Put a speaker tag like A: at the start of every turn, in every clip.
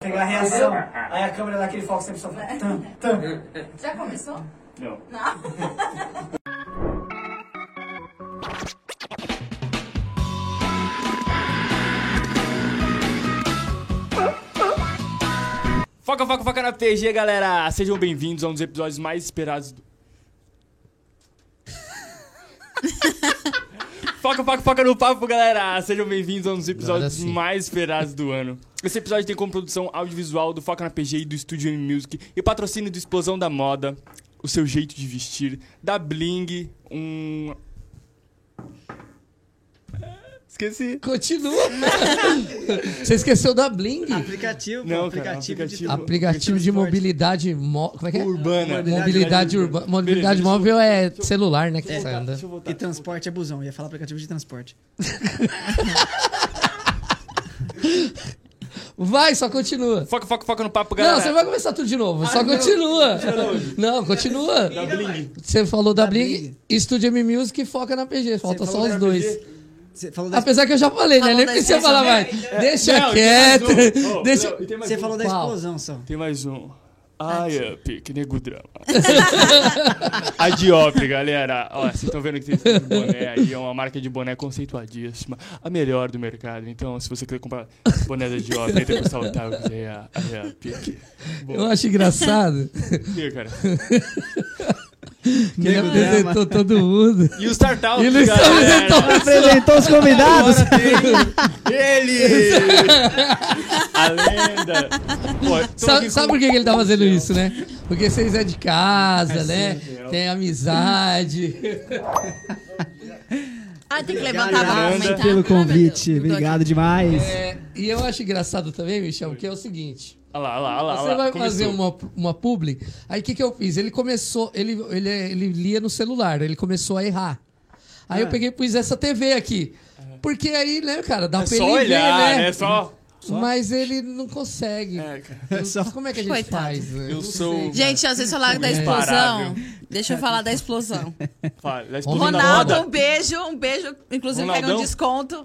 A: pegar a reação. Aí a câmera daquele foco sempre só fala, tam, tam.
B: Já começou?
A: Não.
B: Não.
C: Foca, foca, foca na PG, galera! Sejam bem-vindos a um dos episódios mais esperados do. foca, foca, foca no papo, galera! Sejam bem-vindos a um dos episódios
D: sim.
C: mais esperados do ano. Esse episódio tem como produção audiovisual do Foca na PG e do Estúdio M Music e patrocínio do Explosão da Moda, o seu jeito de vestir, da Bling, um. Esqueci.
D: Continua. Você esqueceu da Bling.
E: Aplicativo,
C: Não, cara,
E: é um aplicativo,
C: aplicativo.
E: de
D: Aplicativo de mobilidade... Mo... Como é que é?
C: Urbana. né?
D: Mobilidade urbana. Mobilidade
C: Beleza,
D: móvel é celular, né? Que você
C: Deixa eu voltar,
D: anda.
C: deixa eu voltar.
E: e transporte é busão. Ia falar aplicativo de transporte.
D: Vai, só continua.
C: Foca, foca, foca no papo, galera.
D: Não, você vai começar tudo de novo. Só continua. Não, continua. Você falou da Bling,
E: Bling.
D: Estúdio M Music e foca na PG. Falta só os dois.
E: Você falou da,
D: Apesar que eu já falei, né?
B: Falou
D: Nem
B: da
D: precisa
B: expansão
D: falar mais. Deixa
C: Não,
D: quieto.
C: tem mais um. Ô,
D: Deixa.
C: Léo, e tem mais
E: você
C: um.
E: falou da
D: Qual?
E: explosão só.
C: Tem mais um. Ai, up, que nego drama. a Diop, galera. Ó, vocês estão vendo que tem esse boné aí. É uma marca de boné conceituadíssima. A melhor do mercado. Então, se você quiser comprar boné da Diop, entra com saltar que é a, a Up.
D: Eu acho engraçado.
C: E, cara.
D: que ele apresentou todo mundo.
C: e o Startup,
D: E Luiz
C: galera.
D: apresentou
E: Apresentou os convidados.
C: Ele! a lenda. Pô, tô aqui
D: Sabe,
C: com-
D: sabe por que que ele tá fazendo isso, né? Porque vocês é de casa, né?
C: sim.
D: Tem amizade.
B: Ah, tem que levantar pra
C: Fernanda,
B: comentar.
E: pelo
B: Ah, meu
E: convite.
B: Deus.
E: Obrigado demais.
D: É, e eu acho engraçado também, Michel, que é o seguinte.
C: Olha lá, olha lá, olha lá.
D: Você
C: olha lá,
D: vai
C: começou.
D: fazer um uma, uma publi. Aí o que, que eu fiz? Ele começou, ele, ele, ele lia no celular, ele começou a errar. Aí
C: É.
D: eu peguei e pus essa TV aqui. Porque aí, né, cara, dá
C: É
D: pra
C: só
D: ele ver,
C: olhar,
D: né?
C: né? Só.
D: Mas ele não consegue.
C: É, cara.
D: Não- Como é que a gente
B: Coitado.
D: faz? né?
C: Eu
D: Não
C: sou-
D: sei.
B: Gente, às vezes falar
D: É.
B: da
C: Imparável.
B: explosão. Deixa eu falar da explosão.
C: Fala, da explosão da
B: Ronaldo,
C: moda.
B: um beijo, um beijo. Inclusive, pega um
C: Ronaldão?
B: desconto.
D: Ah,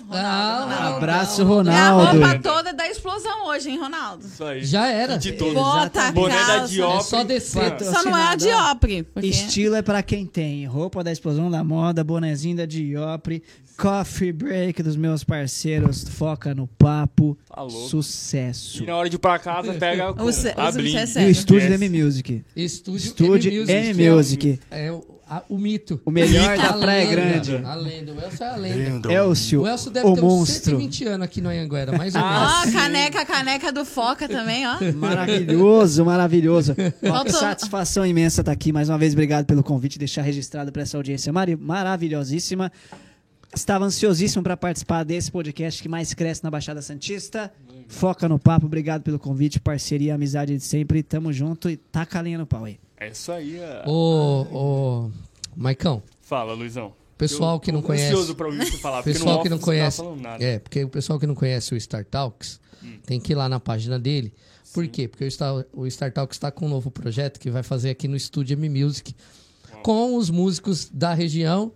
B: Ronaldo.
D: Ronaldo.
E: Abraço,
B: É a
E: Ronaldo.
B: roupa toda da explosão hoje, hein, Ronaldo?
C: Isso aí.
D: Já era.
C: De todos.
B: Bota a
C: Boné da
B: calça.
C: Diop.
D: É só descer.
E: Fato.
B: Só não é a Diopre. porque-
E: Estilo é pra quem tem. Roupa da explosão da moda, bonezinho da Diopre, coffee break dos meus parceiros, foca no papo.
C: Falou.
E: Sucesso.
C: E na hora de ir pra casa, pega o
B: O ce- o
C: abre.
B: sucesso
E: E
B: é-
E: o estúdio da
C: Yes.
E: M-Music.
D: Estúdio,
E: Estúdio
D: M-Music. que é o-
E: M-Music.
D: É o, a- o mito.
E: O melhor da Praia
D: lenda,
E: Grande.
D: A lenda. O Elcio é a lenda.
E: Elcio,
D: O Elcio deve
E: o
D: ter
E: monstro.
D: uns 120 anos aqui no Anhanguera, mais ou menos.
B: Ó, caneca, caneca do Foca também, ó.
E: Maravilhoso, maravilhoso. Uma
B: Faltou-
E: satisfação imensa estar aqui. Mais uma vez, obrigado pelo convite, deixar registrado para essa audiência mari- maravilhosíssima. Estava ansiosíssimo para participar desse podcast que mais cresce na Baixada Santista. Foca no papo, obrigado pelo convite, parceria, amizade de sempre. Tamo junto e taca a linha no pau aí.
C: É isso aí. ó.
D: Ô, ô, Maicão,
C: Fala, Luizão.
D: pessoal que não
C: tô
D: conhece.
C: ansioso pra ouvir você falar, porque
D: pessoal
C: no
D: que não
C: off você
D: conhece.
C: Não tava falando nada.
D: É, porque o pessoal que não conhece o Star Talks tem que ir lá na página dele. Por quê? Porque o Star, o Star Talks está com um novo projeto que vai fazer aqui no estúdio M Music com os músicos da região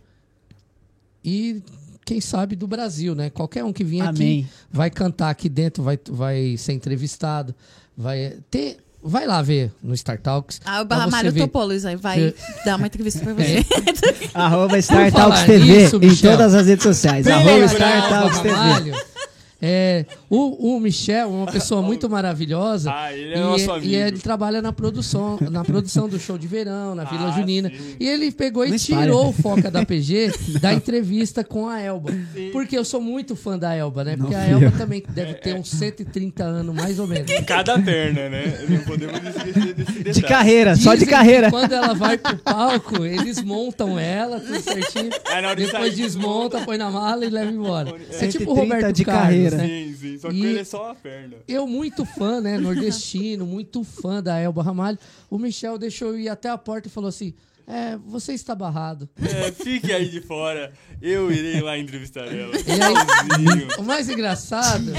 D: e quem sabe do Brasil, né? Qualquer um que vir aqui
E: Amém.
D: vai cantar aqui dentro, vai, vai ser entrevistado, vai ter. Vai lá ver no Star Talks.
B: Ah, o
D: pra
B: Barra
D: você
B: Mário
D: ver. É.
B: topou, Luiz, aí vai dar uma entrevista pra você.
E: Arroba
D: falar
E: Startalks TV
D: nisso,
E: em
D: Michel.
E: todas as redes sociais. Arroba
D: Parabéns,
E: Startalks
D: Rafa
E: TV.
D: Ramalho. É, o, o Michel é uma pessoa muito maravilhosa.
C: Ah, ele é
D: e,
C: nosso
D: e
C: amigo.
D: ele trabalha na produção, na produção do show de verão, na Vila
C: Ah,
D: Junina.
C: sim.
D: E ele pegou e
E: Não espalha.
D: tirou o Foca da PG da entrevista com a Elba. Porque eu sou muito fã da Elba, né? Porque a
E: fui
D: Elba
E: eu.
D: também
C: É,
D: deve ter uns 130 anos, mais ou menos.
C: Cada perna, né? Não podemos esquecer desse detalhe.
E: De carreira, É só de
D: Dizem que
E: carreira.
D: Quando ela vai pro palco, eles montam ela, tudo certinho.
C: É, na hora de
D: Depois
C: sair,
D: desmonta, põe na mala e leva embora. É tipo
E: 130
D: o Roberto
E: de
D: Carlos,
E: carreira.
D: né?
C: Sim, sim. Só que
D: E-
C: ele é só a perna.
D: Eu, muito fã, né? Nordestino, muito fã da Elba Ramalho. O Michel deixou eu ir até a porta e falou assim: É, você está barrado.
C: É, fique aí de fora. Eu irei lá entrevistar ela.
D: E aí-
C: Sozinho.
D: O mais engraçado.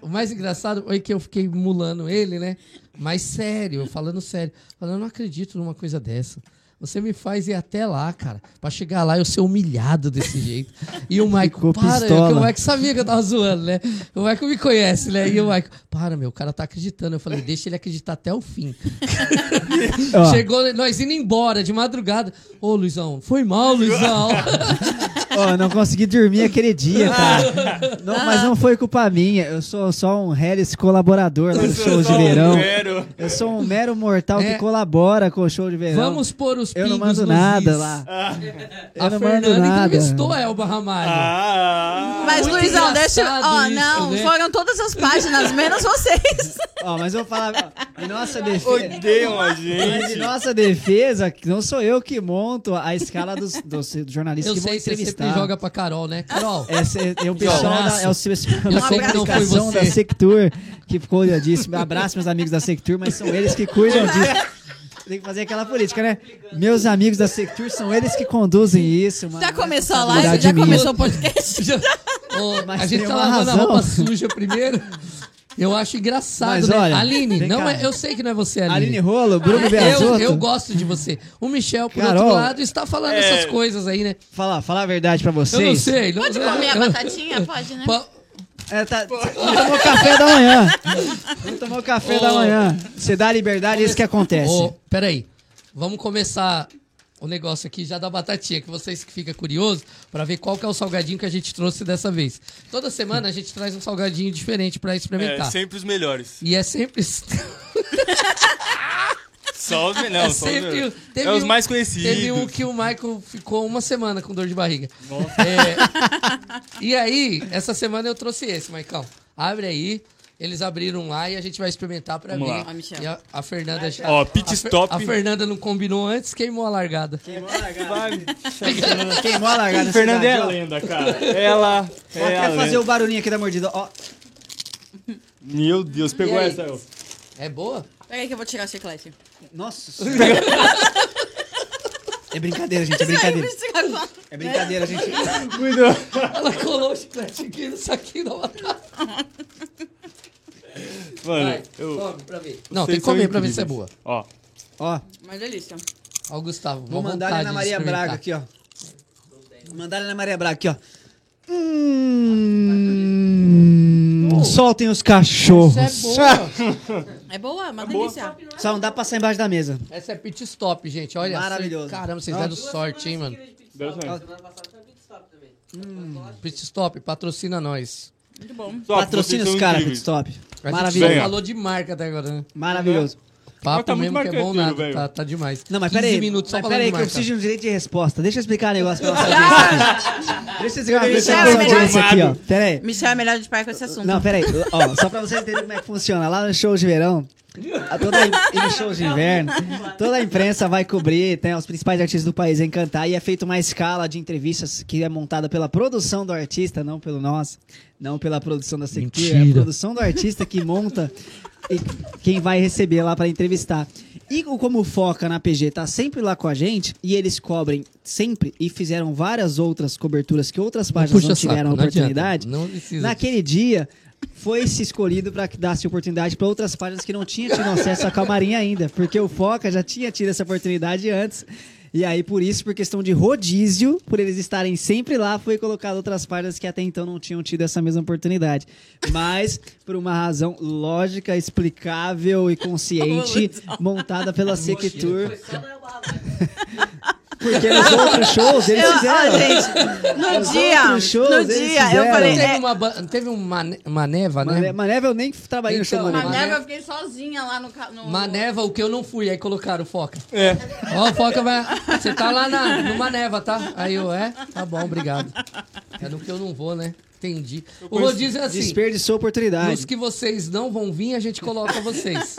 D: O mais engraçado foi que eu fiquei mulando ele, né? Mas sério, eu falando sério. Falando, eu não acredito numa coisa dessa. Você me faz ir até lá, cara. Pra chegar lá eu ser humilhado desse jeito. E o Michael,
E: Ficou
D: para, é
E: pistola.
D: que o Michael sabia que eu tava zoando, né? O Michael me conhece, né? E o Michael, para, meu, o cara tá acreditando. Eu falei, deixa ele acreditar até o fim.
E: Ó,
D: Chegou nós indo embora de madrugada. Ô, Luizão, foi mal, Luizão.
E: ó, não consegui dormir aquele dia, cara. Não, mas não foi culpa minha. Eu sou só um Harris colaborador lá do show
C: um
E: de verão. Eu sou um mero mortal
D: É.
E: que colabora com o show de verão.
D: Vamos pôr os
E: Eu
D: pingos
E: não mando
D: nos
E: nada
D: is.
E: lá. Eu
D: Ah. A
E: não mando
D: Fernanda
E: nada.
D: entrevistou a Elba Ramalho.
C: Ah!
B: Mas,
D: muito
B: Luizão, deixa.
D: engraçado
B: Ó,
D: isso,
B: não,
D: né?
B: foram todas as páginas, menos vocês.
E: Ó, mas eu falava, ó, em nossa defesa.
C: Odeiam a
E: Mas em
C: gente.
E: nossa defesa, não sou eu que monto a escala dos, dos jornalistas
D: Eu
E: que vão
D: sei que você sempre
E: entrevistar.
D: joga pra Carol, né? Carol,
E: É, cê- é o pessoal da, é o pessoal da
D: sei que não foi
E: comunicação
D: Um você.
E: da Sectur que cuida disso. Abraço meus amigos da Sectur, mas são eles que cuidam disso. Tem que fazer aquela política, né? Meus amigos da Sectur são eles que conduzem isso. mano.
B: Já começou a live?
E: responsabilidade
B: Já
E: minha.
B: começou o podcast?
D: Já- Ô,
E: Mas
D: a gente
E: tem
D: tá
E: uma
D: lavando a
E: razão.
D: roupa suja primeiro. Eu acho engraçado,
E: Mas
D: né?
E: olha,
D: Aline,
E: vem
D: não
E: cá.
D: é, eu sei que não é você, Aline.
E: Aline Rolo, Bruno
D: Ah, eu,
E: Beazzotto.
D: eu gosto de você. O Michel, por outro
E: Carol.
D: lado, está falando essas coisas aí, né?
E: Falar, falar a verdade pra
D: Eu
E: vocês.
D: não sei. não-
B: Pode comer a
D: eu-
B: batatinha? Pode, né?
D: Pa-
E: É, tá, não tomou café da manhã. Não tomou café
D: Ô.
E: da manhã. Você dá liberdade, é isso que acontece.
D: Ô, peraí. Vamos começar o negócio aqui já da batatinha, que vocês que ficam curiosos pra ver qual que é o salgadinho que a gente trouxe dessa vez. Toda semana a gente traz um salgadinho diferente pra
C: É,
D: experimentar.
C: sempre os melhores.
D: E é sempre...
C: Só os melhores. Não, só
D: É
C: os
D: sempre-
C: melhores.
D: teve
C: é os
D: um-
C: mais conhecidos.
D: Teve um que o Michael ficou uma semana com dor de barriga. É, e aí, essa semana eu trouxe esse, Maicão. Abre aí. Eles abriram lá e a gente vai experimentar pra
C: Vamos
D: ver.
C: lá.
B: Ó, Michel.
D: E a, a Fernanda já.
C: Ó, pit
D: a Fer-
C: stop.
D: A Fernanda não combinou antes, queimou a largada.
E: Queimou a largada.
C: Fernanda é a
E: cidade, ó.
C: lenda, cara. Ela
E: Ó,
C: é a
E: quer fazer
C: lenda.
E: o barulhinho aqui da mordida. Ó,
C: Meu Deus, pegou
D: E aí?
C: essa, eu.
D: É boa?
B: Peraí que eu vou tirar o chiclete.
E: nossa senhora. É brincadeira, gente, é brincadeira. É brincadeira, gente.
D: Ela colou o chiclete aqui no saquinho da batata.
C: Mano,
D: Vai,
C: eu...
D: come pra ver. Não,
C: vocês
D: tem que comer
C: são
D: pra ver se é boa.
C: incríveis. Ó,
E: Ó,
B: Mas delícia.
D: Ó, o Gustavo.
E: vou
D: uma
E: mandar a
D: vontade
E: Ana
D: de
E: Maria
D: experimentar.
E: Braga aqui, ó. Vou mandar a Ana Maria Braga aqui, ó. Hum, soltem os cachorros.
D: Essa é boa.
B: É boa, mas delícia.
E: Só não dá pra passar embaixo da mesa.
D: Essa é pit stop, gente. Olha.
E: Maravilhoso.
D: cê- caramba, vocês
E: Ó.
D: deram sorte, hein, mano.
C: Deus me-
D: Pit Stop, patrocina nós.
B: Muito bom.
C: Só,
E: Patrocina
C: vocês
E: os
C: são
E: caras,
C: incríveis.
E: Stop.
D: A gente
E: Maravilhoso.
C: Venha.
D: falou de marca até agora, né?
E: Maravilhoso.
D: Papo
C: tá muito
D: mesmo que é bom
C: marqueteiro,
D: nada,
C: velho.
D: tá, tá demais.
E: Não, mas peraí.
D: minutos só tá?
E: mas
D: falando
E: peraí,
D: de
E: que eu
D: marca.
E: preciso de um direito de resposta. Deixa eu explicar um negócio pra nossa audiência. Deixa eu explicar uma coisa pra nossa
B: Michel,
E: audiência aqui,
D: um
E: ó. Peraí.
B: Michel é melhor de pai com esse assunto.
E: Não, peraí. Ó, só pra vocês entenderem como é que funciona. Lá no show de verão, a- toda a, e no show de inverno, toda a imprensa vai cobrir, tem os principais artistas do país em cantar e é feita uma escala de entrevistas que é montada pela produção do artista, não pelo nós, não pela produção da Secure, é a
D: Mentira.
E: produção do artista que monta e quem vai receber lá pra entrevistar. E o como o foca na PG tá sempre lá com a gente e eles cobrem sempre e fizeram várias outras coberturas que outras páginas
D: puxa
E: não tiveram
D: saco, não adianta,
E: oportunidade.
D: não precisa
E: Naquele dia foi se escolhido para que desse oportunidade para outras páginas que não tinham tido acesso à camarim ainda, porque o Foca já tinha tido essa oportunidade antes. E aí, por isso, por questão de rodízio, por eles estarem sempre lá, foi colocado outras páginas que até então não tinham tido essa mesma oportunidade. Mas, por uma razão lógica, explicável e consciente, montada pela Sectur. Porque nos outros shows eles
B: Eu,
E: fizeram.
B: ó, gente, no
E: Os
B: dia,
E: outros shows,
B: no
E: eles
B: dia, eu
E: fizeram.
B: falei,
D: Teve,
B: é,
D: uma, ba- teve uma, ne- uma neva,
E: Mané-
D: né?
E: Maneva eu nem trabalhei no show do
D: Então,
E: Maneva.
B: uma
D: Maneva.
B: neve, eu fiquei sozinha lá no... ca- no
D: Uma neva, o que eu não fui, aí colocaram foca.
C: É.
D: Ó, o foca vai. Você tá lá na, numa neva, tá? Aí eu, é? Tá bom, obrigado. É no que eu não vou, né? Entendi. O rodízio é assim.
E: Desperdiçou a
D: Nos
E: oportunidade.
D: que vocês não vão vir, a gente coloca vocês.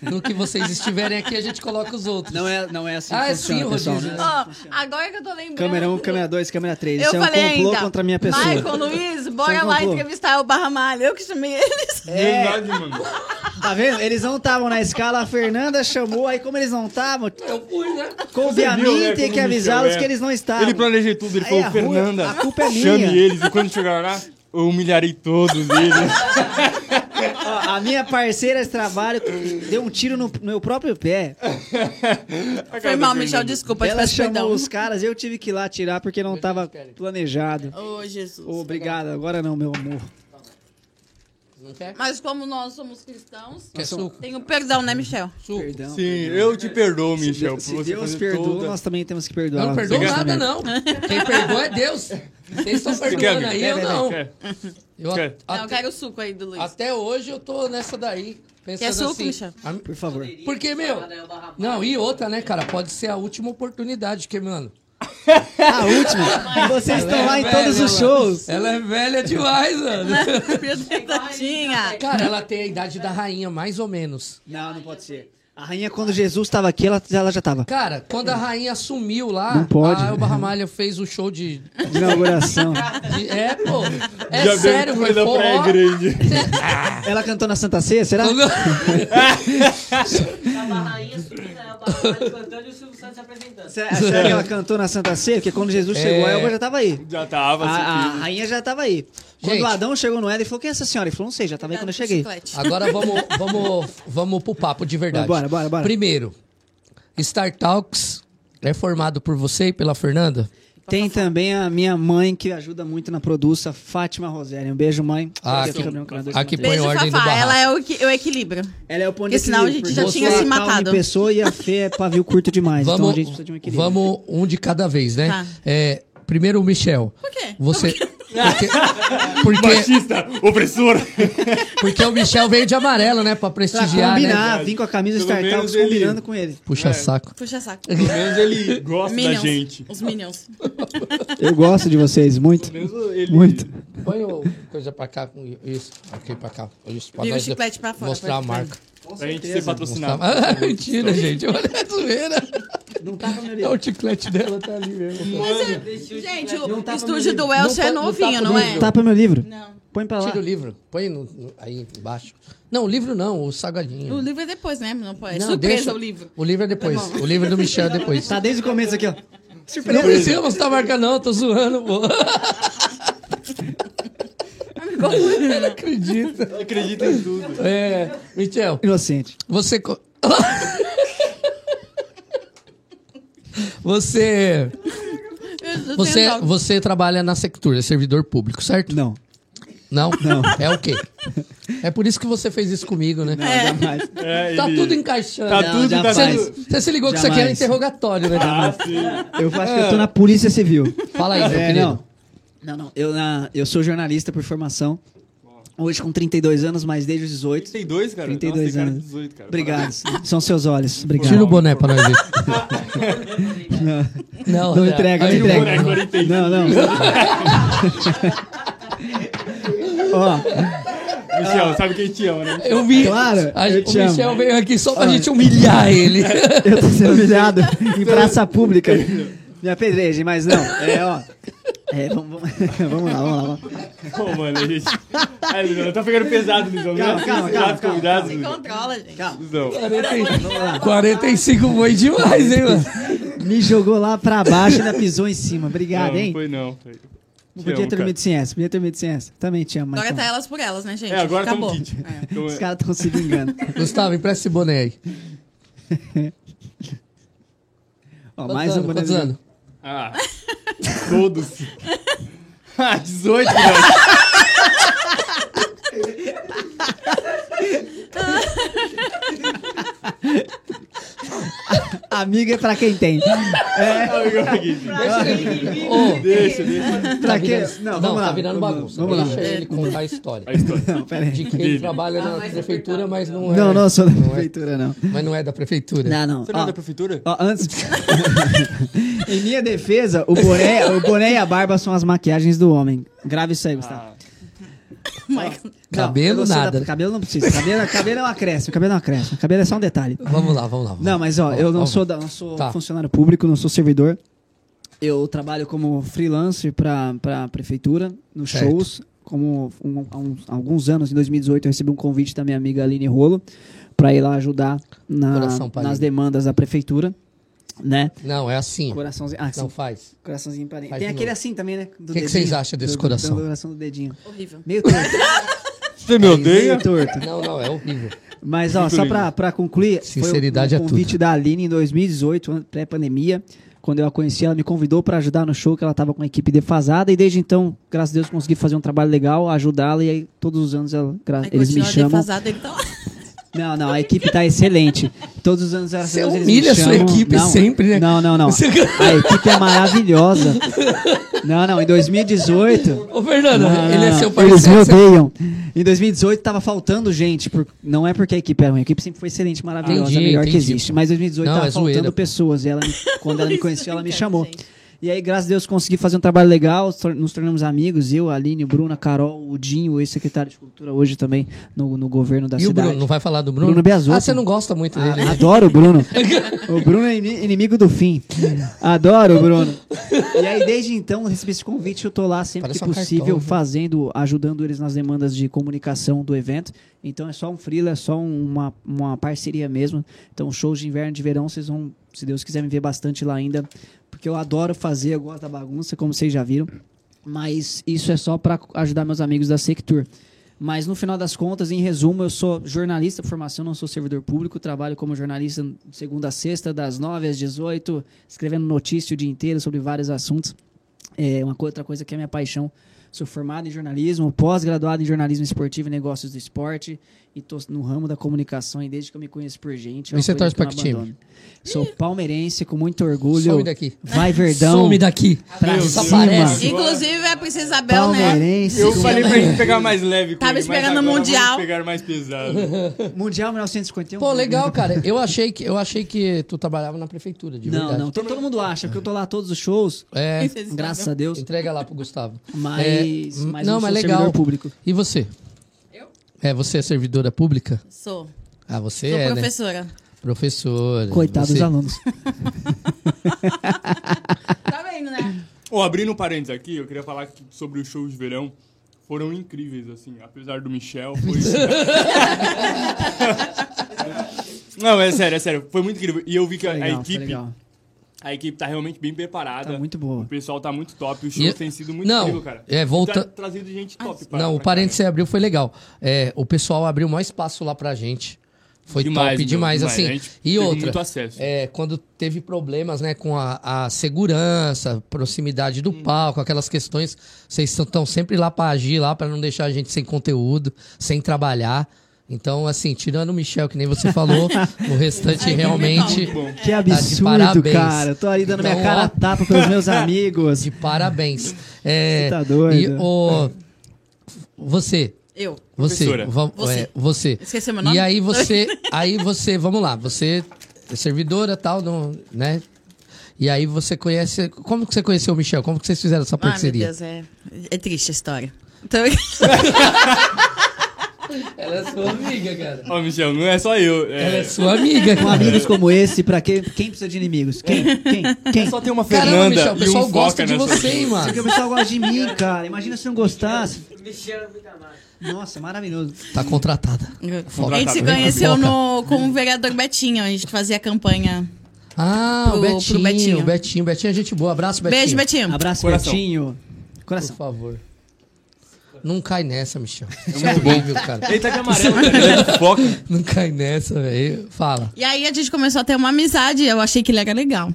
D: No que vocês estiverem aqui, a gente coloca os outros.
E: Não é, não é assim
D: Ah,
E: que
D: é
E: funciona,
D: sim,
E: pessoal.
D: Rodízio.
E: né?
B: Ó, agora que eu tô lembrando...
E: Câmera 1, câmera 2, câmera 3.
B: Ah, Eu
E: Isso é um
B: falei
E: complô
B: ainda.
E: contra a minha pessoa.
B: Michael, Luiz, bora
E: um
B: lá
E: complô.
B: entrevistar o Barra Malha. Eu que chamei eles.
C: É Verdade, mano.
E: É. Tá vendo? Eles não estavam na escala, a Fernanda chamou, aí como eles não estavam,
D: Eu fui, né?
E: coube a
C: viu,
E: mim
C: né,
E: ter
C: como
E: que
C: o Michel
E: avisá-los
C: é.
E: que eles não estavam.
C: Ele planejou tudo, ele
E: tá. Aí
C: falou,
E: a rua-
C: Fernanda,
E: a culpa é
C: chame
E: minha."
C: eles e quando chegar lá, eu humilharei todos eles.
E: Ó, Ó, a minha parceira de trabalho deu um tiro no no meu próprio pé.
B: Foi mal, Michel, desculpa, te
E: Ela
B: peço
E: chamou
B: perdão.
E: os caras e eu tive que ir lá tirar porque não tava planejado.
B: Ô, Jesus.
E: Obrigado, agora não, meu amor.
D: Não quer?
B: Mas como nós somos cristãos,
D: Quer suco?
B: tem o perdão, né, Michel?
D: Suco.
E: Perdão.
C: Sim, eu te perdoo,
E: Se
C: Michel,
E: Deus-
C: por
E: se
C: você
E: Deus
C: fazer
E: perdoa,
C: toda...
E: nós também temos que perdoar.
D: Eu não perdoo
C: Obrigado,
D: nada,
C: amigo.
D: não. Quem perdoa é Deus. Vocês estão perdoando
C: amigo?
D: aí,
E: Quer,
D: eu
E: quer,
D: não.
C: Quer?
D: Eu a-
C: Quer?
B: Não, eu
D: até,
B: quero o suco aí do Luiz.
D: até hoje eu tô nessa daí. Pensando
B: Quer suco,
D: assim.
B: Michel?
D: a-
E: Por favor.
D: Porque, meu. Não, e outra, né, cara? Pode ser a última oportunidade, porque, mano.
E: A última. Vocês estão lá em
D: Ela é
E: todos os
D: velha,
E: shows.
D: Ela é velha demais, mano.
B: Tadinha.
D: Cara, ela tem a idade da rainha, mais ou menos.
E: Não, não pode ser. A rainha, quando Jesus estava aqui, ela, ela já estava.
D: Cara, quando a rainha sumiu lá,
E: Não pode.
D: a Elba Ramalho fez o show de.
E: De inauguração.
D: de- é, pô. É
C: De abertura
D: sério, foi
C: da
D: forró.
C: pré-grande.
E: Ela cantou na Santa Ceia, será?
F: Tava a rainha subindo, né? Tava a rainha cantando e o Silvio Santos se apresentando.
E: Será, será que ela cantou na Santa Ceia? Porque quando Jesus chegou, a
D: É. né?
E: Elba já estava aí.
C: Já tava,
D: Ah,
E: A, a
C: assim,
E: rainha já estava aí. Quando
D: Gente.
E: o Adão chegou no Éden, ele falou, quem é essa senhora? Ele falou, não sei, já estava aí quando eu cheguei.
B: Chiclete.
D: Agora vamos, vamos, vamos pro papo de verdade.
E: Bora, bora, bora.
D: Primeiro, Star Talks é formado por você e pela Fernanda?
E: Tem também a minha mãe, que ajuda muito na produção, Fátima Rosélia. Um beijo, mãe.
D: Ah,
E: Aqui é o
D: que-
E: Gabriel Camargo.
D: ah, que- Põe
B: Beijo,
D: ordem no
B: Fafá.
D: barraco.
B: Ela é o, que, o equilíbrio.
E: Ela é o ponto
B: Porque senão a
E: equilíbrio,
B: gente já
E: porque
D: tinha
E: eu sou
D: se
E: a calma
B: matado.
E: em pessoa e a Fê é pavio curto demais.
D: Vamos,
E: então a gente precisa de um equilíbrio.
D: vamos um de cada vez, né?
B: Tá.
D: É, primeiro o Michel.
B: Por quê?
D: Você. Porque, porque,
C: Machista, opressor.
D: porque o Michel veio de amarelo, né? Pra
E: Pra
D: prestigiar, né?
E: combinar, vim com a camisa
C: Pelo
E: Startups
C: menos ele-
E: combinando com ele.
D: Puxa saco.
B: Puxa saco.
C: Pelo menos ele gosta
B: Minions.
C: da gente.
B: Os Minions.
E: Eu gosto de vocês muito.
C: Pelo menos ele...
E: Muito.
D: Põe o coisa pra cá com isso. Ok, pra cá. Isso, pra
B: Vira o
D: nós
B: chiclete pra fora,
D: mostrar a
B: pode ficar.
D: marca.
C: Pra gente ser
D: Mostrar...
C: patrocinado.
D: Ah, mentira, gente. Olha a zoeira.
E: Não tá tava
D: É o chiclete dela, tá ali mesmo.
C: é-
B: Gente, o
E: tá
B: estúdio
E: pro
B: do Elcio
D: Não
B: é
D: tá- não tá
B: novinho,
D: pro
B: não é?
D: livro.
E: Tapa meu livro.
B: Não.
E: Põe pra lá.
D: Tira o livro. Põe no- no- aí embaixo. Não, o livro não, o salgadinho.
B: O livro é depois, né? Não pode. É
D: Não,
B: surpresa
D: deixa-
B: o livro. Tá
D: O livro é depois. o livro do Michel é depois.
E: Tá desde o começo aqui, ó.
D: Não precisa mostrar a marca, não, tô zoando, pô. Não acredito.
C: Acredita em tudo.
D: É, Michel,
E: Inocente.
D: você. co- você.
B: Eu- eu
D: Você,
B: tenho dó.
D: você trabalha na Sectur, é servidor público, certo?
E: Não.
D: Não? Não. É o quê? É por isso que você fez isso comigo, né?
E: Não, jamais.
C: É,
D: Tá
C: ele-
D: tudo encaixando.
C: Tá
E: Não,
C: tudo, tá
E: jamais.
C: tudo...
D: Você se ligou que isso aqui era
E: Jamais.
D: interrogatório, né?
C: Ah, sim.
E: Eu acho
C: É.
E: que eu tô na Polícia Civil.
D: Fala
C: Tá,
D: aí, meu
E: É,
D: querido.
E: não. Não, não. Eu, na, eu sou jornalista por formação. Hoje com 32 anos, mas desde os 18.
C: 32, cara.
E: 32
C: Nossa, tem cara de
E: anos.
C: 18, cara.
E: Obrigado. São seus olhos.
D: Tira o
E: Obrigado.
D: boné pra nós ver. Não,
E: Não entrega, não
D: Aí o
E: entrega.
D: boné-
C: boneco, ele tem.
E: Não, não. Ó,
C: Michel, sabe quem te ama, né?
D: Eu Ah. vi.
E: Claro,
D: a-
E: eu
D: o
E: te
D: Michel
E: amo.
D: veio aqui só pra gente humilhar ele.
E: eu tô sendo humilhado em praça pública. Me apedrejem, mas não. É, ó. É, vamos, vamos- vamos lá, vamos lá. Vamos.
C: Pô, mano, a gente... Ai, Lisão, tá ficando pesado, Lisão.
E: Calma,
C: Não,
E: calma,
C: os
E: calma,
C: dados convidados,
B: Se controla, gente.
C: Lisão.
D: 45 foi demais, hein, mano?
E: Me jogou lá pra baixo e ainda pisou em cima. Obrigado,
C: Não,
E: hein?
C: não foi não. Foi.
E: Não
C: Te
E: podia
C: amo,
E: ter
C: cara.
E: medo de ciência, podia ter medo de ciência. Também te amo, mas
B: Agora
E: então.
B: tá elas por elas, né, gente?
C: É, agora tá
B: Acabou.
C: um kit. Então,
E: Os
C: é-
E: caras estão se vingando.
D: Gustavo, empresta esse boné aí.
E: Ó,
D: Quantos
E: mais um
D: anos?
E: boné
D: Quantos anos?
C: Ah, todos. ah, 18, não.
E: Amiga é pra quem tem.
D: Tá
C: é
D: Ô,
C: Deixa, deixa.
E: Pra
D: tá
E: quem...
D: virando-
E: Não, vamos lá.
D: tá virando
E: vamos,
D: bagunça.
E: Vamos
D: Deixa
E: lá.
D: ele contar a história.
C: A história.
E: Não, pera aí.
D: De que ele trabalha na prefeitura, mas não é.
E: Não, não, sou da
D: não é-
E: prefeitura, não.
D: Mas não é da prefeitura.
E: Não, não.
C: Você não é da
E: Ó,
C: prefeitura?
E: ó, antes... em minha defesa, o boné, o boné e a barba são as maquiagens do homem. Grave isso aí, Gustavo.
B: Michael.
E: Não,
D: Ah. Cabelo,
E: eu sou da-
D: nada, né?
E: Cabelo não precisa. Cabelo, cabelo é uma cresce. Cabelo é uma cresce. Cabelo é só um detalhe.
D: Vamos lá, vamos lá. vamos
E: Não,
D: lá.
E: mas ó,
D: Vamos,
E: eu não
D: vamos.
E: sou, da- não sou
D: Tá.
E: funcionário público, não sou servidor. Eu trabalho como freelancer para a prefeitura, nos
D: Certo.
E: shows. Como um- há uns- alguns anos, em 2018, eu recebi um convite da minha amiga Aline Rolo para ir lá ajudar na-
D: Coração pra
E: nas
D: Aline.
E: demandas da prefeitura, né?
D: Não, é assim.
E: Coraçãozinho, ah,
D: Não
E: assim,
D: faz.
E: coraçãozinho pra Aline.
D: Faz
E: Tem
D: de
E: aquele
D: novo.
E: assim também, né? O
D: que que vocês acham desse coração?
E: Do, coração do dedinho.
B: Horrível.
E: Meu Deus.
C: Você me odeia?
E: Meio torto.
D: Não, não, é horrível.
E: Mas, ó,
C: Muito
E: só
C: lindo.
E: pra, pra concluir,
D: Sinceridade é
E: foi um
D: tudo.
E: convite da Aline em 2018, an- pré-pandemia. Quando eu a conheci, ela me convidou pra ajudar no show, que ela tava com a equipe defasada. E desde então, graças a Deus, consegui fazer um trabalho legal, ajudá-la. E aí, todos os anos, ela, gra-
B: Aí
E: eles me
B: continua
E: chamam.
B: defasado, ele tá lá.
E: Não, não, a equipe tá excelente. Todos os anos, graças
D: Você
E: a Deus, eles me
D: humilha a sua
E: chamam.
D: equipe
E: Não,
D: sempre, né?
E: Não, não, não.
D: Você-
E: A equipe é maravilhosa. Não, não, em 2018...
D: Ô, Fernando,
E: Não, não,
D: ele é
E: não.
D: seu
E: Eles me
D: parceiro.
E: odeiam. Em 2018 tava faltando gente, por- não é porque a equipe era ruim, a equipe sempre foi excelente, maravilhosa,
D: Entendi,
E: a melhor que
D: entendi,
E: existe.
D: pô.
E: Mas 2018
D: Não,
E: tava
D: é
E: faltando
D: zoeira, pô. é
E: pessoas e ela me- quando ela me
B: Isso,
E: conheceu, ela me
B: brincando,
E: chamou.
B: gente.
E: E aí, graças a Deus, consegui fazer um trabalho legal, tor- nos tornamos amigos, eu, a Aline, o Bruno, a Carol, o Dinho, o ex-secretário de Cultura hoje também no, no governo da
D: E o
E: cidade.
D: Bruno, não vai falar do Bruno?
E: Bruno Biasotto.
D: Ah, você não gosta muito
E: Ah,
D: dele. né?
E: Adoro o Bruno. O Bruno é ini- inimigo do fim. Adoro o Bruno. E aí, desde então, eu recebi esse convite. Eu tô lá sempre
D: Parece
E: que
D: uma
E: possível,
D: cartola, né?
E: fazendo, ajudando eles nas demandas de comunicação do evento. Então é só um freela, é só uma, uma parceria mesmo. Então, shows de inverno e de verão, vocês vão, se Deus quiser, me ver bastante lá ainda. Porque eu adoro fazer, eu gosto da bagunça, como vocês já viram. Mas isso é só para ajudar meus amigos da Sectur. Mas no final das contas, em resumo, eu sou jornalista, de formação, não sou servidor público, trabalho como jornalista de segunda a sexta, das 9 às 18, escrevendo notícia o dia inteiro sobre vários assuntos. É uma co- outra coisa que é minha paixão. Sou formado em jornalismo, pós-graduado em jornalismo esportivo e negócios do esporte e tô no ramo da comunicação e desde que eu me conheço por gente. é
D: E
E: uma
D: você
E: coisa
D: torce pra
E: eu não
D: que time?
E: abandono. Sou palmeirense com muito orgulho.
D: Some daqui.
E: Vai Verdão.
D: Some daqui.
E: Pra
C: Meu
E: cima.
C: Deus.
D: Parece.
B: Inclusive, é a Princesa Isabel, né?
E: Palmeirense.
C: Eu
E: com-
C: falei pra gente pegar mais leve com
B: Tava
C: ele, mas
B: esperando o
C: agora vamos
B: Mundial.
C: pegar mais pesado.
E: Mundial 1951.
D: Pô, legal, cara. Eu achei que, eu achei que tu trabalhava na prefeitura, de
E: Não,
D: verdade.
E: não. to- Todo mundo acha, porque eu tô lá todos os shows,
D: É,
B: Princesa
E: graças
B: Isabel.
E: a Deus.
D: entrega lá pro Gustavo.
E: Mas, um
D: É,
E: mas
D: não,
E: eu
D: mas
E: sou
D: legal.
E: servidor público.
D: E você?
B: Eu?
D: É, você é servidora pública?
B: Sou. Sou
D: Ah, você é, né?
B: professora.
D: Professora.
E: Coitado
D: você...
E: dos alunos.
B: Tá vendo, né?
C: Ó, abrindo um parênteses aqui, eu queria falar que- sobre os shows de verão. Foram incríveis, assim. Apesar do Michel, foi... Não, é sério, é sério. Foi muito incrível. E eu vi que a, a
E: Legal, tá
C: É equipe...
E: legal.
C: A equipe tá realmente bem preparada.
E: Tá muito boa.
C: O pessoal tá muito top. O show
D: E-
C: tem sido muito
D: Não,
C: incrível, cara.
D: é,
C: Tá
D: volta-
C: trazendo gente top. pra-
D: Não, o
C: pra
D: parênteses que
C: cá.
D: você abriu foi legal. É, o pessoal abriu o maior espaço lá pra gente. Foi
C: Demais,
D: top
C: meu,
D: demais,
C: demais.
D: assim.
C: A gente
D: e
C: teve
D: outra.
C: muito acesso.
D: é, quando teve problemas, né, com a, a segurança, proximidade do palco, aquelas questões, vocês estão sempre lá pra agir lá, pra não deixar a gente sem conteúdo, sem trabalhar. Então, assim, tirando o Michel, que nem você falou, o restante
B: Ai, que
D: realmente.
B: legal.
C: né? Bom,
E: Que absurdo,
D: parabéns.
E: cara. Eu tô ali dando minha
D: Então,
E: cara
D: ó.
E: a tapa pelos meus amigos.
D: De parabéns. É,
E: Você tá doido?
D: E o, você,
B: Eu.
D: você,
C: Professora.
D: vam-
B: Você.
D: é, você.
B: Esqueceu meu nome?
D: E aí você, aí você, vamos lá, você é servidora tal, não, né? E aí você conhece, como que você conheceu o Michel? Como que vocês fizeram essa
B: Ai, meu
D: parceria?
B: Deus, é, é triste a história. Então,
D: Ela é sua amiga, cara.
C: Ó, Michel, não é só eu.
D: Ela
C: É...
D: é sua amiga,
E: Com
D: cara.
E: amigos como esse, pra quem, quem precisa de inimigos? Quem? Quem? Quem?
C: Só tem uma Fernanda
D: Caramba, Michel, o
C: e um
D: pessoal gosta
C: Foca
D: de
C: nessa
D: você, hein,
C: turma.
E: Porque
D: mano.
E: o pessoal gosta de mim, cara. Imagina se não gostasse.
F: Mexeram é muito mais.
E: Nossa, maravilhoso.
D: Tá contratada.
B: a gente se conheceu no, com o vereador Betinho, a gente fazia campanha.
D: Ah,
B: Pro- pro
D: o Betinho,
B: Betinho.
D: Betinho. Betinho, Betinho é gente boa. Abraço, Betinho.
B: Beijo, Betinho.
E: Abraço,
C: Coração.
E: Betinho.
D: Por
E: Coração.
D: favor. Não cai nessa, Michel. Isso
C: muito
D: é
C: bom.
D: horrível, cara.
C: Ele tá de amarelo, cara. Ele é de Foca.
D: Não cai nessa, velho. Fala.
B: E aí a gente começou a ter uma amizade, eu achei que ele era legal.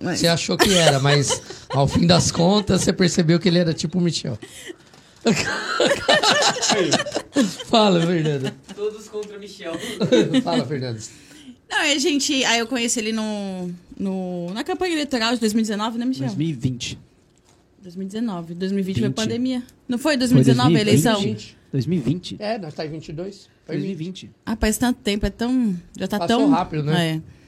B: Mas-
D: Você achou que era, mas ao fim das contas você percebeu que ele era tipo o Michel. Fala, Fernando.
F: Todos contra Michel.
D: Fala, Fernando.
B: Não, aí a gente. Aí eu conheci ele no, no, na campanha eleitoral de 2019, né, Michel?
E: 2020.
B: 2019. 2020 foi
E: Vinte.
B: pandemia. Não foi? 2019 a eleição?
E: 2020.
D: É, nós tá em 22. Foi 20.
E: 2020.
B: Ah, faz tanto tempo, é tão. Já tá
D: Passou
B: tão.
D: rápido, né?
B: É.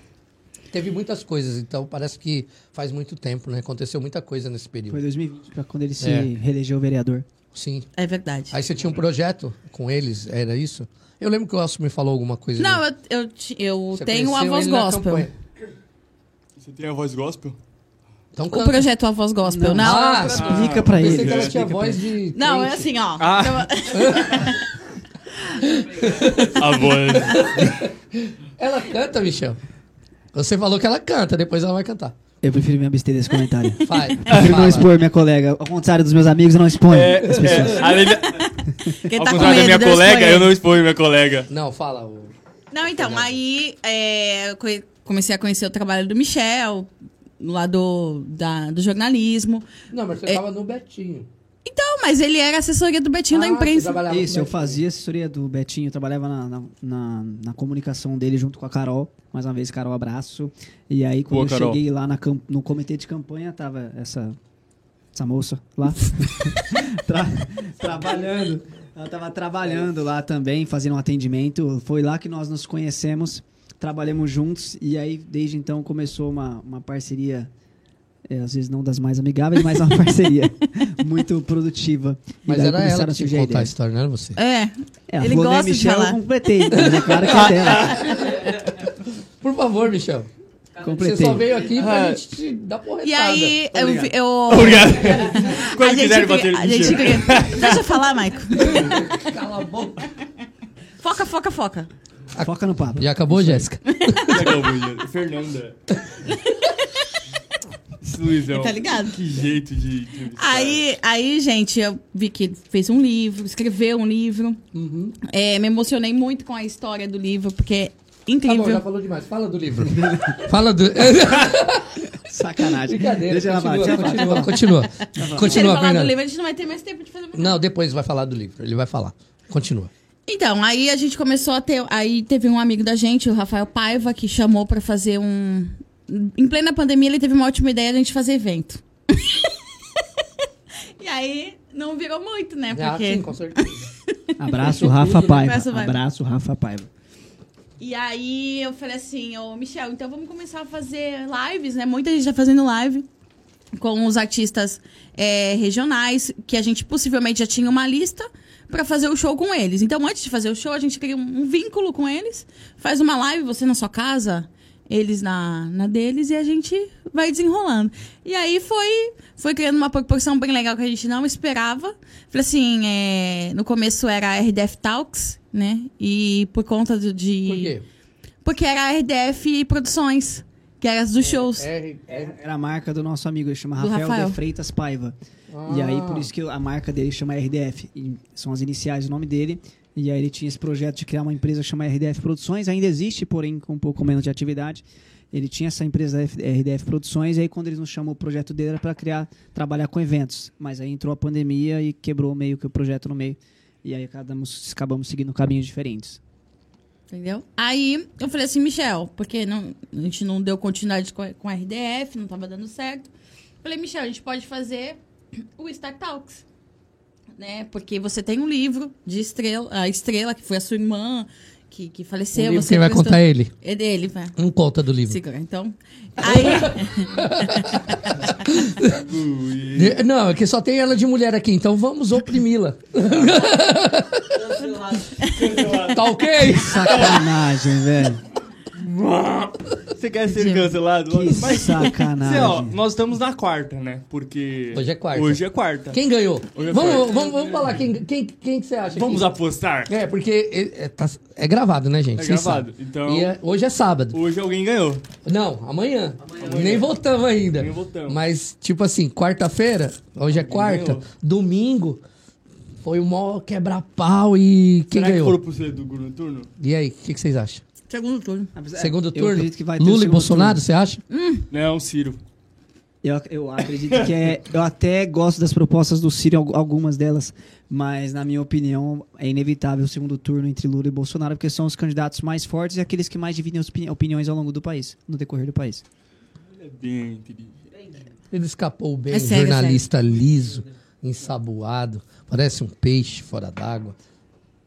D: Teve muitas coisas, então parece que faz muito tempo, né? Aconteceu muita coisa nesse
E: Foi
D: período.
E: 2020, pra quando ele se
D: É.
E: reelegeu vereador.
D: Sim.
B: É verdade.
D: Aí você tinha um projeto com eles, era isso? Eu lembro que o Elcio me falou alguma coisa. né?
B: Não, eu, eu, ti- eu
D: Você
B: tenho a
D: conheceu
B: voz
D: ele na
B: gospel.
D: campanha.
C: Você tem a voz gospel?
D: Então
B: O
D: canta.
B: projeto A Voz Gospel, não? Não,
D: Ah,
E: Explica pra
D: pensei
E: ele.
D: que ela
E: Explica
D: tinha
E: pra
D: voz de.
B: é
D: crente.
B: assim, ó.
C: Ah. A voz.
D: Ela canta, Michel. Você falou que ela canta, depois ela vai cantar.
E: Eu prefiro me abster desse comentário.
D: Vai,
E: Prefiro não
D: fala.
E: expor minha colega. Ao contrário dos meus amigos, eu não exponho
C: É,
E: as pessoas.
C: é, além da-
B: Quem
C: ao
B: tá com
C: contrário da
B: medo
C: minha
B: deve
C: colega,
B: escolher.
C: eu não exponho minha colega.
D: Não, fala. o-
B: Não, então, aí é, eu conhe- comecei a conhecer o trabalho do Michel, lá do, da- do jornalismo.
D: Não, mas você
B: É-
D: tava no Betinho.
B: Então, mas ele era assessoria do Betinho da
D: Ah, você
B: imprensa.
D: trabalhava no
E: Isso, eu
D: Betinho.
E: fazia assessoria do Betinho, eu trabalhava na, na, na- na comunicação dele junto com a Carol. Mais uma vez, Carol, abraço. E aí, quando
C: Boa,
E: eu
C: Carol.
E: cheguei lá na cam- no comitê de campanha, tava essa, essa moça lá. Tra- trabalhando. Ela tava trabalhando lá também, fazendo um atendimento. Foi lá que nós nos conhecemos, trabalhamos juntos. E aí, desde então, começou uma, uma parceria. é, às vezes não das mais amigáveis, mas uma parceria muito produtiva. E
D: Mas
E: daí
D: era ela
E: começaram
D: que
E: a
D: tinha
E: surgir
D: que contar a
E: ideias.
D: história, não era você.
B: É,
E: É, ela
B: ele
E: falou, né,
B: gosta de
E: Michel,
B: falar.
E: Eu completei. mas é claro que é dela.
D: Por favor, Michel. Você
E: Completei.
D: só veio aqui pra gente te dar porretada.
B: Ah. E aí, eu... vi- eu
C: Obrigado.
B: a
C: Quando
B: gente
C: quiser
B: cria-
C: bater
B: a gente
C: no
B: cria- Deixa eu falar, Maico.
D: Cala a boca.
B: Foca, foca, foca.
E: Foca no papo.
D: Já acabou, Jéssica? Tá
C: é Fernanda. Luizão.
B: Tá ligado?
C: é um- Que jeito de. de-
B: Aí, aí, gente, eu vi que fez um livro, escreveu um livro. É, me emocionei muito com a história do livro, porque é
D: Uhum. Tá bom,
B: incrível.
D: já falou demais. Fala do livro. Fala do...
E: Sacanagem.
D: Brincadeira.
E: Deixa ela falar.
D: continua,
E: deixa ela Tá falar.
D: continua, continua.
B: Se ele falar
D: Continua,
B: do
D: Fernando.
B: livro, a gente não vai ter mais tempo de fazer
D: Não, depois vai falar do livro. Ele vai falar. Continua.
B: Então, aí a gente começou a ter. Aí teve um amigo da gente, o Rafael Paiva, que chamou pra fazer um. Em plena pandemia, ele teve uma ótima ideia de a gente fazer evento. e aí não virou muito, né?
D: Ah,
B: Porque.
D: sim, com certeza.
E: Abraço, Rafa
B: Abraço,
E: Paiva.
B: vai.
E: Abraço, Rafa Paiva.
B: E aí eu falei assim, ô Michel, então vamos começar a fazer lives, né? Muita gente tá fazendo live com os artistas é, regionais, que a gente possivelmente já tinha uma lista pra fazer o show com eles. Então, antes de fazer o show, a gente cria um, um vínculo com eles, faz uma live, você na sua casa, eles na, na deles, e a gente vai desenrolando. E aí foi, foi criando uma proporção bem legal que a gente não esperava. Falei assim, é, no começo era a RDF Talks, né? E por conta do- de...
D: Por quê?
B: Porque era a RDF Produções, que era as
D: É,
B: dos shows.
D: R, R,
E: É, Era a marca do nosso amigo, ele chama
B: Do
E: Rafael,
B: Rafael.
E: de Freitas Paiva. E aí, por isso que a marca dele chama RDF. E são as iniciais do nome dele. E aí ele tinha esse projeto de criar uma empresa que chama RDF Produções. Ainda existe, porém, com um pouco menos de atividade. Ele tinha essa empresa F- RDF Produções. E aí, quando eles nos chamou, o projeto dele era para criar, trabalhar com eventos. Mas aí entrou a pandemia e quebrou meio que o projeto no meio. E aí acabamos, acabamos seguindo caminhos diferentes.
B: Entendeu? Aí eu falei assim, Michel, porque não, a gente não deu continuidade com, a- com a RDF, não tava dando certo. Falei, Michel, a gente pode fazer o Star Talks. Né? Porque você tem um livro de estrela, a estrela, que foi a sua irmã, que, que faleceu.
D: livro
B: você
D: quem vai
B: prestou-
D: contar é ele.
B: É dele, vai.
D: Não Um conta do livro.
B: Segura, então. Aí,
D: De- Não, é que só tem ela de mulher aqui, então vamos oprimi-la.
F: Cancelado.
D: Tá ok?
E: Sacanagem, velho.
C: Você quer ser cancelado?
E: Que
C: Mas- Assim, ó,
E: sacanagem.
C: nós estamos na quarta, né? Porque.
D: Hoje é quarta.
C: Hoje é quarta.
D: Quem ganhou?
C: Hoje é
D: Vamos,
C: quarta.
D: vamos, vamos falar quem, quem, quem que você acha?
C: Vamos
D: que...
C: apostar?
D: É, porque é, é, tá- é gravado, né, gente?
C: É
D: Vocês
C: gravado,
D: sabem.
C: então-
D: E é- hoje é sábado.
C: Hoje alguém ganhou.
D: Não, amanhã. Nem votamos ainda.
C: Nem votamos.
D: Mas, tipo assim, quarta-feira, hoje é quarta,
C: ganhou.
D: domingo, foi o maior quebra-pau e quem
C: Será
D: ganhou?
C: que foram pro segundo turno?
D: E aí, o que, que vocês acham?
B: segundo turno.
D: Segundo
E: Eu
D: turno?
E: acredito que vai ter o
D: Lula e
E: segundo
D: Bolsonaro,
E: turno.
D: você acha?
C: Não, Ciro.
E: Eu, eu acredito que é. Eu até gosto das propostas do Ciro, al- algumas delas, mas na minha opinião é inevitável o segundo turno entre Lula e Bolsonaro, porque são os candidatos mais fortes e aqueles que mais dividem opini- opiniões ao longo do país, no decorrer do país.
C: É bem inteligente.
D: Ele escapou bem, um
B: É sério,
D: jornalista liso, ensaboado, parece um peixe fora d'água.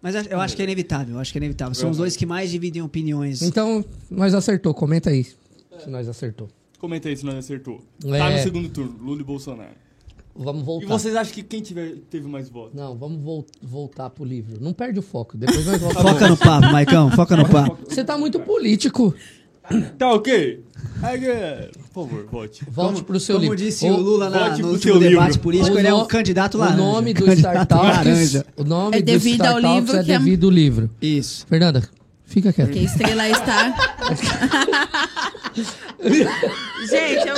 E: Mas eu- eu acho que é inevitável, eu acho que é inevitável. São os dois que mais dividem opiniões.
D: Então, nós acertou, comenta aí se nós acertou.
C: Comenta aí se nós acertou. Tá
D: É.
C: no segundo turno, Lula e Bolsonaro.
D: Vamos
C: E
D: voltar.
C: vocês acham que quem tiver, teve mais votos?
D: Não, vamos vol- voltar pro livro. Não perde o foco, depois nós voltamos.
E: Foca no papo, Maicão, foca no papo.
D: Você tá muito político.
C: Tá ok? Aí, é, Por favor, vote.
D: Volte pro seu
E: Como
D: livro.
E: disse
D: O-
E: o, Lula na-
C: vote
E: no
C: pro
E: último
C: seu livro.
E: debate político,
D: o
E: ele é um
D: no-
E: candidato
D: O
E: laranja.
D: nome do
E: Candidato
D: Startups.
E: laranja.
D: O nome
B: É
D: do
B: devido ao
D: Startups
B: livro
D: é
B: que é-
D: devido ao livro.
E: Isso.
D: Fernanda, Fica quieto.
B: Porque a estrela está. Gente, eu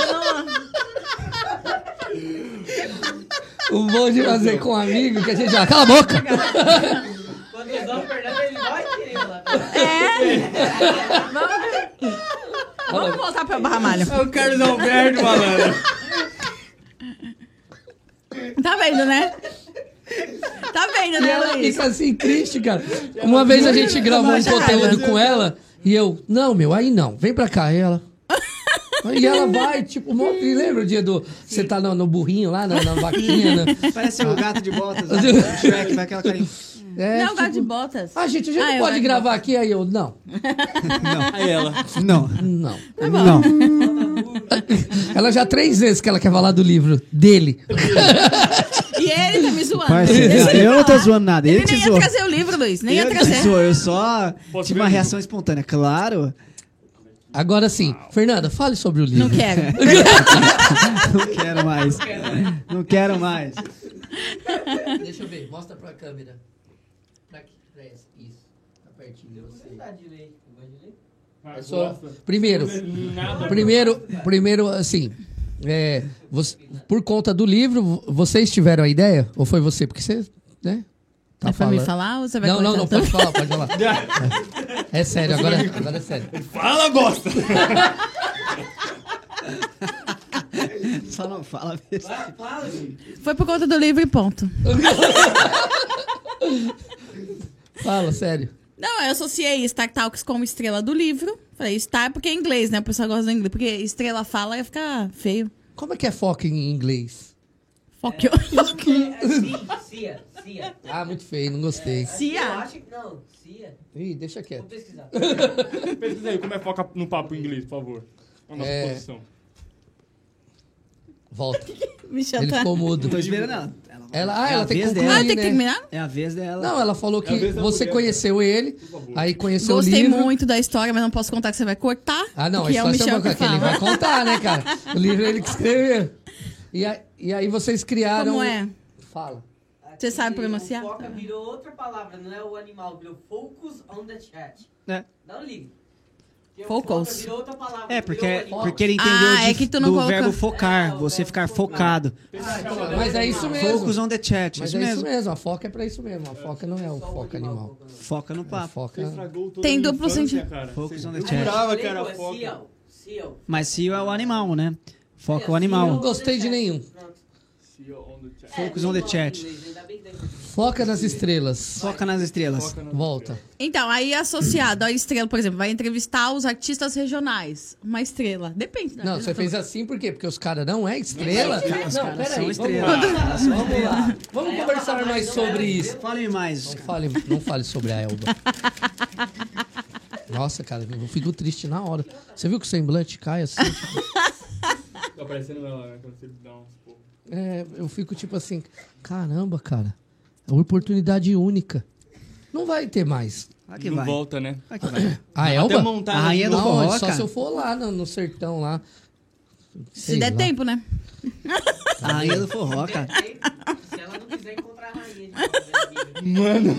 B: não.
D: O bom de fazer com um amigo que a gente já. Cala a boca!
F: Quando os homens perderam, ele vai querer lá.
D: É?
B: Vamos voltar pra Barra Malha.
C: É o Carlos Alberto, malandro.
B: Tá vendo, né? Tá vendo,
D: E
B: né,
D: ela
B: Luiz?
D: fica assim triste, cara. Uma vez a gente gravou um
B: Baixada.
D: conteúdo com ela e eu, não, meu, aí não, vem pra cá. E ela. E ela vai, tipo, mó- e lembra o dia do. Você tá no, no burrinho lá, na, na vaquinha, né?
E: Parece o gato de botas, né? O Shrek, vai aquela carinha.
D: É,
B: não, gato de
D: tipo,
B: botas.
D: Ah, gente, a gente
B: Ah, é
D: não
B: o gato
D: pode
B: de
D: gravar aqui. Aí eu, não,
C: Aí ela.
E: Não,
D: não.
B: Tá
E: não.
D: Ela já três vezes que ela quer falar do livro dele.
B: E ele tá me zoando.
E: Parceiro,
B: Deixa ele
E: eu não tô
B: falar.
E: zoando nada, ele
B: Ele
E: te
B: nem ia
E: zoou.
B: trazer o livro, Luiz. Nem ia
E: eu
B: trazer.
E: não sou, eu só
C: Posso
E: tive
C: ver
E: uma
C: o livro?
E: reação espontânea. Claro,
D: Agora sim, Fernanda, fale sobre o livro.
B: Não quero.
E: não quero mais. Não quero mais.
D: Deixa eu ver, mostra pra câmera. Pra que pra essa. Isso. Tá pertinho de você.
F: Tá direito, vai direito.
D: É só- Primeiro,
C: Nada.
D: primeiro, primeiro, assim. é, você- por conta do livro, vo- vocês tiveram a ideia? Ou foi você? Porque você, né?
B: é pra me falar ou você vai
D: Não, não, não,
B: cortar
D: pode
B: tudo?
D: falar, pode falar. É sério, agora, agora é sério.
C: Fala, gosta.
E: Só não fala mesmo.
F: Vai, fala, gente.
B: Foi por conta do livro e ponto.
D: Fala, sério.
B: Não, eu associei Star Talks como estrela do livro. Falei, Star porque é inglês, né? O pessoal gosta do inglês. Porque estrela fala ia ficar feio.
D: Como é que é foca em inglês?
B: Fuck you.
F: É, sim, Cia, Cia.
D: Ah, muito feio, não gostei.
F: Eu
B: Cia.
F: acho que não, Cia.
D: Ih, deixa
F: Vou
D: quieto.
F: pesquisar.
C: Pesquisa aí, como é foca no papo em inglês, por favor. A nossa
D: É.
C: posição.
D: Volta.
B: Me chama.
D: Ele ficou mudo.
E: Tô esperando ela. Ela-
D: Ela, ah,
E: É a
D: ela tem que
E: vez
D: concluir,
E: dela.
B: tá- Ah, tem que
D: né?
B: terminar?
E: É a vez dela.
D: Não, ela falou
C: É a
D: que
C: vez da
D: você
C: mulher.
D: conheceu ele,
C: favor.
D: aí conheceu o
B: Gostei
D: livro.
B: muito da história, mas não posso contar que você vai cortar.
D: Ah, não,
B: que
D: a
B: é o
D: história é
B: Michel
D: uma
B: que
D: coisa que ele
B: fala.
D: vai contar, né, cara? O livro ele que escreveu. E, a- e aí vocês criaram...
B: Como é?
D: Fala.
F: Aqui,
B: sabe pronunciar? Tá.
F: O foca virou outra palavra, não é o animal, virou focus on the chat.
E: É.
F: Dá um ligue. Porque o
B: Focus.
F: foca virou outra palavra.
E: É,
F: virou
E: porque,
F: animal.
E: porque ele entendeu
B: Ah,
E: de-
B: é que tu não
E: do
B: coloca-
E: verbo focar,
F: É, o
E: você
F: verbo
E: ficar
F: focar.
E: focado.
D: Mas é isso mesmo.
E: Focus on the chat,
D: Mas
E: isso
D: é isso
E: mesmo.
D: mesmo, a foca é pra isso mesmo. A foca não é o foca animal.
E: Foca
B: É
E: no
D: A
E: papo.
D: foca...
C: Você estragou toda
B: Tem
C: a minha
B: duplo
C: infância,
B: sentido.
C: cara.
E: Focus on the
C: Eu
E: chat.
C: jurava que era foca.
F: Cia, Cia.
E: Mas se é o animal, né?
B: É,
E: Foca o
D: Não
E: animal.
D: gostei de nenhum.
F: Pronto.
C: See you on the chat.
F: É,
E: Focus on the chat.
F: Ainda bem que daí-
D: Foca nas estrelas.
E: Foca nas estrelas.
C: Foca na-
D: Volta.
B: Então, aí associado à estrela, por exemplo, vai entrevistar os artistas regionais. Uma estrela. Depende. né?
D: Não, você fez assim por quê? Porque os caras não é estrela? Não,
E: caras
D: peraí,
E: são
D: vamos
E: estrelas.
D: lá. Vamos lá. Vamos conversar mais sobre isso.
E: Fale mais.
D: Não fale, não fale sobre a Elba. Nossa, cara, eu fico triste na hora. Você viu que o semblante cai assim?
C: Tá parecendo ela, né? Quando você dá uns pouco.
D: É, eu fico tipo assim, caramba, cara. É uma oportunidade única. Não vai ter mais.
E: Aqui
C: Não
E: vai.
C: volta, né?
E: Aqui vai.
D: A
C: Até
D: Elba?
C: montar
E: A rainha do
D: não,
E: forró,
D: só
E: cara.
D: se eu for lá no, no sertão lá.
B: Se der tempo, né?
E: A rainha do forró, cara.
F: Se ela não quiser encontrar a rainha de novo, né?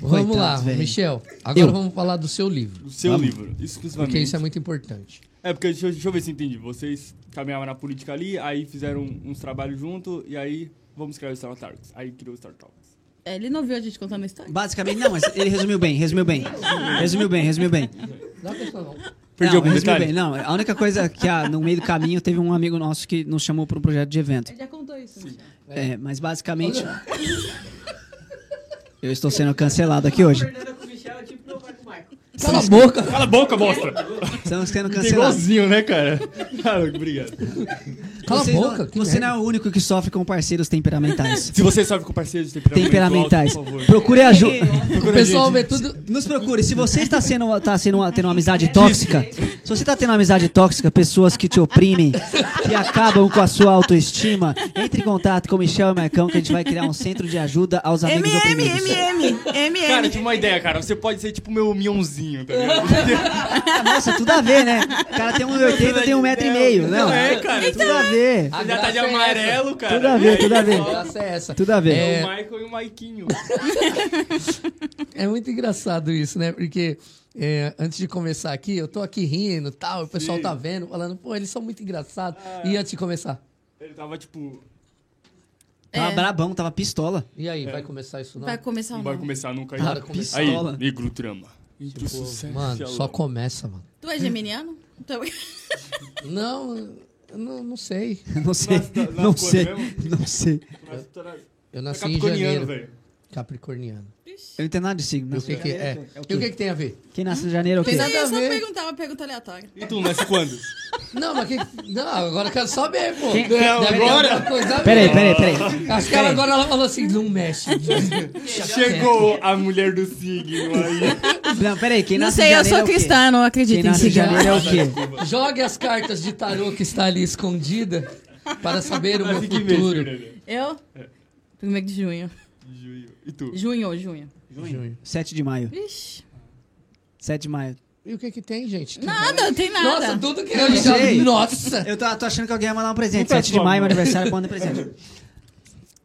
D: Vamos
E: Coitado,
D: lá,
E: velho.
D: Michel. Agora
E: Eu.
D: vamos falar do seu livro.
C: O seu livro, exclusivamente.
D: Porque isso é muito importante.
C: É, porque deixa, eu- deixa eu ver se eu entendi. Vocês caminhavam na política ali, aí fizeram um, uns trabalhos junto, e aí vamos criar o Star Talks. Aí criou o Star Talks.
B: É, Ele não viu a gente contando a história?
E: Basicamente, não, mas ele resumiu bem, resumiu bem. Resumiu bem, resumiu bem.
D: Dá um- atenção, não.
C: Perdi
E: não,
C: algum
E: resumiu
C: detalhe?
E: bem. né? Não, a única coisa que ah, no meio do caminho teve um amigo nosso que nos chamou para um projeto de evento.
B: Ele já contou isso. né? Michel.
E: É, mas basicamente. Eu estou sendo cancelado aqui hoje.
F: Fernanda com o Michel é tipo meu pai com o Marco.
D: Cala a boca!
C: Cala a boca, bosta!
E: Tá Estamos sendo
C: Tem
E: cancelados.
C: igualzinho, né, cara? Cara, obrigado.
D: Cala a
E: Vocês
D: boca!
E: não-
D: que
E: você não
D: merda.
E: é o único que sofre com parceiros temperamentais.
C: Se você sofre com parceiros temperamentais,
E: temperamentais.
C: é alto, por favor.
E: Procure ajuda.
D: O
E: um
D: pessoal vê tudo.
E: Nos procure. Se você está sendo, tá sendo uma, tendo uma amizade tóxica, se você está tendo uma amizade tóxica, pessoas que te oprimem, que acabam com a sua autoestima, entre em contato com o Michel e Marcão, que a gente vai criar um centro de ajuda aos amigos
B: MM,
E: oprimidos.
B: MM,
C: Cara, eu
B: MM.
C: tive uma ideia, cara. Você pode ser tipo meu mionzinho, tá ligado?
E: Ah, Nossa, tudo a ver, né? O cara um tem 1,80, eu tenho 1,5m. Não,
C: é, cara,
E: tudo a ver. ver.
D: A
C: Ele já tá
D: graça
C: de
D: é
C: amarelo, cara.
E: Tudo a ver,
C: E aí,
E: tudo a ver.
D: essa. A
C: ó,
D: graça é essa.
E: Tudo a ver.
D: É.
C: O Michael e o Maiquinho.
D: É muito engraçado isso, né? Porque é, antes de começar aqui, eu tô aqui rindo e tal, o pessoal
C: Sim.
D: tá vendo, falando, pô, eles são muito engraçados. E antes de começar?
C: Ele tava, tipo,
E: Tava brabão, tava pistola.
D: E aí, vai começar isso não?
B: É, Vai
E: Tá
B: começar um o
C: vai
B: nome.
C: começar nunca.
D: Para
C: aí.
D: com isso.
C: Aí,
E: Pistola.
C: negro drama. Tipo,
D: Mano, só começa, mano.
B: Tu é geminiano? Então...
D: Não, eu não, não sei.
E: Não sei,
C: Nas- nas
E: não
C: cores
E: sei,
C: mesmo?
E: não sei.
D: Eu
C: É
D: nasci em
C: capricorniano,
D: janeiro.
C: velho.
D: Capricorniano.
E: Ele não tem nada de signo.
D: E
E: né?
D: o que que é?
E: É o
D: E o que
E: quê?
D: que tem a ver?
E: Quem nasce em janeiro é o
D: Tem
E: quê?
D: nada a
B: eu só
D: ver.
B: perguntava uma pergunta aleatória.
C: E tu, nasce quando?
D: Não, mas que... Não, agora eu quero saber, pô.
E: Quem-
D: Não,
C: peraí.
D: agora... Coisa
E: Peraí,
D: mesmo.
E: peraí, peraí.
D: Acho que ela agora ela falou assim, não mexe.
C: Chegou a mulher do signo aí.
E: Não, peraí, quem
B: Não
E: nasce
B: sei,
E: em
B: eu
E: janeiro
B: sou
E: é o quê?
B: cristã, não acredito
E: Quem
B: em
E: nasce em
B: signo.
E: janeiro é o quê?
D: Jogue as cartas de tarô que está ali escondida para saber o meu
C: Nasce que né? mês,
D: futuro.
C: Fernanda?
B: Eu? Primeiro de junho.
C: Junho. E tu?
B: Junho ou junho?
D: Junho.
E: 7 de maio.
B: Vixe.
E: 7 de maio.
D: E o que que tem, gente? Tem-
B: Nada, não tem nada.
D: Nossa, tudo que eu já...
E: sei.
D: Nossa!
E: Eu tô, tô achando que alguém ia mandar um presente.
C: Puta
E: 7 de
C: sua
E: maio, meu
C: mãe.
E: aniversário, manda um presente.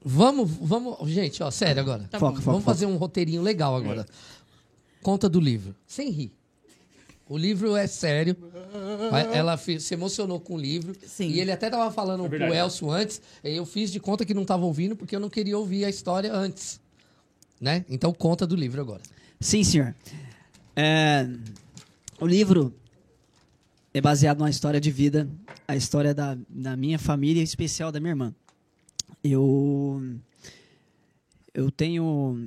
D: Vamos, vamos... Gente, ó, sério agora.
B: Tá
E: Foca,
B: bom.
E: foca,
D: Vamos
E: foca.
D: fazer um roteirinho legal agora. Conta do livro. Sem rir. O livro é sério. Vai- Ela fi- se emocionou com o livro.
B: Sim.
D: E ele até tava falando pro
C: É verdade.
D: Elcio antes. e Eu fiz de conta que não tava ouvindo porque eu não queria ouvir a história antes. Né? Então conta do livro agora.
E: Sim, senhor. É, o livro é baseado numa história de vida, a história da, da minha família, em especial da minha irmã. Eu eu tenho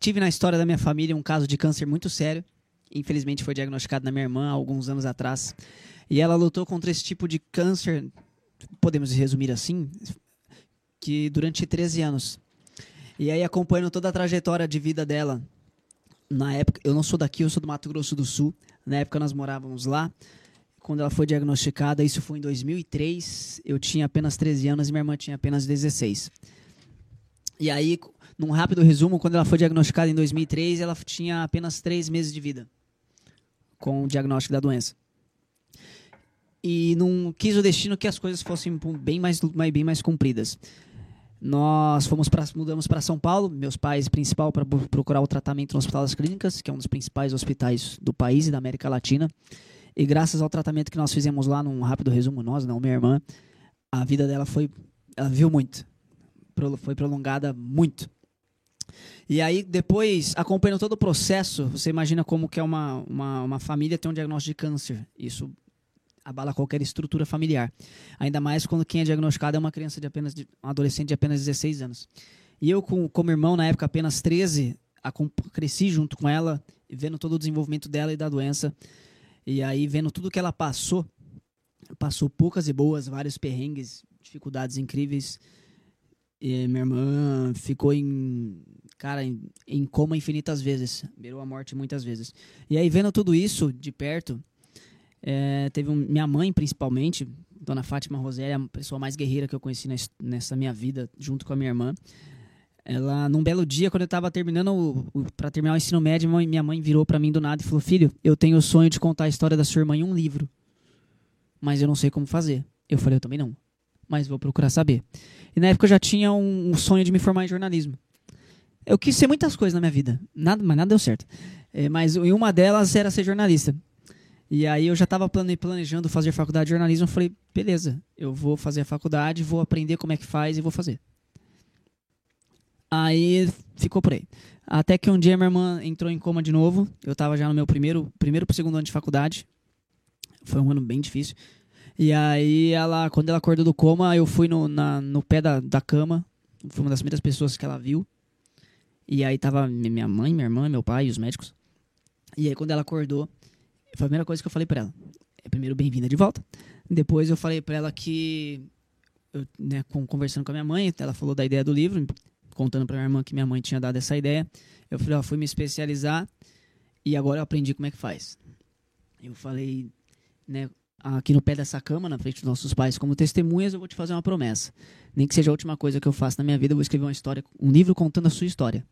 E: tive na história da minha família um caso de câncer muito sério. Infelizmente foi diagnosticado na minha irmã há alguns anos atrás. E ela lutou contra esse tipo de câncer, podemos resumir assim, que durante 13 anos. E aí acompanhando toda a trajetória de vida dela, na época, eu não sou daqui, eu sou do Mato Grosso do Sul. Na época nós morávamos lá. Quando ela foi diagnosticada, isso foi em 2003, eu tinha apenas 13 anos e minha irmã tinha apenas 16. E aí, co- num rápido resumo, quando ela foi diagnosticada em 2003, ela tinha apenas 3 meses de vida com o diagnóstico da doença. E não quis o destino que as coisas fossem pum, bem mais, mais- bem mais compridas. Nós fomos pra, mudamos para São Paulo, meus pais principal para procurar o tratamento no Hospital das Clínicas, que é um dos principais hospitais do país e da América Latina. E graças ao tratamento que nós fizemos lá, num rápido resumo nós, não minha irmã, a vida dela foi ela viu muito. Pro- Foi prolongada muito. E aí, depois, acompanhando todo o processo, você imagina como que é uma, uma, uma família ter um diagnóstico de câncer. Isso abala qualquer estrutura familiar. Ainda mais quando quem é diagnosticado é uma criança de apenas de, um adolescente de apenas 16 anos. E eu com como irmão na época apenas 13, acom- cresci junto com ela, vendo todo o desenvolvimento dela e da doença. E aí vendo tudo que ela passou, passou poucas e boas, vários perrengues, dificuldades incríveis. E minha irmã ficou em cara em, em coma infinitas vezes, beirou a morte muitas vezes. E aí vendo tudo isso de perto, é, teve um- minha mãe, principalmente, Dona Fátima Rosélia, a pessoa mais guerreira que eu conheci nes- nessa minha vida, junto com a minha irmã. Ela, num belo dia, quando eu tava terminando, o- o- pra terminar o ensino médio, mãe- minha mãe virou pra mim do nada e falou: Filho, eu tenho o sonho de contar a história da sua irmã em um livro, mas eu não sei como fazer. Eu falei: Eu também não, mas vou procurar saber. E na época eu já tinha um, um sonho de me formar em jornalismo. Eu quis ser muitas coisas na minha vida, nada, mas nada deu certo. É, mas e uma delas era ser jornalista. E aí eu já estava planejando fazer faculdade de jornalismo. Eu falei, beleza, eu vou fazer a faculdade, vou aprender como é que faz e vou fazer. Aí ficou por aí. Até que um dia minha irmã entrou em coma de novo. Eu estava já no meu primeiro, primeiro pro segundo ano de faculdade. Foi um ano bem difícil. E aí ela, quando ela acordou do coma, eu fui no, na- no pé da, da cama. Fui uma das primeiras pessoas que ela viu. E aí tava mi- minha mãe, minha irmã, meu pai e os médicos. E aí quando ela acordou, foi a primeira coisa que eu falei pra ela. É primeiro bem-vinda de volta. Depois eu falei pra ela que eu, né, com- conversando com a minha mãe, ela falou da ideia do livro, contando pra minha irmã que minha mãe tinha dado essa ideia. Eu falei, ó, fui me especializar e agora eu aprendi como é que faz. Eu falei, né, aqui no pé dessa cama, na frente dos nossos pais, como testemunhas, eu vou te fazer uma promessa. Nem que seja a última coisa que eu faço na minha vida, eu vou escrever uma história, um livro contando a sua história.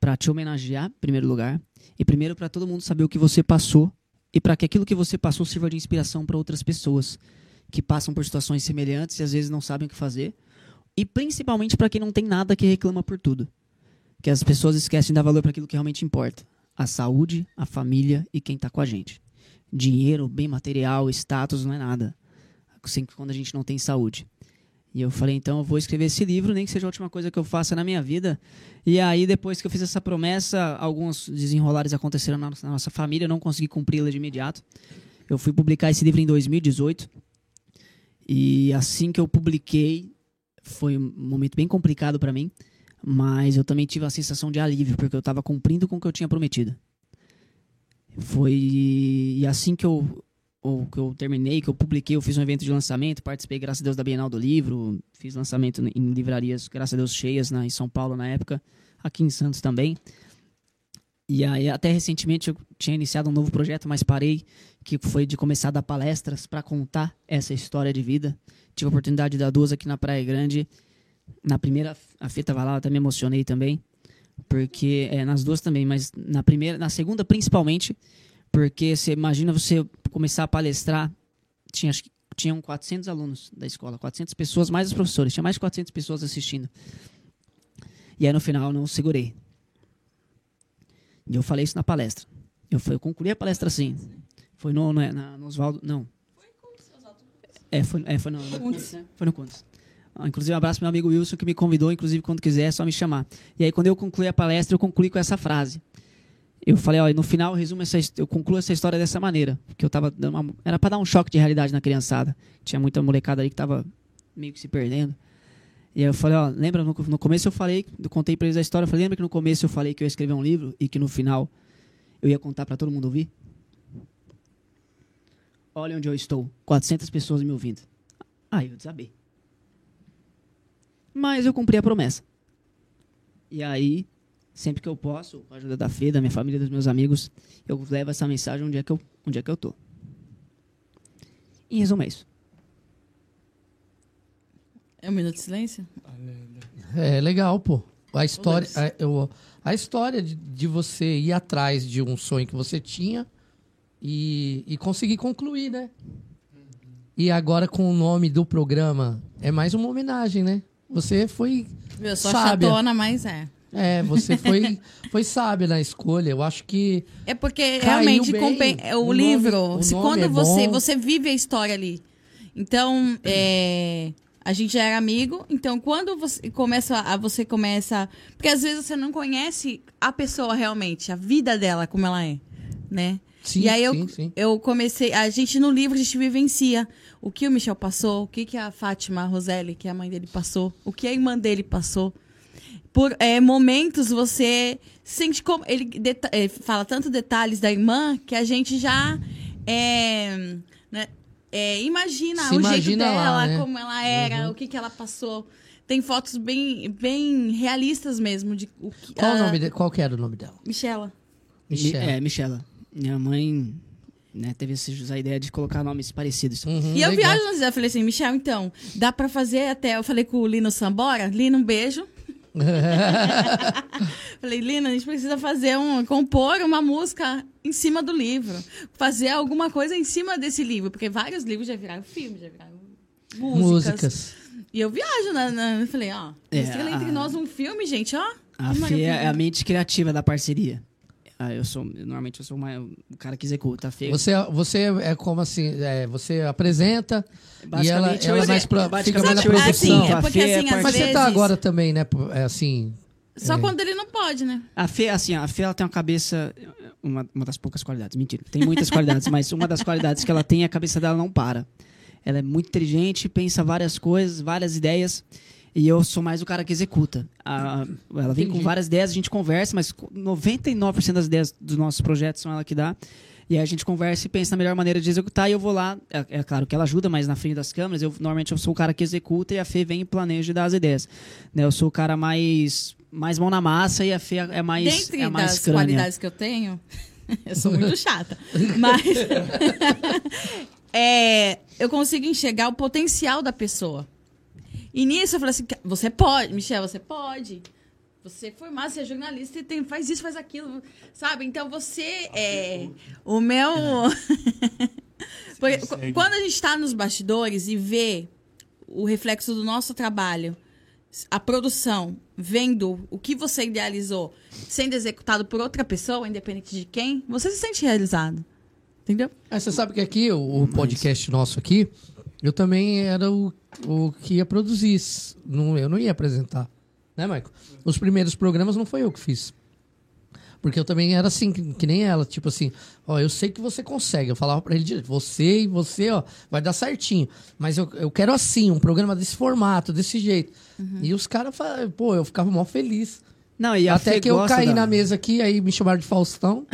E: Pra te homenagear, em primeiro lugar, e primeiro pra todo mundo saber o que você passou e para que aquilo que você passou sirva de inspiração para outras pessoas. que passam por situações semelhantes e às vezes não sabem o que fazer. E principalmente para quem não tem nada que reclama por tudo. Que as pessoas esquecem de dar valor para aquilo que realmente importa: a saúde, a família e quem tá com a gente. Dinheiro, bem material, status, não é nada. Sempre quando a gente não tem saúde. E eu falei, então eu vou escrever esse livro, nem que seja a última coisa que eu faça na minha vida. E aí, depois que eu fiz essa promessa, alguns desenrolares aconteceram na nossa- na nossa família, eu não consegui cumpri-la de imediato. Eu fui publicar esse livro em 2018. E assim que eu publiquei, foi um momento bem complicado para mim, mas eu também tive a sensação de alívio, porque eu estava cumprindo com o que eu tinha prometido. Foi e assim que eu ou que eu terminei, que eu publiquei, eu fiz um evento de lançamento, participei, graças a Deus, da Bienal do Livro, fiz lançamento em livrarias, graças a Deus, cheias na, em São Paulo na época, aqui em Santos também. E aí, até recentemente, eu tinha iniciado um novo projeto, mas parei, que foi de começar a dar palestras para contar essa história de vida. Tive a oportunidade de dar duas aqui na Praia Grande. Na primeira, a fita vai lá, eu até me emocionei também, porque, é, nas duas também, mas na primeira, na segunda principalmente, porque você imagina você começar a palestrar, tinha acho que tinham 400 alunos da escola, 400 pessoas mais os professores, tinha mais de 400 pessoas assistindo. E aí no final eu não segurei. E eu falei isso na palestra. Eu falei, eu concluí a palestra assim. Foi no, no, na, no Oswaldo, não. É, foi, é, foi no, no Contos, né? Foi no Contos. Ah, inclusive, um abraço pro meu amigo Wilson, que me convidou, inclusive, quando quiser, é só me chamar. E aí, quando eu concluí a palestra, eu concluí com essa frase. Eu falei, olha, no final eu resumo essa, his- eu concluo essa história dessa maneira, porque eu tava dando uma, era para dar um choque de realidade na criançada. Tinha muita molecada ali que tava meio que se perdendo. E aí eu falei, ó, lembra no, no começo eu falei, eu contei para eles a história, eu falei, lembra que no começo eu falei que eu ia escrever um livro e que no final eu ia contar para todo mundo ouvir? Olha onde eu estou, 400 pessoas me ouvindo. Aí Ah, eu desabei. Mas eu cumpri a promessa. E aí, sempre que eu posso, com a ajuda da Fê, da minha família, dos meus amigos, eu levo essa mensagem onde é que eu, onde é que eu tô. Em resumo, é isso.
B: É um minuto de silêncio?
D: É legal, pô. A história, a, eu- a história de, de você ir atrás de um sonho que você tinha e, e conseguir concluir, né?
B: Uhum.
D: E agora com o nome do programa, é mais uma homenagem, né? Você foi.
B: Eu sou
D: sábia.
B: chatona, mas é.
D: É, você foi, foi sábia na escolha. Eu acho que.
B: É porque
D: Caiu
B: realmente
D: bem.
B: compen- é, o,
D: O nome-
B: livro,
D: o
B: se
D: nome
B: quando
D: é
B: você
D: bom.
B: você vive a história ali. Então, é, a gente já era amigo, então quando você começa a você começa, porque às vezes você não conhece a pessoa realmente, a vida dela como ela é, né?
D: Sim,
B: e aí eu,
D: sim, sim.
B: eu comecei, a gente no livro a gente vivencia o que o Michel passou, o que que a Fátima Roselli, que é a mãe dele passou, o que a irmã dele passou por é, momentos você sente como ele deta- é, fala tanto detalhes da irmã que a gente já é, né, é, imagina
D: Se
B: o
D: imagina
B: jeito
D: lá,
B: dela
D: né?
B: como ela era o que que ela passou tem fotos bem bem realistas mesmo de o que
D: Qual, o
B: a-
D: nome de, qual que era o nome dela?
B: Michela
E: Mi-
D: Michelle.
E: É, Michela. Minha mãe né, teve essa a ideia de colocar nomes parecidos.
D: Uhum,
B: e eu
D: legal.
B: viajo no Zé, falei assim, Michel, então, dá pra fazer até. Eu falei com o Lino Sambora, Lino, um beijo. Falei, Lina, a gente precisa fazer um. compor uma música em cima do livro. Fazer alguma coisa em cima desse livro. Porque vários livros já viraram filme, já viraram músicas.
D: Músicas.
B: E eu viajo, na, na- eu falei, ó,
E: É,
B: estrela entre
E: a-
B: nós um filme, gente, ó.
E: A
B: Que
E: Fê é a
B: maravilha.
E: mente criativa da parceria. Ah, eu sou, eu, normalmente eu sou mais o cara que executa. A Fê,
D: Você, você é como assim, é, você apresenta e ela,
E: Basicamente,
D: ela
E: eu
D: é mais
E: execu-
D: pra, fica mais
E: basicamente,
D: na
E: eu executo.
D: produção.
B: Assim, é
E: A
B: porque,
E: Fê é
B: assim, às
E: parceira.
D: Mas você
B: vezes-
D: tá agora também, né? pô, é Assim,
B: Só
D: É.
B: quando ele não pode, né?
E: A Fê, assim, a Fê ela tem uma cabeça. Uma, uma das poucas qualidades. Mentira, tem muitas qualidades, mas uma das qualidades que ela tem é a cabeça dela não para. Ela é muito inteligente, pensa várias coisas, várias ideias. E eu sou mais o cara que executa. A- ela vem com
D: Entendi.
E: várias ideias, a gente conversa, mas co- 99% das ideias dos nossos projetos são ela que dá. E aí a gente conversa e pensa na melhor maneira de executar. E eu vou lá, é, é claro que ela ajuda, mas na frente das câmeras, eu normalmente eu sou o cara que executa e a Fê vem e planeja e dá as ideias. Né, eu sou o cara mais, mais mão na massa e a Fê é mais,
B: Dentre
E: é mais
B: das
E: crânio.
B: qualidades que eu tenho, eu sou muito chata, mas é, eu consigo enxergar o potencial da pessoa. E nisso eu falei assim, "Ca- você pode, Michel, você pode. Você é formado, você é jornalista, e tem, faz isso, faz aquilo, sabe? Então você é o meu Porque
C: Consegue.
B: qu- quando a gente tá nos bastidores e vê o reflexo do nosso trabalho, s- a produção, vendo o que você idealizou sendo executado por outra pessoa, independente de quem, você se sente realizado. Entendeu?
D: Ah, você sabe que aqui,
E: Uhum.
D: o, o podcast nosso aqui, eu também era o, o que ia produzir. s- Não, eu não ia apresentar. Né, Maico? Os primeiros programas não foi eu que fiz. Porque eu também era assim, que, que nem ela. Tipo assim, ó, eu sei que você consegue. Eu falava pra ele direto, você e você, ó, vai dar certinho. Mas eu, eu quero assim, um programa desse formato, desse jeito. E os caras, fa- pô, eu ficava mó feliz.
E: Não, e a
D: Até
E: Fê
D: que eu
E: gosta
D: caí
E: da-
D: na mesa aqui, aí me chamaram de Faustão.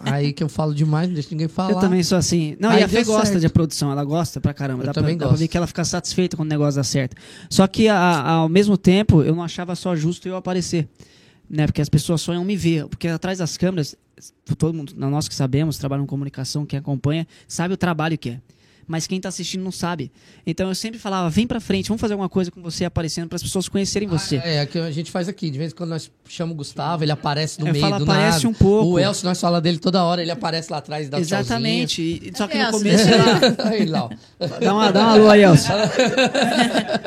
D: aí que eu falo demais, não deixa ninguém falar.
E: Eu também sou assim. Não,
D: Aí
E: e a Fê
D: deu
E: gosta
D: certo.
E: de produção, ela gosta pra caramba.
D: Eu
E: dá, pra,
D: também
E: dá pra ver
D: gosto.
E: que ela fica satisfeita quando o negócio dá certo. Só que a- a- ao mesmo tempo, eu não achava só justo eu aparecer. Né? Porque as pessoas sonham me ver. Porque atrás das câmeras, todo mundo, nós que sabemos, trabalham em comunicação, quem acompanha, sabe o trabalho que é. Mas quem tá assistindo não sabe. Então eu sempre falava, vem pra frente, vamos fazer alguma coisa com você aparecendo para as pessoas conhecerem você.
D: É, é que a gente faz aqui. De vez em quando nós chamamos o Gustavo, ele aparece no
E: Eu
D: meio
E: falo,
D: do
E: aparece
D: nada.
E: um pouco.
D: O Elcio, nós falamos dele toda hora, ele aparece lá atrás e dá um
E: Exatamente. E- e- só que
B: É,
E: no
B: ó,
E: começo
D: tchauzinho.
E: ela,
D: Aí lá, ó.
E: Dá uma, dá uma alô aí, Elcio.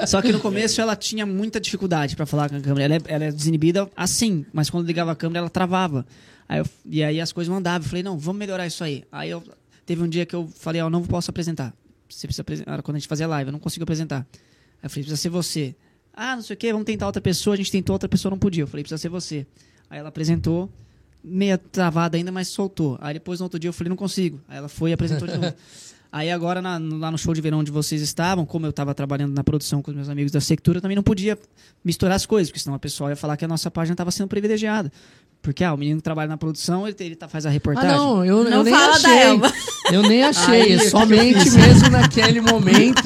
E: Só que no começo ela tinha muita dificuldade pra falar com a câmera. Ela é, ela é desinibida assim, mas quando ligava a câmera ela travava. Aí eu- e aí as coisas não andavam. Eu falei, não, vamos melhorar isso aí. Aí eu, teve um dia que eu falei, ó, eu não posso apresentar. Você precisa apresentar. Era Quando a gente fazia live, eu não consigo apresentar. Aí eu falei, precisa ser você. Ah, não sei o que, vamos tentar outra pessoa. A gente tentou, outra pessoa não podia. Eu falei, precisa ser você. Aí ela apresentou, meia travada ainda, mas soltou. Aí depois, no outro dia, eu falei, não consigo. Aí ela foi e apresentou de novo. Aí agora, na- no- lá no show de verão onde vocês estavam, como eu estava trabalhando na produção com os meus amigos da Sectura, eu também não podia misturar as coisas, porque senão a pessoa ia falar que a nossa página estava sendo privilegiada. Porque, ah, o menino que trabalha na produção, ele, ele tá, faz a
D: Ah,
E: reportagem.
D: não, eu, eu
B: Não
D: nem
B: fala da
D: achei.
B: Elba.
D: Eu nem
E: Aí,
D: achei. é
E: o que que eu
D: somente
E: fiz?
D: mesmo naquele momento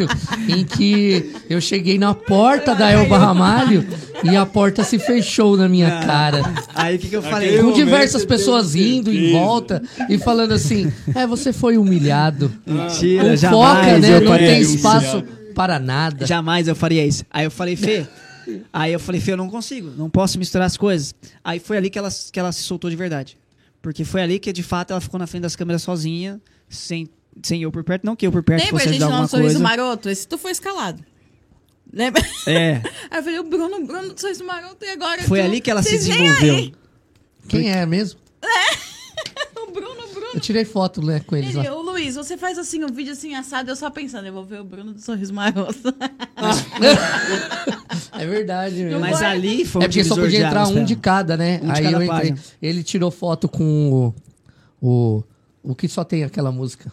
D: em que eu cheguei na porta da Elba Ramalho e a porta se fechou na minha cara.
E: Aí o que, que eu falei? Um
C: Aquele
D: Com
C: momento
D: diversas
C: eu tenho
D: pessoas indo em
C: certeza.
D: volta e falando assim: é, você foi humilhado.
E: Mentira,
D: Com
E: jamais
D: foca, né?
E: eu
D: Não
E: faria
D: tem
E: isso.
D: espaço para nada.
E: Jamais eu faria isso. Aí eu falei, Fê. Aí eu falei, Fê, eu não consigo, não posso misturar as coisas. Aí foi ali que ela, que ela se soltou de verdade. Porque foi ali que, de fato, ela ficou na frente das câmeras sozinha, sem, sem eu por perto. Não que eu por perto
B: Lembra
E: fosse
B: a gente
E: ajudar
B: dar um
E: alguma
B: sorriso
E: coisa.
B: maroto? Esse tu foi escalado. Lembra?
E: É,
B: Aí eu falei, o Bruno, o Bruno do sorriso maroto, e agora?
E: foi
B: tu-
E: ali que ela se
B: Vocês vêm
E: desenvolveu.
B: aí.
D: Quem é mesmo?
B: O Bruno, o Bruno.
D: Eu tirei foto né, com eles
B: Ele,
D: lá.
B: o Luiz, você faz assim um vídeo assim assado, eu só pensando, eu vou ver o Bruno do sorriso maroto.
D: É verdade mesmo.
E: Mas ali foi um
D: é porque só
E: divisor
D: podia entrar
E: águas pra
D: um
E: ela.
D: de cada, né?
E: Um de
D: Aí
E: cada
D: eu entrei.
E: página.
D: Ele tirou foto com o, o. O que só tem aquela música.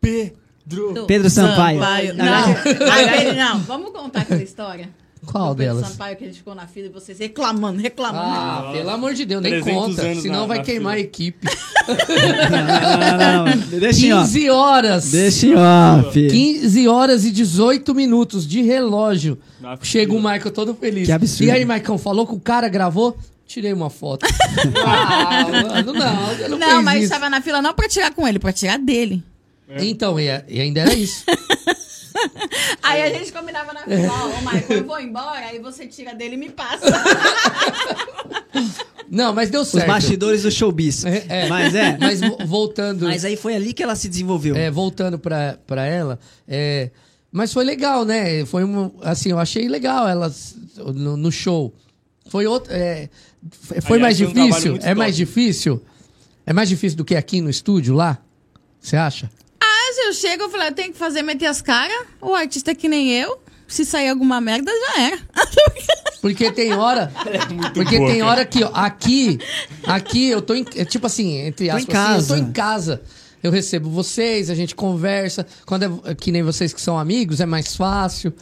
C: Pedro.
E: Pedro Sampaio.
B: Não, aquele não. Vamos contar aquela história.
D: Qual
B: do Pedro
D: delas?
B: Sampaio que ele ficou na fila e vocês reclamando, reclamando.
D: Ah, pelo amor de Deus, nem
C: 300
D: conta.
C: anos
D: Senão
C: na-
D: vai
C: na
D: queimar
C: fila.
D: a equipe.
E: Não, não, não. Deixa em off.
D: 15 horas.
E: Deixa em off.
D: 15 horas e 18 minutos de relógio.
C: Na
D: Chega o
C: fila.
D: Michael todo feliz.
E: Que absurdo.
D: E aí, Maicon, falou que o cara gravou? Tirei uma foto. ah, mano, não, você não,
B: Não,
D: fez
B: mas
D: isso.
B: estava na fila não pra tirar com ele, pra tirar dele.
D: Então, e, e ainda era isso.
B: Aí
D: É.
B: a gente combinava na fila, ó, ô Michael, eu vou embora, aí você tira dele e me passa.
D: Não, mas deu
E: Os
D: certo.
E: bastidores do showbiz.
D: É, é.
E: Mas é.
D: Mas vo- voltando,
E: Mas aí foi ali que ela se desenvolveu.
C: Então.
D: é, voltando pra, pra ela, é, mas foi legal, né? Foi um, assim, eu achei legal ela s- no, no show. Foi outro, é, f- foi
C: Aliás,
D: mais
C: foi um trabalho
D: difícil?
C: muito
D: É mais
C: top.
D: difícil? É mais difícil do que aqui no estúdio lá? Você acha?
B: Mas eu chego e falo, eu tenho que fazer meter as caras, o artista é que nem eu, se sair alguma merda, já
D: Ah,
B: era.
D: Porque tem hora. porque
C: É boa,
D: tem
C: cara.
D: hora que, ó, aqui, aqui eu tô em, é tipo assim, entre
E: em
D: aspas, assim, eu tô
E: casa.
D: em casa. Eu recebo vocês, a gente conversa. Quando é que nem vocês que são amigos, é mais fácil.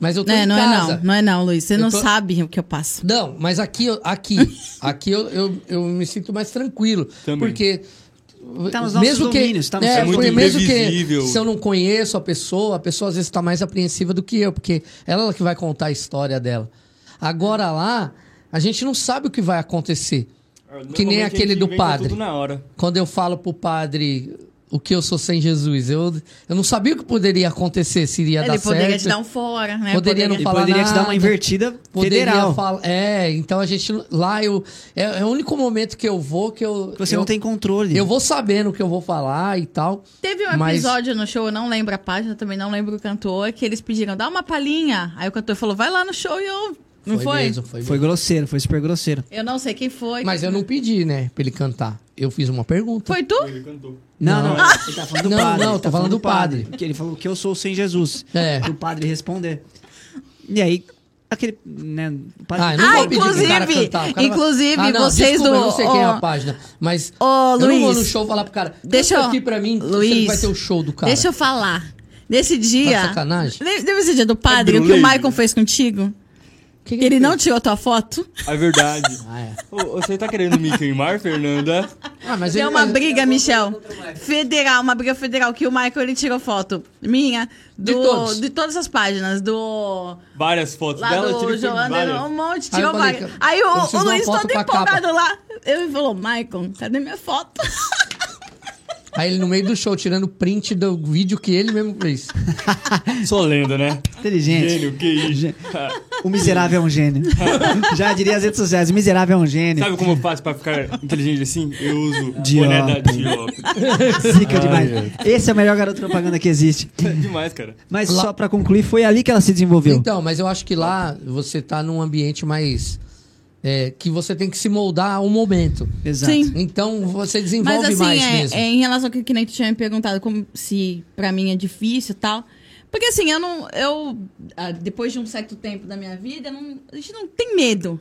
D: Mas eu tô
B: Não, é,
D: em
B: não é
D: casa.
B: não, não é não, Luiz, você não
D: tô-
B: sabe o que eu passo.
D: Não, mas aqui, eu- aqui, aqui eu, eu, eu me sinto mais tranquilo.
C: Também.
D: Porque.
E: Tá nos
D: mesmo
E: nossos
D: que,
E: domínios, tá nos
D: é,
E: nossos
D: porque
C: domínios.
D: mesmo que
C: Imprevisível.
D: se eu não conheço a pessoa, a pessoa às vezes está mais apreensiva do que eu, porque ela é que vai contar a história dela. Agora lá, a gente não sabe o que vai acontecer. Que nem
C: É, Ah, Normalmente a
D: aquele
C: gente tá
D: do
C: inventa
D: padre.
C: Tudo na hora.
D: Quando eu falo pro padre o que eu sou sem Jesus. Eu, eu não sabia o que poderia acontecer, se iria
B: Ele
D: dar
B: poderia
D: certo.
B: te dar um fora, né?
D: Poderia não
E: Ele
D: falar
E: poderia te dar uma
D: nada.
E: invertida
D: Poderia
E: federal.
D: falar. É, então a gente. Lá eu. É, é o único momento que eu vou que eu.
E: que Você
D: eu,
E: não tem controle.
D: Eu vou sabendo o que eu vou falar e tal.
B: Teve um
D: Mas-
B: episódio no show, eu não lembro a página, também não lembro o cantor, que eles pediram, dá uma palhinha. Aí o cantor falou, vai lá no show e eu. Não foi?
D: mesmo, foi,
E: Foi
D: mesmo.
E: grosseiro, foi super grosseiro.
B: Eu não sei quem foi.
D: Mas eu não pedi, né, pra ele cantar. Eu fiz uma pergunta.
B: Foi tu?
C: Ele cantou.
E: Não, não,
D: Não.
E: ele tá falando do
D: Não,
E: padre.
D: não,
E: ele
D: tá falando do padre.
E: Porque ele falou que eu sou sem Jesus.
D: É.
E: E o padre responder. E aí, aquele, né, o padre...
D: Ah, eu não
B: Ah,
D: vou pedir pro
E: tá
B: inclusive,
D: cara cantar. O cara vai-
B: inclusive,
D: Ah, não,
B: vocês
D: desculpa,
B: do-
D: Eu não sei quem é
B: ó,
D: a página, mas
B: ó,
D: eu não vou
B: Luiz,
D: no show falar pro cara. "Canta
B: Deixa eu.
D: aqui pra mim, que
B: Então, Luiz.
D: vai ter o show do cara.
B: Deixa eu falar. Nesse dia.
D: Tá sacanagem?
B: Lem- Lembra esse dia do padre, o que o
C: Lembro.
B: Maicon fez contigo?
D: Que que
B: Que ele
D: fez?
B: não tirou tua foto?
C: É verdade.
D: Ah, é.
C: Ô, você tá querendo me queimar, Fernanda?
D: Ah, mas
B: Deu
D: ele-
B: É uma briga, Michel.
D: é.
B: Federal, uma briga federal, que o Michael ele tirou foto. Minha, do,
D: De todos.
B: de todas as páginas, do.
C: Várias fotos
B: Lá
C: dela, eu
B: do
C: tirei foto de várias.
B: Joana, um monte,
D: Aí eu
B: tirou
D: falei,
B: várias.
D: cara,
B: Aí
D: eu
B: o,
D: preciso
B: o
D: de uma
B: Luiz
D: foto
B: todo
D: com a capa.
B: empolgado lá. Ele falou, Maicon, cadê minha foto?
D: Aí ele no meio do show, tirando print do vídeo que ele mesmo fez.
C: Só lenda, né?
E: Inteligente.
C: Gênio, que isso.
E: Gê- O miserável é um gênio. Já diria as redes sociais, o miserável é um gênio.
C: Sabe como eu faço pra ficar inteligente assim? Eu uso
E: Diop.
C: boné da Diop.
E: Zica demais. Esse é o melhor garoto propaganda que existe.
C: É demais, cara.
E: Mas só pra concluir, foi ali que ela se desenvolveu.
D: Então, mas eu acho que lá você tá num ambiente mais. é, que você tem que se moldar ao momento.
E: Exato.
B: Sim.
D: Então você desenvolve
B: Mas assim,
D: mais
B: é,
D: mesmo.
B: é em relação ao que, que nem tu tinha me perguntado, como se pra mim é difícil e tal. Porque assim, eu não. Eu, ah, depois de um certo tempo da minha vida, eu não- a gente não tem medo.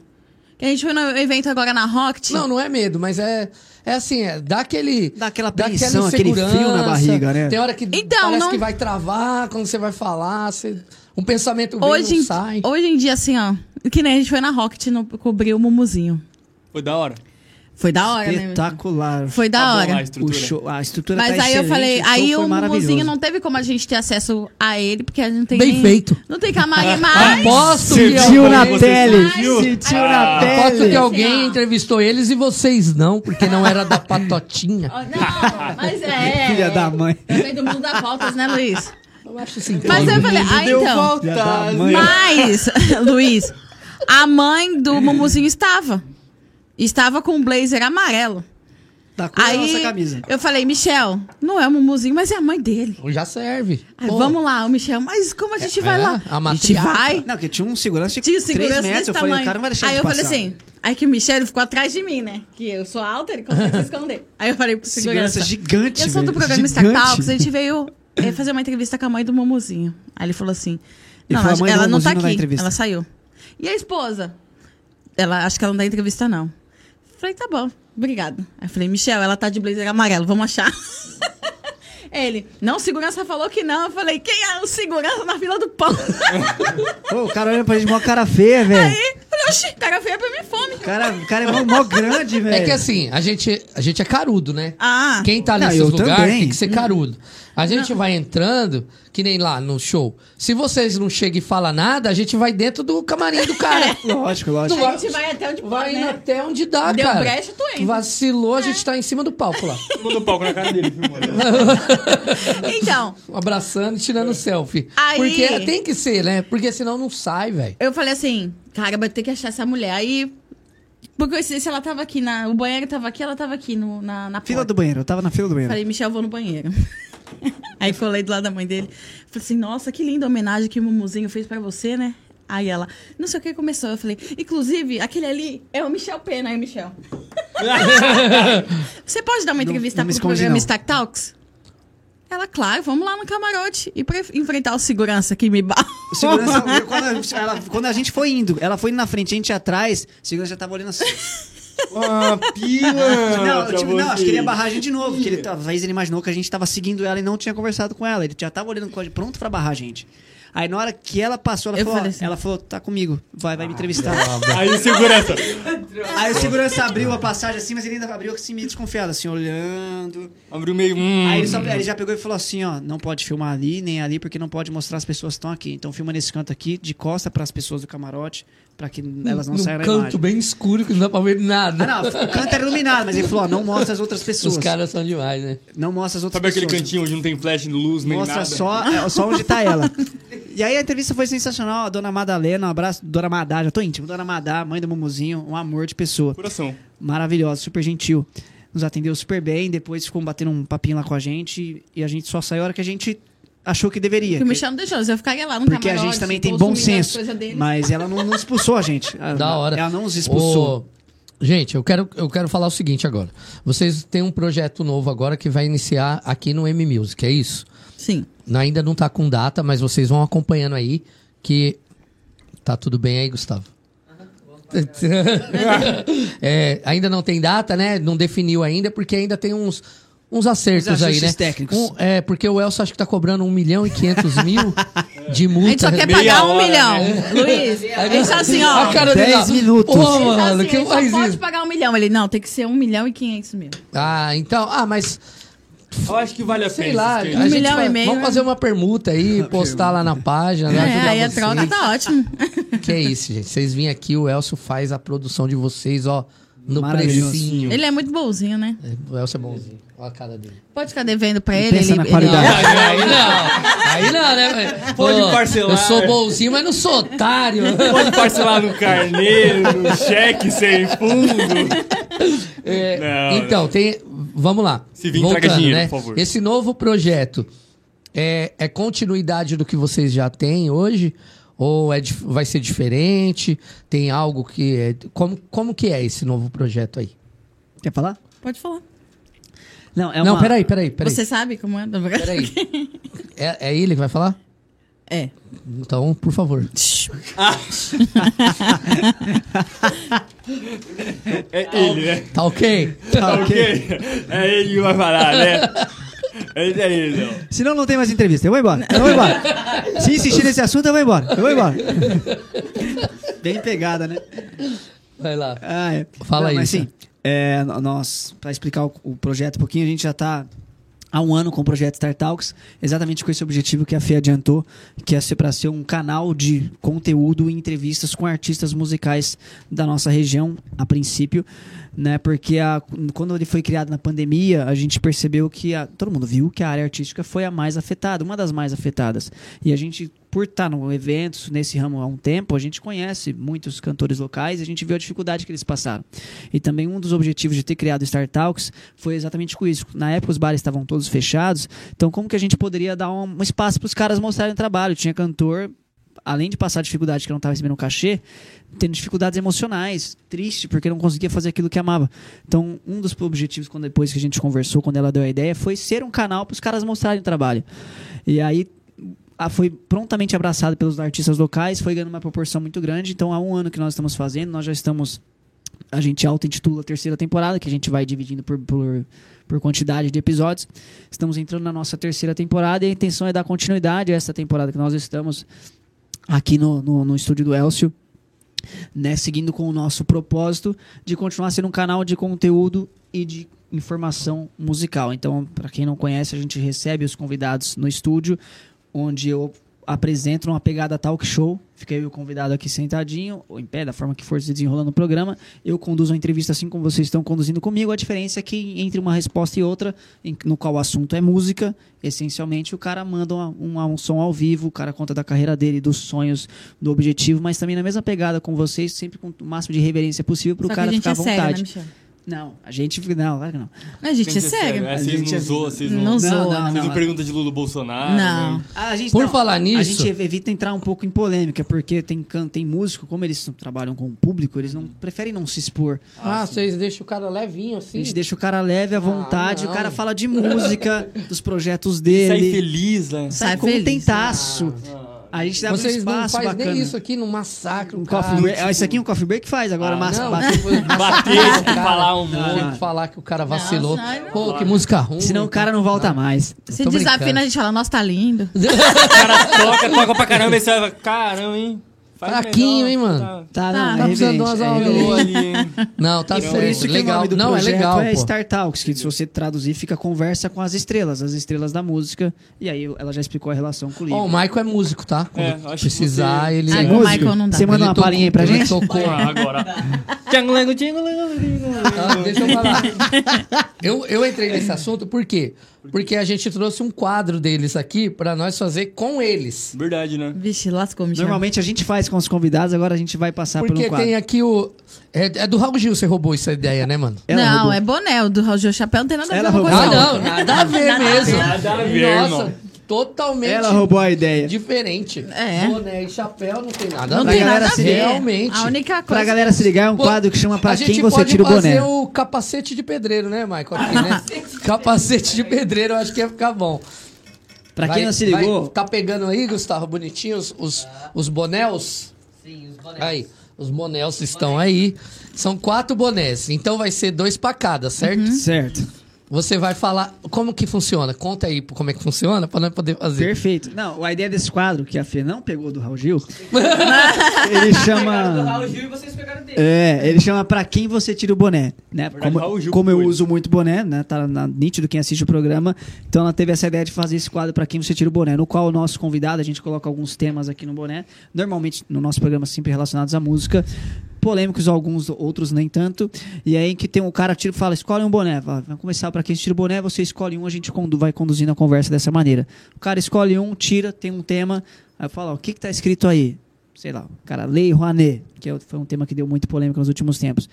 B: Que a gente foi no evento agora na Rocket.
D: Não, não é medo, mas é. É assim, é, dá aquele.
E: Dá aquela apreensão, aquele frio na
D: insegurança.
E: barriga, né?
D: Tem hora que
B: Então,
D: parece
B: não-
D: que vai travar, quando você vai falar, você- um pensamento vem
B: hoje,
D: não
B: em,
D: sai.
B: hoje em dia, assim, ó. Que nem a gente foi na Rocket no, cobrir o Mumuzinho.
C: Foi da hora.
B: Foi da hora, né?
E: Espetacular.
B: Foi da
C: Tá bom
B: hora.
C: lá a
E: O
C: estrutura.
E: show, a estrutura
B: Mas
E: tá
B: aí eu
E: excelente,
B: falei,
E: show
B: aí
E: foi
B: o Mumuzinho
E: maravilhoso.
B: não teve como a gente ter acesso a ele, porque a gente não tem
D: Bem
B: nem-
D: feito.
B: Não tem camarim mais.
D: Aposto que
E: Sentiu na
D: alguém,
C: Você
E: pele.
C: sentiu?
E: Sentiu
C: Ah.
E: na
D: aposto que
E: pele.
D: alguém
B: assim,
D: entrevistou eles e vocês não, porque não era da patotinha.
B: Ó, Não, mas é.
E: Filha da mãe.
B: Também do mundo dá voltas, né, Luiz?
D: Eu acho assim.
B: Mas eu
E: um
D: todo
B: falei,
D: mundo-
B: ah,
C: Deu
B: então.
E: Filha da
C: voltas.
E: mãe.
B: Mas, Luiz, a mãe do Mumuzinho estava. Estava com um blazer amarelo.
E: Tá com a
B: Aí
E: nossa camisa.
B: eu falei, Michel, não é o Mumuzinho, mas é a mãe dele.
D: Já serve.
B: Aí,
D: Pô.
B: Ah, vamos lá, o Michel, mas como a gente vai
D: é,
B: lá?
D: a
B: a gente
D: matriarca.
B: vai.
E: Não, que tinha um segurança de
B: Tinha
E: 3
B: segurança
E: metros.
B: desse
E: Eu falei,
B: tamanho.
E: o cara não vai deixar
B: Aí
E: de
B: eu
E: passar.
B: falei assim, aí que o Michel ele ficou atrás de mim, né? Que eu sou alta, ele consegue se esconder. Aí eu falei pro segurança.
E: Segurança gigante,
B: Eu sou do
E: velho,
B: programa
E: gigante.
B: Startups, a gente veio eh, fazer uma entrevista com a mãe do Momozinho. Aí ele falou assim:
E: Ele
B: Não,
E: falou,
B: acho-
E: "A mãe do
B: ela não tá
E: Momozinho não dá
B: aqui,
E: entrevista."
B: ela saiu. E a esposa? Ela acho que ela não dá entrevista, não. Falei, tá bom, obrigado. Aí eu falei, Michel, ela tá de blazer amarelo, vamos achar. Ele, não, segurança falou que não. Eu falei, quem é o segurança na fila do pão?
E: Ô, o cara olha pra gente, mó cara feia, velho.
B: Aí, eu falei, oxi, cara feia pra mim fome.
E: O cara, o cara é mó, mó grande, velho.
D: É que assim, a gente, a gente é carudo, né?
B: Ah,
D: Quem tá
E: Não,
D: nesses
E: eu
D: lugares
E: também.
D: tem que ser carudo. A gente vai entrando, que nem lá no show. Se vocês não chegam e falam nada, a gente vai dentro do camarim do cara.
E: Lógico, lógico.
B: a gente vai até onde
D: Vai
B: pode,
D: indo
B: né?
D: até onde dá,
B: Deu
D: cara.
B: brecha, É. tu entra.
D: Vacilou, a gente tá em cima do palco lá.
C: Mandou palco um na cara dele, filmando.
B: Então,
D: Abraçando e tirando selfie.
B: É. Aí-
D: Porque tem que ser, né? Porque senão não sai, velho.
B: Eu falei assim, cara, vai ter que achar essa mulher. Aí, por coincidência, ela tava aqui na. O banheiro tava aqui, ela tava aqui no, na, na
E: Fila do
B: porta.
E: banheiro, eu tava na fila do banheiro.
B: Falei, Michel, eu vou no banheiro. Aí colei do lado da mãe dele. Falei assim, nossa, que linda homenagem que o Mumuzinho fez pra você, né? Aí ela, não sei o que começou. Eu falei, inclusive, aquele ali é o Michel Pena, aí, Michel. Você pode dar uma entrevista
E: não me
B: pro
E: esconde,
B: programa
E: não.
B: Stack Talks? Ela, claro, vamos lá no camarote e pra enfrentar o segurança que me bate.
E: O segurança, eu- quando, a- ela- quando a gente foi indo, ela foi indo na frente, a gente atrás, o segurança já tava olhando assim.
C: Uma pila!
E: Não,
C: pra
E: tipo, não, acho que ele ia
C: vocês.
E: barrar a gente de novo. Que ele, talvez ele imaginou que a gente tava seguindo ela e não tinha conversado com ela. Ele já tava olhando com a gente, pronto pra barrar a gente. Aí na hora que ela passou, ela,
B: Eu
E: falou, ó,
B: falei assim.
E: ela falou, tá comigo, vai, vai me entrevistar.
C: Aí o segurança.
E: Aí o segurança abriu a passagem assim, mas ele ainda abriu assim, meio desconfiado, assim, olhando.
C: Abriu meio. Hum,
E: Aí ele, só- ele já pegou e falou assim, ó, não pode filmar ali nem ali porque não pode mostrar as pessoas que estão aqui. Então filma nesse canto aqui, de costa para as pessoas do camarote, para que elas não
D: Num
E: saiam da
D: canto
E: imagem.
D: bem escuro que não dá pra ver
E: Ah,
D: nada.
E: não, o canto era iluminado, mas ele falou, ó, não mostra as outras pessoas.
D: Os caras são demais, né?
E: Não mostra as outras
C: Sabe aquele
E: pessoas.
C: cantinho onde não tem flash, luz, nem
E: Mostra
C: nada?
E: só, é, só onde tá ela. E aí a entrevista foi sensacional. A dona Madalena, um abraço, dona Madá, já tô íntimo. Dona Madá, mãe do Mumuzinho, um amor de pessoa.
C: Coração.
E: Maravilhosa, super gentil. Nos atendeu super bem, depois ficou batendo um papinho lá com a gente. E a gente só saiu a hora que a gente achou que deveria.
B: Porque o Michel é não tá deixou, você ia ficar lá no
E: Porque a
B: camarote,
E: gente também tem
B: consumindo
E: bom
B: as
E: senso.
B: coisas dele.
E: Mas ela não, não expulsou a gente. Ela-
D: Da
B: é
D: hora.
E: Ela não nos expulsou.
D: Ô, Gente, eu quero, eu quero falar o seguinte agora. Vocês têm um projeto novo agora que vai iniciar aqui no M Music, é isso?
B: Sim.
D: Ainda não tá com data, mas vocês vão acompanhando aí que tá tudo bem aí, Gustavo. É, ainda não tem data, né? Não definiu ainda, porque ainda tem uns, uns acertos
E: Uns
D: aí,
E: ajustes
D: né?
E: técnicos.
D: Um- é, porque o Elcio acho que tá cobrando 1 milhão e 500 mil de
B: A
D: multa.
B: gente só quer
C: Meia
B: pagar um
C: hora,
B: milhão,
C: né?
B: Luiz. A gente tá assim, ó.
D: A cara dele,
E: Dez
D: ó.
E: minutos.
D: Ô,
E: Ele
B: Ele tá
D: mano,
B: assim,
D: que
B: ele só
D: faz
B: pode
D: isso?
B: pagar um milhão. Ele, não, tem que ser um milhão e quinhentos mil.
D: Ah, então. Ah, mas
C: Eu acho que vale a pena.
D: sei lá.
C: esse
D: a
C: skate.
D: gente
B: milhão
D: vai-
B: e meio,
D: Vamos
B: né?
D: fazer uma permuta aí, postar lá na página. né?
B: É,
D: Ajudar
B: aí a
D: vocês.
B: troca tá ótimo.
D: Que é isso, gente. Vocês vêm aqui, o Elcio faz a produção de vocês, ó, no
E: Maravilhoso.
D: precinho.
B: Ele é muito bonzinho, né?
D: É, O Elcio é bonzinho. Olha a cara dele.
B: Pode ficar devendo pra ele.
E: pensa
B: ele,
E: na
B: ele-
E: qualidade.
D: Aí, aí não. Aí não, né? velho?
C: Pode
D: Pô,
C: parcelar. né?
D: Eu sou bonzinho, mas não sou otário.
C: Pode parcelar no carneiro, no cheque sem fundo.
D: É,
C: Não,
D: então, tem. Vamos lá. né?
C: Se vir, traga dinheiro, por favor.
D: Esse novo projeto é, é continuidade do que vocês já têm hoje? Ou é, dif- vai ser diferente? Tem algo que é. Como, como que é esse novo projeto aí?
E: Quer falar?
B: Pode falar.
E: Não, é
D: Não,
E: uma-
D: peraí, peraí, peraí.
B: Você sabe como é?
D: peraí. É, é ele que vai falar?
B: É.
D: Então, por favor.
C: É ele, né?
D: Tá ok?
E: Tá, ok.
C: Ok. É ele que vai falar, né? É ele aí, então.
E: Senão não tem mais entrevista. Eu vou embora. Eu vou embora. Se insistir nesse assunto, eu vou embora. Eu vou embora. Bem pegada, né?
D: Vai lá.
E: Ah, é.
D: Fala
E: Mas
D: isso.
E: sim, é, no- nós, para explicar o, o projeto um pouquinho, a gente já tá há um ano com o projeto Star Talks, exatamente com esse objetivo que a Fê adiantou, que é ser para ser um canal de conteúdo e entrevistas com artistas musicais da nossa região, a princípio, né? Porque a- quando ele foi criado na pandemia, a gente percebeu que a- todo mundo viu que a área artística foi a mais afetada, uma das mais afetadas. E a gente por estar no eventos nesse ramo há um tempo, a gente conhece muitos cantores locais e a gente viu a dificuldade que eles passaram. E também um dos objetivos de ter criado o Star Talks foi exatamente com isso. Na época os bares estavam todos fechados, então como que a gente poderia dar um, um espaço para os caras mostrarem o trabalho? Tinha cantor, além de passar dificuldade que não estava recebendo cachê, tendo dificuldades emocionais, triste porque não conseguia fazer aquilo que amava. Então, um dos objetivos quando depois que a gente conversou, quando ela deu a ideia, foi ser um canal para os caras mostrarem o trabalho. E aí ah, foi prontamente abraçado pelos artistas locais, foi ganhando uma proporção muito grande. Então, há um ano que nós estamos fazendo, nós já estamos a gente auto-intitula a terceira temporada, que a gente vai dividindo por, por, por quantidade de episódios. Estamos entrando na nossa terceira temporada e a intenção é dar continuidade a essa temporada que nós estamos aqui no, no, no estúdio do Elcio, né? Seguindo com o nosso propósito de continuar sendo um canal de conteúdo e de informação musical. Então, para quem não conhece, a gente recebe os convidados no estúdio, onde eu apresento uma pegada talk show. Fica eu e o convidado aqui sentadinho, ou em pé, da forma que for se desenrolando o programa. Eu conduzo a entrevista assim como vocês estão conduzindo comigo. A diferença é que entre uma resposta e outra, em- no qual o assunto é música, essencialmente o cara manda uma- uma- um som ao vivo, o cara conta da carreira dele, dos sonhos, do objetivo, mas também na mesma pegada com vocês, sempre com o máximo de reverência possível para
B: Só
E: o
B: que a
E: cara
B: gente
E: ficar
B: é
E: à
B: sério, né,
E: vontade.
B: Michel?
E: não, a gente. Não, claro que não.
B: A gente é
C: Tem que ser
B: sério.
C: É, vocês não zoam, vocês não...
B: Não
E: Não,
B: zoa.
E: não,
C: Vocês não
E: não.
C: perguntam de Lula Bolsonaro.
B: Não.
C: né?
E: A gente,
D: Por falar
E: A
D: nisso-
E: gente evita entrar um pouco em polêmica, porque tem, can- tem músico, como eles não trabalham com o público, eles não preferem não se expor.
D: Ah, vocês deixam o cara levinho assim?
E: A gente deixa o cara leve à vontade,
D: não.
E: o cara fala de música, dos projetos
C: Sai
E: dele.
C: feliz, né?
E: Sai
B: Sai feliz.
E: contentaço. A gente abre um
D: Vocês Ah, não
E: espaço
D: fazem
E: bacana.
D: nem isso aqui, não massacram.
E: Um
D: cara.
E: coffee break- ah, isso aqui é um coffee break faz agora,
C: Ah,
E: mas
D: Não,
E: mas-
D: tipo,
C: Bater,
D: cara,
C: falar um
E: não.
C: monte.
D: tem que falar que o cara vacilou.
B: Não, não, não.
D: Pô, que música ruim.
E: senão o cara não
D: Ah,
E: volta mais.
B: Se
D: Tô
B: desafina,
D: brincando.
B: a gente fala, nossa, tá lindo.
C: Toca, toca pra caramba. E você vai, caramba, hein? Faz
D: Fraquinho,
C: melhor,
D: hein, mano?
E: Tá,
C: tá-
E: não,
B: Tá.
E: é
D: Tá precisando de
E: reverente,
D: umas
E: é
D: aulas.
E: reverente.
C: Melhorou ali, hein?
D: Não, tá
E: E
D: certo.
E: por isso que
D: legal.
E: o nome do
D: não, é
E: projeto
D: legal,
E: é
D: pô.
E: Star Talks, que se você traduzir fica conversa com as estrelas, as estrelas da música. E aí ela já explicou a relação com o livro.
D: Ó, o Michael é músico, tá? Quando
C: É, acho que
D: precisar, ele...
B: Ah, com o Michael não dá.
E: é Você manda
D: Ele
E: uma
D: tocou-
E: palhinha aí pra
D: ele
E: gente?
D: tocou- tá?
C: Ah, agora. Tchangulango, tchangulango, tchangulango.
D: Ah, deixa eu falar. Eu, eu entrei nesse assunto por quê? Porque a gente trouxe um quadro deles aqui pra nós fazer com eles.
C: Verdade, né?
B: Vixe, lascou, Michel.
E: Normalmente a gente faz com os convidados, agora a gente vai passar por um
D: Porque
E: quadro.
D: tem aqui o. É, é do Raul Gil, você roubou essa ideia, né, mano?
E: Ela
B: não,
E: roubou.
B: é boné. O do Roger Chapéu não tem nada a ver
E: Ela
B: uma coisa
D: Ah,
E: roubou.
B: com a
D: não,
B: outra.
D: nada a ver mesmo.
C: Nada a ver,
D: Nossa,
C: irmão.
D: totalmente
E: Ela roubou a ideia.
D: diferente.
B: É.
D: Boné e chapéu não tem nada a
B: Não
D: ver.
B: tem
E: galera
B: nada a
E: se-
B: ver.
D: Realmente.
B: A única coisa.
E: Pra galera se ligar, é um
D: Pô,
E: quadro que chama Pra
D: a gente
E: Quem Você
D: pode
E: Tira o
D: fazer um-
E: Boné.
D: o capacete de pedreiro, né, Michael? Aqui, né? capacete de pedreiro, eu acho que ia ficar bom.
E: Pra quem
D: Vai-
E: não se ligou,
D: vai- tá pegando aí, Gustavo, bonitinho, os, os, os bonés?
F: Sim, os bonecos.
D: Aí, os bonés estão aí. São quatro bonés, então vai ser dois pra cada, certo?
B: Uhum.
E: certo.
D: Você vai falar como que funciona. Conta aí como é que funciona pra nós poder fazer.
E: Perfeito. Não, a ideia desse quadro, que a Fê não pegou do Raul Gil, ele
F: Pegaram do
E: chama.
F: Raul Gil e vocês pegaram dele.
E: É, ele chama Pra Quem Você Tira o Boné, né?
C: Verdade, Raul
E: Como,
C: Gil
E: como eu
C: foi.
E: uso muito boné, né? Tá na, nítido quem assiste o programa. Então ela teve essa ideia de fazer esse quadro Pra Quem Você Tira o Boné, no qual o nosso convidado, a gente coloca alguns temas aqui no boné. Normalmente no nosso programa sempre relacionados à música. Polêmicos, alguns outros nem tanto. E aí que tem um cara tira e fala: escolhe um boné. Fala, Vamos começar pra quem tira o boné, você escolhe um, a gente condu- vai conduzindo a conversa dessa maneira. O cara escolhe um, tira, tem um tema. Aí fala: ó, o que, que tá escrito aí? sei lá, cara, Lei Rouanet, que é- foi um tema que deu muito polêmica nos últimos tempos.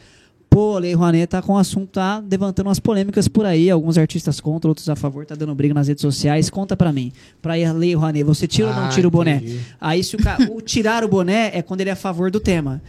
E: Pô, Lei Rouanet tá com o assunto, tá levantando umas polêmicas por aí, alguns artistas contra, outros a favor, tá dando briga nas redes sociais. Conta pra mim, pra ir a Lei Rouanet, você tira ou
D: Ah,
E: não tira o boné?
D: entendi.
E: Aí se o, ca... o tirar o boné é quando ele é a favor do tema.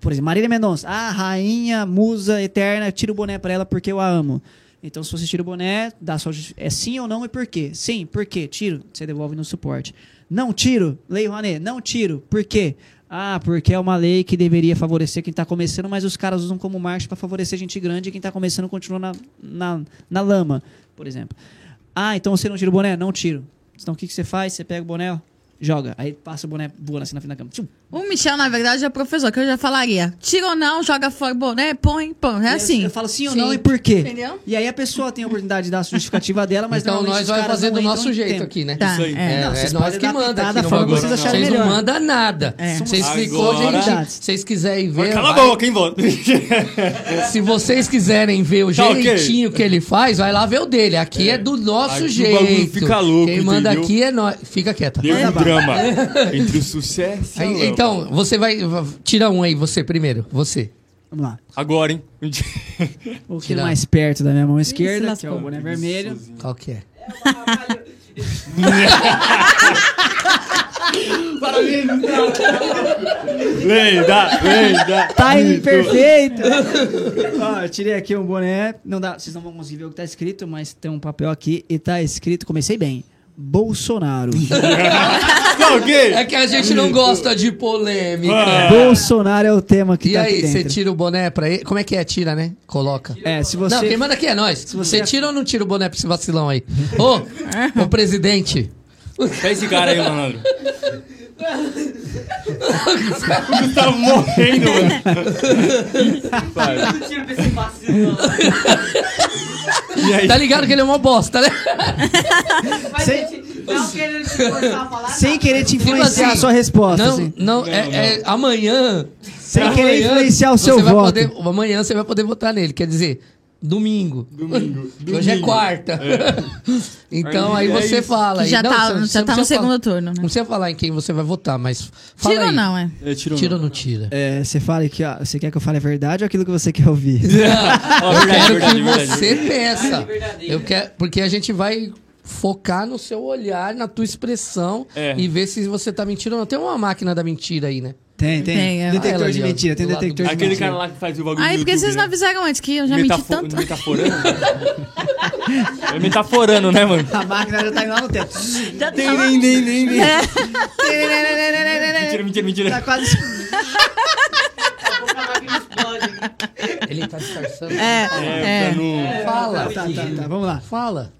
E: Por exemplo, Marília Mendonça, a rainha, musa eterna, tira o boné pra ela porque eu a amo. Então, se você tira o boné, dá só justi- é sim ou não e por quê? Sim, por quê? Tiro, você devolve no suporte. Não tiro, lei Rouanet, não tiro. Por quê? Ah, porque é uma lei que deveria favorecer quem tá começando, mas os caras usam como marcha pra favorecer gente grande e quem tá começando continua na, na, na lama, por exemplo. Ah, então você não tira o boné? Não tiro. Então o que, que você faz? Você pega o boné, ó, joga. Aí passa o boné voando assim na frente da cama. Tchum.
B: O Michel, na verdade, é professor, que eu já falaria. Tira ou não, joga fora o boné, põe, põe. É assim.
E: Eu, eu falo sim ou
D: Sim.
E: não e por quê.
B: Entendeu?
E: E aí a pessoa tem a oportunidade de dar a justificativa dela, mas
D: então
E: normalmente
D: nós
E: os
D: vamos
E: caras
D: fazer
E: não
D: do
E: entram
D: nosso
E: e
D: jeito
E: temem.
D: aqui, né?
B: Tá,
C: Isso aí.
D: É,
B: é.
E: Não,
D: é
E: vocês
D: nós
E: podem
D: que
E: dar
D: manda
E: pitada
D: aqui no
E: falando
D: bagulho.
E: que vocês acharem
D: Vocês não
E: melhor.
D: mandam nada.
B: É. Somos
D: Vocês ficou,
C: Agora-
D: gente. Se vocês quiserem ver.
C: Cala a
D: vai-
C: boca, hein, vô?
D: Se vocês quiserem ver o
C: Tá ok.
D: jeitinho que ele faz, vai lá ver o dele. Aqui é, do nosso
C: Aqui o
D: jeito.
C: bagulho fica louco,
D: Quem manda
C: entendeu?
D: aqui é nós. Fica quieta.
C: Deu um drama entre o sucesso e a
D: Aí,
C: lama.
D: então, você vai. v- Tira um aí, você primeiro. Você.
E: Vamos lá.
C: Agora, hein?
E: O que
D: Tirar.
E: mais perto da minha mão esquerda, que é
B: lascou.
E: o boné vermelho.
D: Qual que é?
C: Lenda, lenda.
E: Timing Tá perfeito! Ó, eu tirei aqui um boné. Não dá, vocês não vão conseguir ver o que tá escrito, mas tem um papel aqui e tá escrito, comecei bem. Bolsonaro.
C: Tá ok?
D: É que a gente não gosta de
C: Ah,
D: polêmica.
E: Bolsonaro é o tema que
D: E
E: tá
D: aí,
E: aqui
D: você
E: dentro.
D: tira o boné pra ele? Como é que é? Tira, né? Coloca.
E: É, se você
D: Não, quem manda aqui é nós. Você tira ou não tira o boné pra esse vacilão aí? Ô, ô presidente.
C: Pega esse cara aí, malandro. O Gustavo tá morrendo, mano. Vai.
F: Eu tiro pra esse vacilão.
C: E aí?
D: Tá ligado que ele é uma bosta, né?
F: Mas
E: Sem-
F: gente, um não querendo te forçar a falar um
E: sem
F: nada.
E: querer te
D: Tipo
E: influenciar
D: assim,
E: a sua resposta,
D: Não,
E: assim.
D: não, é, é amanhã.
E: Sem
D: amanhã
E: querer influenciar o
D: você
E: seu
D: vai
E: voto.
D: poder- amanhã você vai poder votar nele, quer dizer, domingo.
C: Domingo.
D: Que Hoje é
C: Domingo.
D: quarta. então aí
C: É
D: você
C: isso.
D: fala.
B: Que
D: aí,
B: já
D: não,
B: tá- já
D: você- você não
B: tá no
D: precisa
B: segundo
D: falar-
B: turno, né?
D: Não precisa falar em quem você vai votar, mas fala
B: Tira ou
D: aí.
B: não, é?
C: É, tira
D: Tira ou não tira?
E: É, você fala que, ó, você quer que eu fale a verdade ou aquilo que você quer ouvir?
C: Ó,
D: Eu
C: verdade,
D: quero
C: verdade,
D: que
C: verdade.
D: você peça.
F: verdadeira.
D: Eu quero, porque a gente vai focar no seu olhar, na tua expressão
C: É.
D: e ver se você tá mentindo ou não. Tem uma máquina da mentira aí, né?
E: Tem, tem.
B: Tem, é.
E: Detector
D: Ah, ela
E: de
D: ali, ó,
E: mentira, tem
D: do lado
E: detector
D: do-
E: de
C: Aquele
E: mentira. né?
C: cara lá que faz o bagulho
B: Aí,
C: no né?
B: porque
C: YouTube,
B: vocês não
C: né?
B: avisaram antes que eu já menti
C: Metafo-
B: tanto.
C: Metaforando? É metaforando, né, mano?
E: A máquina já tá indo lá no teto.
B: Já tá-
E: É,
C: Mentira, mentira, mentira.
E: Tá quase.
F: a máquina explode. né?
D: Ele tá disfarçando.
B: É, é.
C: pra não-
D: Fala.
E: Tá, tá, tá. Vamos lá.
D: Fala.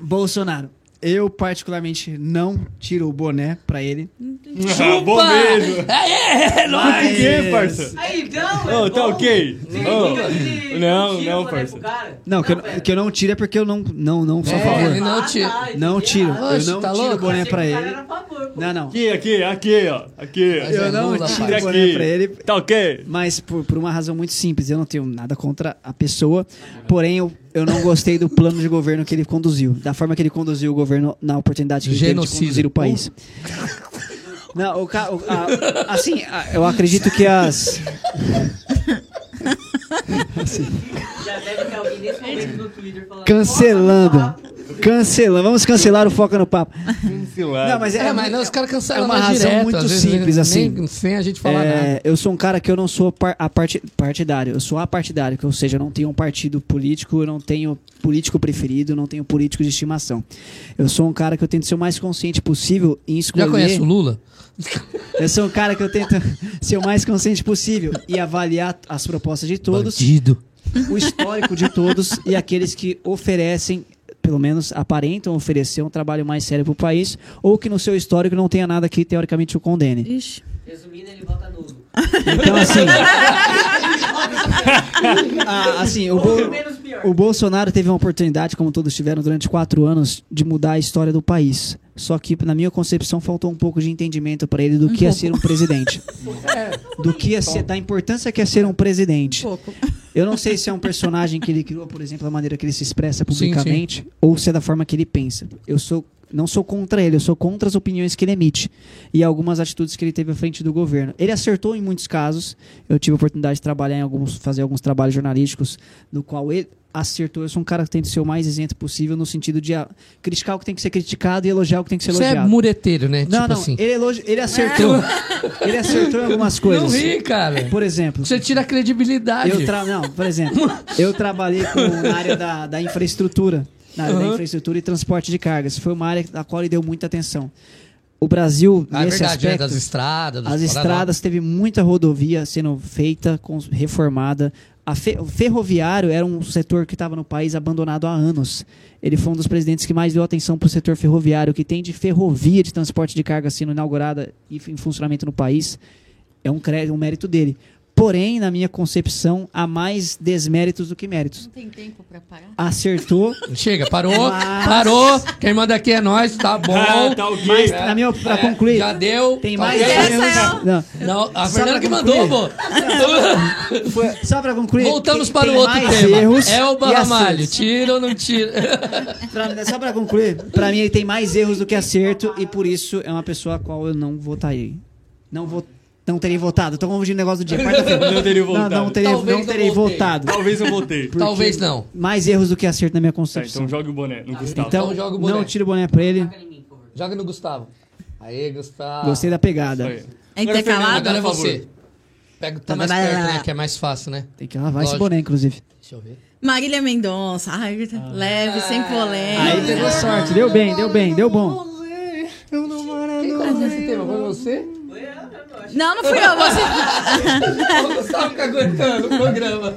E: Bolsonaro. Eu, particularmente, não tiro o boné pra ele.
C: Ah, bom mesmo. Por quê,
E: Mas-
C: parça?
F: Aí, não, é
C: Ô, tá
F: bom.
C: ok. Ô,
F: Significa que
C: Não,
F: tira
C: não,
F: o boné né, pro
C: parça.
F: cara.
E: Não, que eu,
F: pera.
E: que eu não tiro é porque eu não, não, não sou a
D: É, ele
E: favor.
D: não
F: Ah,
D: tira.
F: tá, entendi.
E: Não tiro.
F: Ah,
E: Eu
D: Oxe,
E: não
D: tá
E: tiro o
D: louco?
E: boné
F: achei que
E: pra
F: o cara
E: ele.
F: era a favor, pô.
E: Não, não.
C: Aqui, aqui, aqui, ó. Aqui,
D: Mas
C: ó.
D: é
E: Eu não
D: Lula,
E: tiro
D: pai.
E: o boné pra ele.
C: Tá ok?
E: Mas por, por uma razão muito simples, eu não tenho nada contra a pessoa, porém eu, eu não gostei do plano de governo que ele conduziu, da forma que ele conduziu o governo na oportunidade que ele teve de
D: Genocídio.
E: conduzir o país. Não, o, ca- o- a- assim, a- eu acredito que as.
F: Já deve ter alguém nesse momento no Twitter falando.
E: Cancelando.
F: "Foca no papo".
E: Cancelando. Vamos cancelar o Foca no Papo.
C: Ah,
E: Não, mas é,
D: É, mas não, os caras
E: é
D: cancelam
E: uma
D: nós
E: razão
D: direto,
E: muito
D: às vezes, né?
E: simples,
D: nem-
E: assim.
D: Sem a gente falar
E: É,
D: nada.
E: Eu sou um cara que eu não sou par, a parti, partidário, eu sou apartidário, que, ou seja, eu não tenho um partido político, eu não tenho político preferido, eu não tenho político de estimação. Eu sou um cara que eu tento ser o mais consciente possível em escolher.
D: Já conhece o Lula?
E: Eu sou um cara que eu tento ser o mais consciente possível e avaliar as propostas de todos,
D: Bandido.
E: o histórico de todos e aqueles que oferecem pelo menos aparentam oferecer um trabalho mais sério para o país, ou que no seu histórico não tenha nada que teoricamente o condene.
B: Ixi.
F: Resumindo, ele volta nulo.
E: Então, assim. Ah, assim, o, Bol-
F: menos pior.
E: o Bolsonaro teve uma oportunidade, como todos tiveram durante quatro anos, de mudar a história do país. Só que, na minha concepção, faltou um pouco de entendimento pra ele do que é
B: pouco.
E: ser um presidente. Do que é ser, da importância que é ser um presidente.
B: Pouco.
E: Eu não sei se é um personagem que ele criou, por exemplo, a maneira que ele se expressa publicamente, ou se é da forma que ele pensa. Eu sou não sou contra ele, eu sou contra as opiniões que ele emite e algumas atitudes que ele teve à frente do governo. Ele acertou em muitos casos. Eu tive a oportunidade de trabalhar em alguns, fazer alguns trabalhos jornalísticos no qual ele acertou. Eu sou um cara que tento ser o mais isento possível no sentido de ah, criticar o que tem que ser criticado e elogiar o que tem que ser
D: Você é
E: elogiado.
D: mureteiro, né?
E: não,
D: tipo
E: não,
D: assim. É.
E: ele, elogi- ele acertou. ele acertou em algumas coisas.
D: Não ri, cara.
E: Por exemplo,
D: Você tira a credibilidade.
E: eu tra... Não, por exemplo, eu trabalhei com, na área da, da infraestrutura, na área da infraestrutura e transporte de cargas. Foi uma área da qual ele deu muita atenção. O Brasil,
D: Ah, é
E: nesse
D: verdade, né?
E: aspecto,
D: das estradas. dos
E: as
D: Paraná.
E: estradas teve muita rodovia sendo feita, cons- reformada. A fe- o ferroviário era um setor que estava no país abandonado há anos. Ele foi um dos presidentes que mais deu atenção para o setor ferroviário, que tem de ferrovia de transporte de carga sendo inaugurada e f- em funcionamento no país. É um, crédito, um mérito dele. Porém, na minha concepção, há mais desméritos do que méritos.
B: Não tem tempo pra parar.
E: Acertou,
D: Chega, parou,
E: Mas-
D: parou. Quem manda aqui é nós, tá bom.
C: Ah, tá ok.
E: mas na minha para
D: É,
E: concluir,
D: Já deu.
E: tem
D: Tá
E: mais
D: ok.
B: Essa
E: menos- Não.
D: Não, a
E: Só
D: Fernanda
E: pra
D: que mandou, pô.
E: Foi- Só para concluir,
D: Voltamos
E: tem-
D: para o
E: tem
D: outro
E: mais
D: tema.
E: erros
D: é o
E: e
D: Ramalho.
E: acertos.
D: Tira ou não tira?
E: Pra- só pra concluir, pra mim ele tem mais erros do que acerto e por isso é uma pessoa a qual eu não votaria. Não vou, não terei votado. Tô confundindo o negócio do dia. Quarta-feira.
C: Não terei
E: Não,
C: voltado.
E: não terei,
D: Talvez
E: não
D: eu
E: terei
D: voltei.
E: votado.
C: Talvez eu voltei. Tá,
D: Talvez não.
E: Mais erros do que acerto na minha
C: então
E: concepção.
C: jogue o boné no Gustavo.
E: Então,
D: então joga o boné.
E: não tiro o boné pra ele.
F: Em mim, por favor.
D: Joga no Gustavo. Aê, Gustavo.
E: Gostei da
C: Aí.
E: pegada.
B: É
C: Agora,
B: intercalado?
D: Agora é
C: Fernanda, por favor.
D: você. Pega, tá mais
B: Vai, vai,
D: perto,
B: vai.
D: né? Que é mais fácil, né?
E: Tem que lavar esse
D: Lógico.
E: boné, inclusive.
D: Deixa eu ver.
B: Marília Mendonça. Ai, tá leve,
D: Ah.
B: sem
E: Ah. Aí
B: polêmica.
D: é.
E: pegou sorte. Deu bem, deu bem, deu bom.
D: Quem faz esse tema? Foi você?
F: Foi ela mesmo, eu acho.
B: Não, não fui eu. Você...
D: o Gustavo fica aguentando o programa.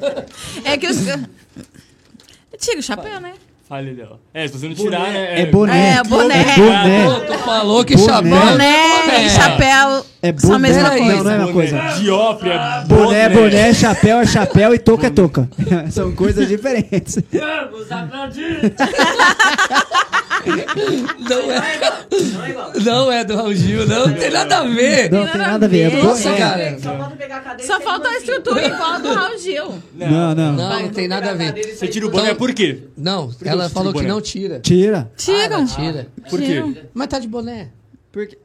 B: É que eu... Tira o chapéu, né?
C: Fale dela. É, se você não tirar, né?
E: É boné.
B: É, boné.
E: Boné.
D: Tu falou que
E: Boné.
D: chapéu.
B: Boné e chapéu
E: É
B: são a
E: boné.
B: mesma
E: Não, não
B: coisa.
E: é uma coisa.
C: Diópria,
E: Boné, é boné, chapéu é chapéu e touca é touca. São coisas diferentes.
F: Vamos aplaudir.
D: Não
F: Não é
D: é,
F: igual. Não é igual.
D: não é do Raul Gil, não tem nada a ver.
E: Não tem nada a ver. É
D: Nossa,
E: boné.
D: cara.
F: Só falta pegar a cadeira. e
B: Só
F: sair
B: falta a
F: mansinho.
B: estrutura igual a do Raul Gil.
E: Não, não.
D: Não, não tem nada a
F: Pegar
D: ver.
F: cadeira e
C: Você
F: sair
C: tira o
F: por-
E: Então-
C: boné por quê?
D: Não,
C: que
D: ela
C: você
D: falou
C: tira o
D: que
C: boné?
D: não tira.
E: Tira.
B: Tira.
D: Cara, tira.
C: Por quê?
B: Tira.
D: Mas tá de boné.
E: Porque-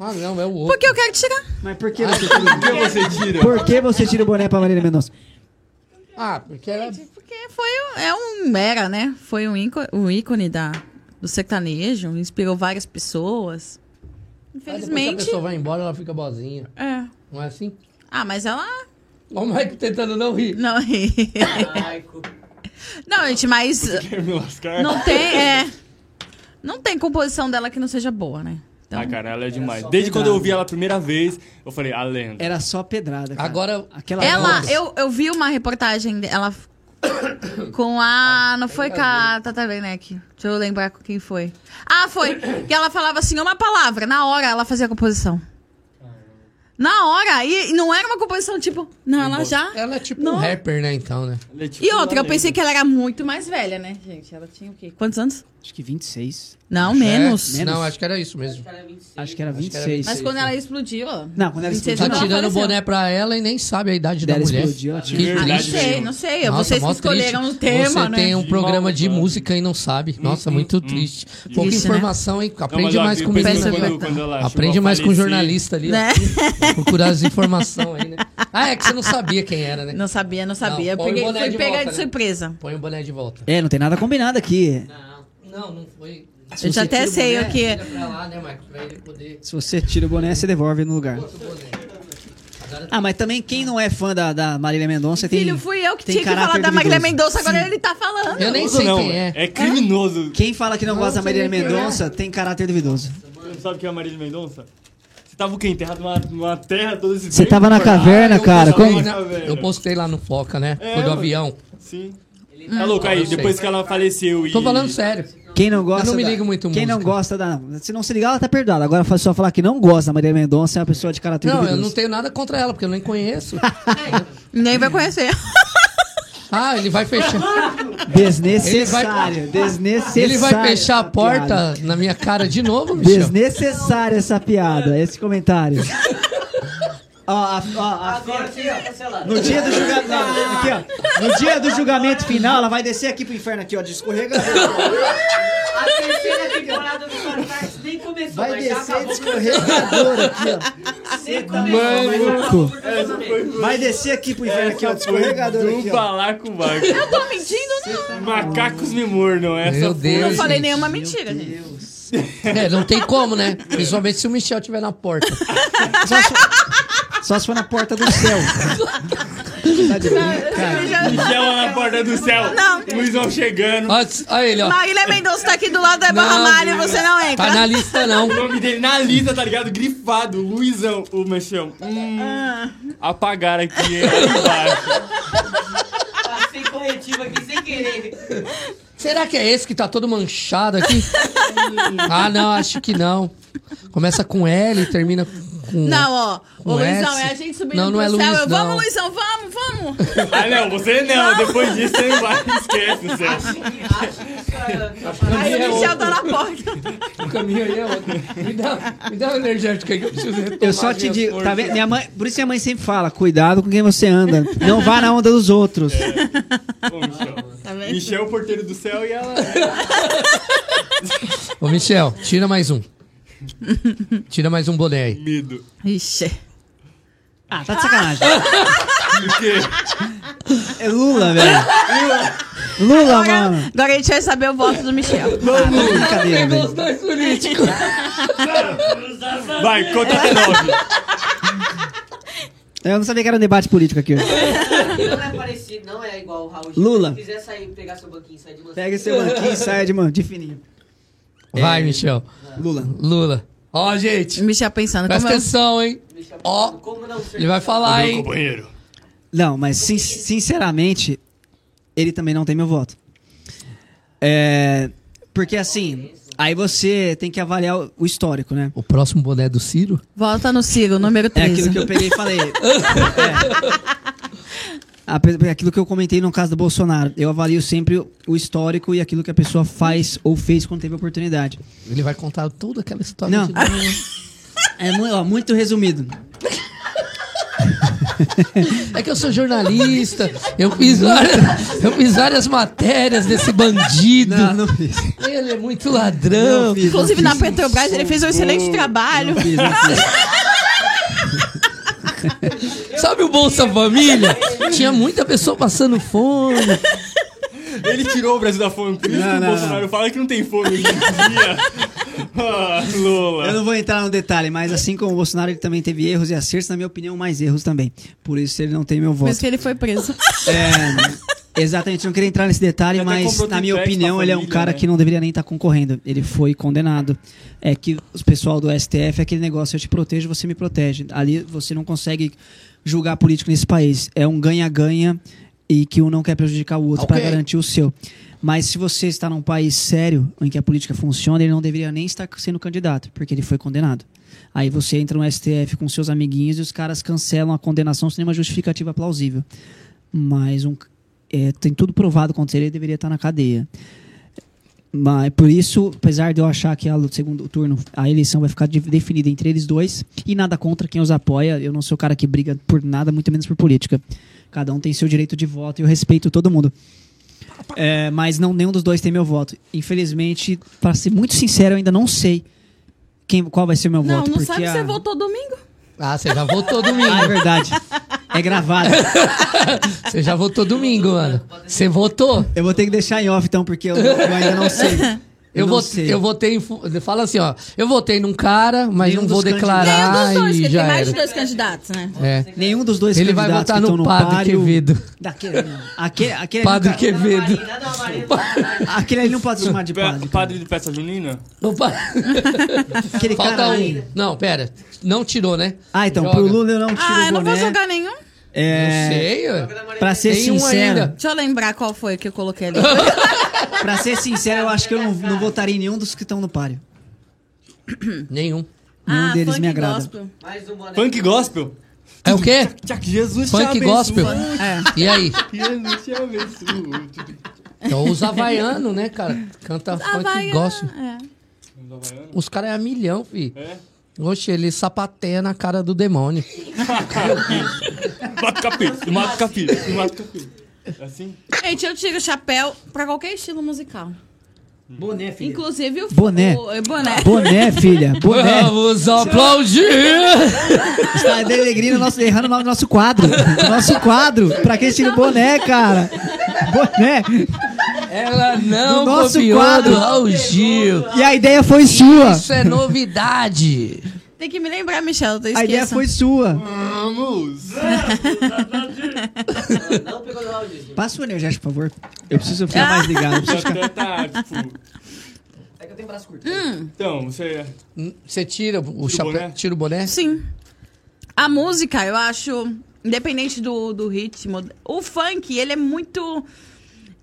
D: Ah, não, é o outro.
B: Por que eu quero tirar?
E: Mas por Ah, que você tira o
C: Por
E: boné?
C: que você tira?
E: Por que você tira o boné pra Marília Mendonça?
D: Ah, porque ela.
B: Porque foi um- é um era, né? Foi um ícone, um ícone da, do sertanejo, inspirou várias pessoas.
D: Aí depois que a
B: Infelizmente.
D: pessoa vai embora, ela fica bozinha.
B: É.
D: Não é assim?
B: Ah, mas ela.
D: Olha o Mike tentando não rir.
B: Não.
F: Maico.
B: Não, gente, mas
C: Quer me lascar?
B: não tem, é, não tem composição dela que não seja boa, né? Então,
C: Ah, cara, ela é demais. Desde quando eu ouvi ela a primeira vez, eu falei, "Ah, a lenda.
E: Era só pedrada. cara.
D: Agora-
E: Aquela
B: ela,
E: voz.
B: eu, eu vi uma reportagem dela com a, não foi com a Tata Werneck, deixa eu lembrar com quem foi. Ah, foi, que ela falava assim, uma palavra, na hora ela fazia a composição. Na hora, e e não era uma composição tipo, não, ela já...
D: Ela é tipo
B: Não.
D: um rapper, né, então, né?
C: Ela é tipo
B: E
C: uma
B: outra, eu
C: lenda.
B: pensei que ela era muito mais velha, né, gente? Ela tinha o quê? Quantos anos?
E: Acho que 26.
B: Não, menos.
D: É? Não, acho que era isso mesmo.
F: Cara, 26.
E: Acho que era
D: Acho que era
E: 26.
B: Mas quando
D: né?
B: ela explodiu, ó.
E: Não, quando ela
B: 26
E: explodiu.
D: Tá
B: anos, ela
D: tirando o
B: faleceu.
D: boné pra ela e nem sabe a idade da
E: Ela
D: mulher.
E: explodiu, ela
D: que
E: tinha-
C: Verdade
B: Ah, não
D: triste.
B: sei,
C: nenhuma.
B: não sei.
D: Nossa,
B: É, Vocês que
D: mó triste.
B: escolheram o tema,
D: Você
B: né?
D: tem um
C: De
D: programa de
C: mal, mano.
D: música e não sabe.
C: Hum,
D: Nossa, muito triste. Pouca
B: Triste, né?
D: informação, hein?
C: Não, mas
D: Aprende
C: ó,
D: mais
C: eu
D: com né?
C: penso
B: Pensa
C: quando-
B: pra-
C: quando ela chegou
D: Aprende
C: a
D: mais com
C: falecer,
D: jornalista ali,
B: Né?
D: ó. Procurar as informações aí, né? Ah, é que você não sabia quem era, né?
B: Não sabia, não sabia.
D: Não, põe o
B: Peguei,
D: boné
B: fui
D: de
B: pegar
D: volta,
B: de
D: né?
B: surpresa.
D: Põe o boné de volta.
E: É, não tem nada combinado aqui.
D: Não, não, não foi.
E: Se você
B: Eu já até
E: tira o
B: sei
E: boné,
B: o que. é.
D: Tira pra lá, né, Marcos? Pra ele poder.
E: Se você tira o boné, você devolve no lugar.
D: Outro boné.
E: Ah, mas também quem não é fã da, da Marília Mendonça tem.
B: Filho, fui eu que
E: tem
B: tinha que falar
E: caráter
B: da Marília
E: duvidoso.
B: Mendonça, agora ele tá falando.
D: Eu nem
C: Criminoso
D: sei
C: não,
D: quem é.
C: É criminoso.
E: Quem fala que não, gosta da
D: sei
E: Marília
D: nem quem
E: Mendonça tem caráter duvidoso.
C: Você sabe quem é a Marília Mendonça? Você tava o quê? Enterrado numa, numa terra todo esse
E: Você
C: tempo?
E: tava na
C: cara?
E: caverna,
D: eu
E: cara.
D: postei
E: Como...
D: na- eu postei lá no Foca, né?
C: É,
D: Foi do
C: mano.
D: avião.
C: Sim. Tá louco aí,
D: Eu sei.
C: depois que ela faleceu e... é
D: Tô falando sério.
E: Quem não gosta.
D: Eu não me
E: da-
D: ligo muito em
E: Quem não
D: música.
E: gosta da. Se não se ligar, ela tá perdoada. Agora foi só falar que não gosta da Marília Mendonça, é uma pessoa de caráter
D: Não, eu
E: duvidoso.
D: não tenho nada contra ela, porque eu nem conheço.
B: Ninguém vai conhecer.
D: Ah, ele vai fechar.
E: Desnecessário.
D: Ele
E: Desnecessário.
D: Ele vai fechar a
E: essa piada.
D: porta na minha cara de novo, bicho.
E: Desnecessária essa piada, esse comentário. Ó, a- ó, a-
F: Agora você já tá cancelado.
E: no dia do julgamento. Aqui, ó. No dia do julgamento final, ela vai descer aqui pro inferno aqui, ó, de escorregador.
F: A terceira temporada do Fantástico nem começou,
E: Vai
F: mas já
E: descer
F: acabou.
E: de escorregador aqui,
F: Nem começou, mas já acabou por todo mundo.
E: ó. Vai descer aqui pro inferno aqui, ó, de
C: Essa foi
E: escorregador
C: do
E: aqui, ó.
C: balacobaco.
B: Eu tô mentindo, não.
C: Macacos me mordam, essa
D: Meu
C: foi-
D: Deus.
B: Não falei
D: gente.
B: nenhuma mentira, gente.
D: É, não tem como, né? Principalmente se o Michel tiver na porta.
E: Só se, for- só se for na porta do céu. Tá de brincadeira.
C: Michel lá na porta do céu.
B: Não.
C: Luizão chegando.
D: Olha, olha ele, ó.
B: Marília Mendonça tá aqui do lado da Barra
D: Não,
B: Mário, você não entra.
D: Tá na lista, não.
C: O nome dele na lista, tá ligado? Grifado, Luizão, o mexão. Hum, apagaram aqui hein, embaixo.
F: Passei corretivo aqui sem querer.
D: Será que é esse que tá todo manchado aqui? ah, não, acho que não. Começa com L e termina com.
B: Não, ó. Ô,
D: Um
B: Luizão,
D: S?
B: é a gente subindo
D: Não, não
B: pro
D: é
B: céu.
D: Luiz,
B: eu,
D: não.
B: vamos, Luizão, vamos, vamos.
C: Ah, não, você não. Depois disso, você não vai. Esquece, o céu.
F: Ah. Acho que isso é-
B: Aí
D: é
B: o Michel
D: outro.
B: tá na porta.
D: O caminho aí é outro. Me dá, me dá um energético aí que eu preciso retomar
E: Eu só te
D: minhas
E: digo,
D: forças.
E: tá vendo? Minha mãe, por isso minha mãe sempre fala: cuidado com quem você anda. Não vá na onda dos outros.
C: Ô, Michel.
B: Tá vendo?
C: Michel, porteiro do céu, e ela... né?
E: tá-
D: Ô, Michel, tira mais um. Tira mais um boné aí.
C: Medo.
B: Ixi.
E: Ah, tá de sacanagem.
C: O quê?
E: É Lula, velho. Lula,
B: Agora,
E: mano.
B: agora a gente vai saber o voto do Michel.
E: Ah, tá de brincadeira,
D: Pegou os
E: velho.
D: dois políticos.
C: Vai, conta até nove.
E: Eu não sabia que era um debate político aqui. hoje.
F: Não é parecido, não é igual o Raul Gil.
E: Lula.
F: Se quiser sair, pegar seu banquinho, sair de você.
E: Pega seu banquinho e sai de, mano, de fininho.
D: Vai, Michel.
E: Lula.
D: Lula. Ó, gente.
B: Michel pensando
D: Presta
B: como eu...
D: atenção, hein?
F: Michel,
D: Ó.
F: Como não ser
D: Ele vai falar, hein?
C: companheiro.
E: Não, mas sin- sinceramente, ele também não tem meu voto. É. Porque assim, aí você tem que avaliar o- o histórico, né?
D: O próximo boné é do Ciro?
B: Volta no Ciro, número
E: É
B: 13.
E: aquilo que eu peguei e falei. É. A pe- Aquilo que eu comentei no caso do Bolsonaro. Eu avalio sempre o- o histórico e aquilo que a pessoa faz ou fez quando teve oportunidade.
D: Ele vai contar toda aquela história.
E: Não.
D: de-
E: É mu- ó, muito resumido.
D: É que eu sou jornalista, eu fiz várias, eu fiz várias matérias desse bandido.
E: Não, não fiz.
D: Ele é muito ladrão.
E: Não fiz,
B: Inclusive
E: não
B: na
E: fiz.
B: Petrobras ele fez um excelente trabalho.
E: Não fiz, não fiz.
D: Sabe o Bolsa Família? Tinha muita pessoa passando fome.
C: Ele tirou o Brasil da fome. Por isso
E: Não,
C: que o
E: não,
C: Bolsonaro fala que não tem fome hoje em dia. Ah, Lula.
E: Eu não vou entrar no detalhe, mas assim como o Bolsonaro, ele também teve erros e acertos, na minha opinião, mais erros também. Por isso ele não tem meu
B: Por
E: voto.
B: isso que ele foi preso.
E: É, exatamente, não queria entrar nesse detalhe,
C: Ele até
E: mas
C: comprou
E: na minha
C: triplex pra
E: opinião, ele é um
C: família,
E: cara
C: né?
E: que não deveria nem estar concorrendo. Ele foi condenado. É que o pessoal do STF é aquele negócio, eu te protejo, você me protege. Ali você não consegue julgar político nesse país. É um ganha-ganha e que um não quer prejudicar o outro
D: Ok.
E: para garantir o seu. Mas se você está num país sério, em que a política funciona, ele não deveria nem estar sendo candidato, porque ele foi condenado. Aí você entra no STF com seus amiguinhos e os caras cancelam a condenação sem nenhuma justificativa plausível. Mas um, é, tem tudo provado contra ele, ele deveria estar na cadeia. Mas por isso, apesar de eu achar que a luta- segundo turno a eleição vai ficar de- definida entre eles dois e nada contra quem os apoia, eu não sou o cara que briga por nada, muito menos por política. Cada um tem seu direito de voto e eu respeito todo mundo. É, mas não nenhum dos dois tem meu voto. Infelizmente, para ser muito sincero, eu ainda não sei quem, qual vai ser meu
B: Não,
E: voto.
B: não
E: porque
B: sabe se
E: a-
B: você votou domingo?
D: Ah, você já votou
E: Ah, é
D: domingo.
E: verdade. É gravado.
D: Você já votou domingo, mano. Você votou?
E: Eu vou ter que deixar em off então, porque eu, eu ainda não sei.
D: Eu,
E: não
D: vou,
E: sei.
D: eu votei em. fu- Fala assim, ó. Eu votei num cara, mas
E: Nenhum
D: não vou
E: dos
D: declarar.
B: Nenhum dos dois,
D: e
B: porque
D: já
B: tem mais de
D: era.
B: dois candidatos, né?
D: É.
E: Nenhum dos dois
D: Ele vai
E: candidatos
D: votar
E: que estão
D: no
E: no
D: padre
E: páreo-
D: Quevedo.
E: Daquele não. Aquele, aquele,
D: Padre
E: ali
F: tá
E: não-
D: Quevedo.
F: Nada uma Maria, nada uma Maria.
E: aquele ali não pode se chamar de
C: Pe-
E: padre.
C: Padre de peça junina?
D: Opa.
E: Aquele
D: Falta
E: cara ali.
D: um. Não, pera. Não tirou, né?
E: Ah, então,
D: Joga.
E: pro Lula eu não tiro
B: Ah,
E: o boné.
B: eu não vou jogar nenhum.
D: Não
E: É,
D: sei, ó.
E: Pra ser
D: Tem um
E: sincero,
D: ainda.
B: Deixa eu lembrar qual foi que eu coloquei ali.
E: pra ser sincero, eu acho que eu não, não votaria em nenhum dos que estão no páreo. Nenhum
D: Nenhum.
B: ah,
E: deles
B: funk
E: me agrada.
B: gospel.
F: Mais um boné.
C: Funk gospel?
D: É o quê?
C: Tchac, Jesus te
D: Funk
C: abençoe.
D: gospel?
B: É.
D: E aí?
C: Jesus te abençoe.
D: Então os havaianos, né, cara? Canta funk
B: Havaiana,
D: gospel.
B: Ah, é.
D: Os caras é a milhão, fi.
C: É?
D: Oxe, ele sapateia na cara do demônio.
C: Mata o
D: Assim.
C: capítulo, mata o capítulo, mata o capítulo. É assim?
B: Gente, eu tiro o chapéu pra qualquer estilo musical.
F: Boné, filho.
B: Inclusive o
E: Boné.
B: o- o boné.
E: Boné, filha. Boné.
D: Vamos aplaudir!
E: Está denegrino, nosso, errando o nome do nosso quadro. Nosso quadro. Pra quem tira o boné, cara? Boné.
D: Ela não
E: Do nosso
D: copiou
E: quadro.
D: do Raul Gil.
E: E a ideia foi sua.
D: Isso é novidade.
B: Tem que me lembrar, Michelle, eu
E: A ideia
B: esqueço.
E: foi sua.
C: Vamos!
F: Não Então, pegou no áudio.
E: Passa o energético, por favor. Ah! Eu preciso ficar mais ligado. Eu preciso
C: Já
E: ficar-
C: tá, tá, tipo...
F: É que eu tenho braço curto.
D: Hum.
C: Então, você...
D: Você tira o chapéu,
C: boné?
D: tira o boné?
B: Sim. A música, eu acho, independente do, do ritmo, o funk, ele é muito.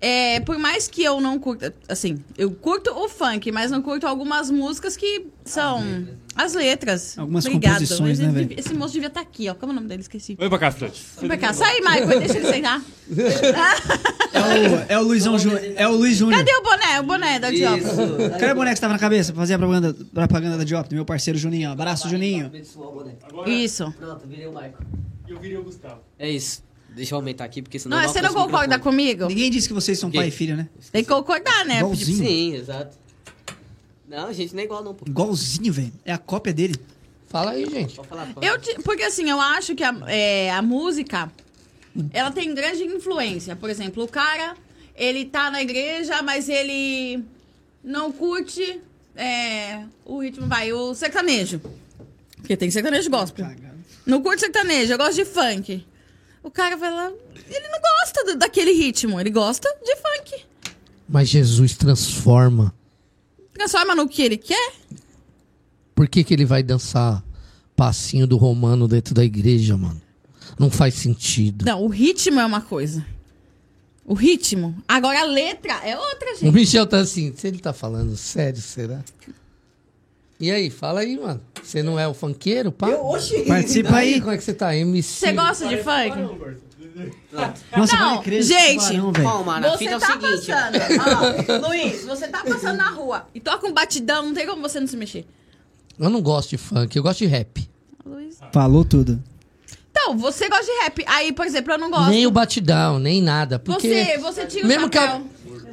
B: é, por mais que eu não curta. Assim, eu curto o funk, mas não curto algumas músicas que são. As letras.
E: Algumas composições,
B: Mas
E: né,
B: ele
E: velho?
B: devia- Esse moço devia estar aqui, ó. Como é o nome dele? Esqueci.
C: Vem pra cá, Fred.
B: Vem pra cá. Sai, Michael, deixa ele sentar.
E: É o, é o Luizão Júnior. É o Luiz Júnior.
B: Cadê o boné? O boné é da Diop.
F: Isso.
E: Cadê o boneco que estava na cabeça pra fazer a propaganda, propaganda da Diop, do meu parceiro Juninho? Abraço, Juninho.
F: Abençoa o boné.
B: Isso.
F: Pronto, virei o Michael.
C: Eu virei o Gustavo.
F: É isso. Deixa eu aumentar aqui, porque senão
B: Não,
F: eu
B: você não
F: alcanço o
B: concorda
F: microfone.
B: comigo?
E: Ninguém disse que vocês são pai e filho, né?
B: Tem que concordar, né?
E: Igualzinho.
F: Sim, exato. Não, a gente não é igual não, pô.
E: Igualzinho, velho. É a cópia dele.
D: Fala aí, gente.
F: Pode falar, pode.
B: Eu ti- porque assim, eu acho que a, é, a música, ela tem grande influência. Por exemplo, o cara, ele tá na igreja, mas ele não curte é, o ritmo, vai, o sertanejo. Porque tem sertanejo gospel. Não curte sertanejo, eu gosto de funk. O cara vai lá, ele não gosta do- daquele ritmo, ele gosta de funk.
D: Mas Jesus transforma.
B: Transforma no que ele quer.
D: Por que, que ele vai dançar passinho do romano dentro da igreja, mano? Não faz sentido.
B: Não, o ritmo é uma coisa. O ritmo. Agora a letra é outra, gente.
D: O Michel tá assim, se ele tá falando sério, será? E aí, fala aí, mano. Você não é o funkeiro, pá?
F: Eu, oxi!
E: Participa aí.
D: como é que você tá? MC.
B: Você gosta de funk?
E: Nossa,
B: Não,
E: pode crer,
B: gente.
E: tubarão, velho.
F: Calma, na fita é
B: Você
F: o
B: tá
F: seguinte. ó.
B: passando, ó, Luiz, você tá passando na rua e toca um batidão, não tem como você não se mexer.
D: Eu não gosto de funk, eu gosto de rap.
B: Luiz.
E: Falou tudo.
B: Então, você gosta de rap. Aí, por exemplo, eu não gosto.
D: Nem o batidão, nem nada. Porque
B: Você, você tira o
D: mesmo que a...
B: chapéu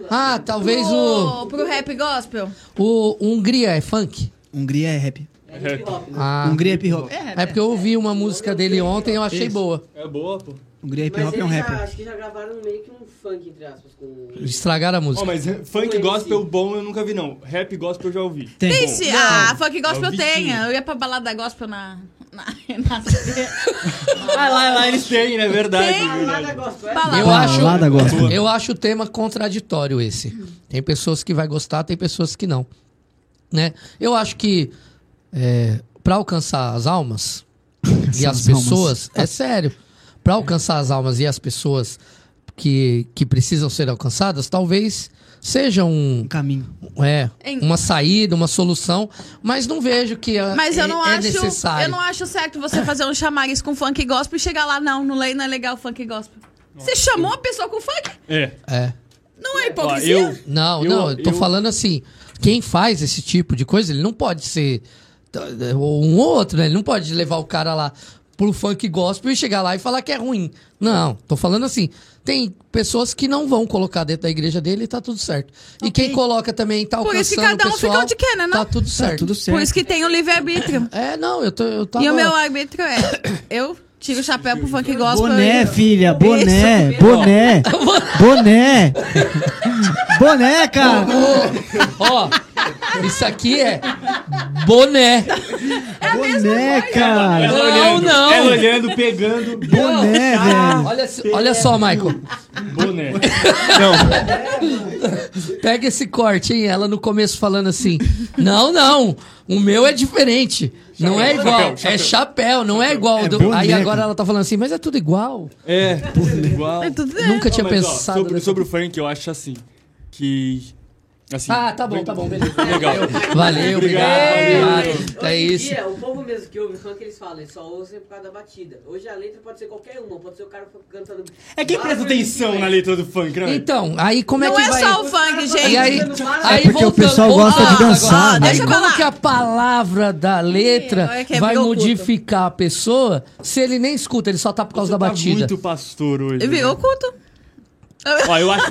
D: Ah, talvez o,
B: pro, pro rap gospel.
D: o Hungria é funk?
E: Hungria é rap.
C: É, reto.
F: né?
D: Ah,
E: Hungria é hip hop. É,
B: Hum.
D: é porque eu ouvi uma música dele ontem e eu achei boa.
C: é boa, pô.
E: Hungria hip
F: Mas
E: hop é um
F: eles já,
E: rapper.
F: acho que já gravaram meio que um funk, entre aspas, com...
D: Estragaram a música.
C: Ó, mas eh, funk
F: MC.
C: gospel bom eu nunca vi, não. Rap gospel eu já ouvi.
E: Tem.
B: Tem
C: Bom,
B: sim.
C: não.
B: Ah, funk
C: É
B: gospel
C: o
B: eu
C: Vitinho.
B: tenho. Eu ia pra balada gospel na. Na. na...
C: Ah, lá, lá eles têm, né? Verdade.
B: Tem.
C: verdade.
F: Balada gospel.
B: Balada.
D: Eu
E: Tá,
D: acho,
E: lá da gospel.
D: eu acho o tema contraditório esse. Tem pessoas que vai gostar, tem pessoas que não. Né? Eu acho que é, para alcançar as almas e as
E: Essas almas.
D: pessoas, é sério. Para alcançar as almas e as pessoas que, que precisam ser alcançadas, talvez seja um,
E: Um caminho.
D: é,
B: Em-
D: uma saída, uma solução, mas não vejo que é,
B: Mas eu não
D: é
B: acho.
D: necessário.
B: Eu não acho certo você fazer um chamariz com funk gospel e chegar lá, não, não le- não é legal o funk gospel. Você chamou a pessoa com funk?
C: É.
D: É.
B: Não é
C: Ó,
B: hipocrisia?
C: eu.
D: Não,
C: Eu-
D: não, eu tô
C: eu-
D: falando assim, quem faz esse tipo de coisa, ele não pode ser t- ou um ou outro, né? Ele não pode levar o cara lá pro funk gospel e chegar lá e falar que é ruim. Não, tô falando assim, tem pessoas que não vão colocar dentro da igreja dele e tá tudo certo. E quem coloca também tá
B: Por
D: alcançando
B: isso que cada um
D: o pessoal,
B: fica onde quer, né, não?
D: Tá tudo certo.
E: Tudo
B: Por
E: certo.
B: isso que tem o livre-arbítrio.
D: É, não, eu tô eu tava
B: E o meu arbítrio é. Eu tiro o chapéu pro funk gospel.
E: Boné,
B: eu-
E: filha, boné, boné, boné, boné, cara.
D: Ó, isso aqui é boné.
E: Boné, cara.
D: Não, não.
C: Ela olhando, pegando
E: Boné, velho.
D: Olha, olha só, Michael.
C: boné. Não.
D: Pega esse corte, hein? Ela no começo falando assim: Não, não, o meu é diferente. Não é igual.
C: chapéu, chapéu.
D: É chapéu, não é igual. ao do-"
E: boneco.
D: Aí agora ela tá falando assim, mas é tudo igual.
C: É, tudo igual.
B: É tudo-
D: Nunca tinha
C: Não, mas, ó,
D: pensado.
C: sobre,
D: nessa-
C: sobre o funk, eu acho assim. Que. Assim,
D: Ah, tá bom, tá bom, beleza.
C: Legal.
D: Valeu, obrigado.
C: Obrigado.
D: obrigado.
F: Hoje
D: É
F: em
D: isso.
F: Dia, o povo mesmo que ouve funk, eles falam, eles só ouvem por causa da batida. Hoje a letra pode ser qualquer uma, pode ser o cara cantando...
C: É quem presta atenção na letra do funk, né?
D: Então, aí como é
B: Não
D: que
B: é
D: vai.
B: só o funk, gente.
D: E aí,
E: É
D: aí
E: porque o
D: voltando,
E: pessoal
D: voltando
E: gosta de
D: agora.
E: dançar,
D: Aí
E: né?
B: Deixa eu
D: como
B: falar.
D: que a palavra da letra
B: Ih, é que é
D: vai
B: meio oculto.
D: modificar a pessoa se ele nem escuta, ele só tá por causa da
C: tá
D: batida?
C: muito pastor hoje.
B: Eu vi
C: né?
B: oculto.
C: Ó, eu acho.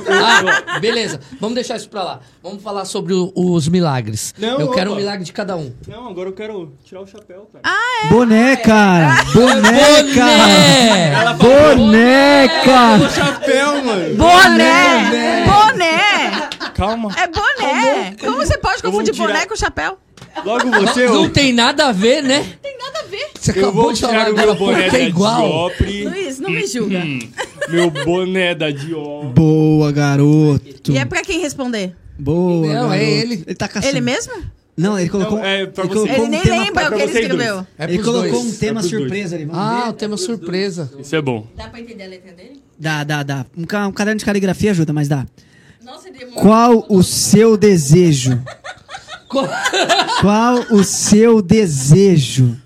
D: Ah, beleza. Vamos deixar isso pra lá. Vamos falar sobre o- os milagres.
C: Não,
D: eu quero
C: opa.
D: um milagre de cada um.
C: Não, agora eu quero tirar o chapéu, cara.
E: Boné, cara. Boné, Né, cara.
D: Boné!
E: Boné, cara.
C: chapéu, mano.
B: Boné! Boné!
C: Calma.
B: É boné! Como você pode
C: Eu vou
B: confundir
C: tirar-
B: boné com chapéu?
C: Logo você,
D: é, Não
C: eu,
D: tem nada a ver, né?
B: Tem nada a ver.
D: Você
C: eu
D: acabou
C: vou
D: de falar
C: tirar o
D: agora
C: meu
D: porque
C: boné
D: é
C: da
D: igual.
C: Diopri.
B: Luiz, não me julga.
C: Meu boné da Diopri.
E: Boa, garoto.
B: E é pra quem responder?
E: Boa,
D: Não, é
E: garoto.
D: ele.
E: Ele tá caçando.
B: Ele mesmo?
E: Não, ele colocou.
C: Não, é pra
E: ele
C: você.
E: colocou
B: Ele
E: um
B: nem
E: tema
B: lembra
E: pra-
B: o que
C: pra
B: ele
C: vocês dois.
B: escreveu.
D: É
E: Ele
D: pros
E: colocou
D: dois.
E: um tema
C: É pros dois.
E: surpresa ali. Vamos
D: Ah, o
E: ver?
D: tema surpresa.
C: Isso é bom.
B: Dá pra entender a letra dele?
E: Dá, dá, dá. Um, ca- um caderno de caligrafia ajuda, mas dá.
B: Não seria
E: Qual o seu desejo?
D: Co-
E: Qual o seu desejo?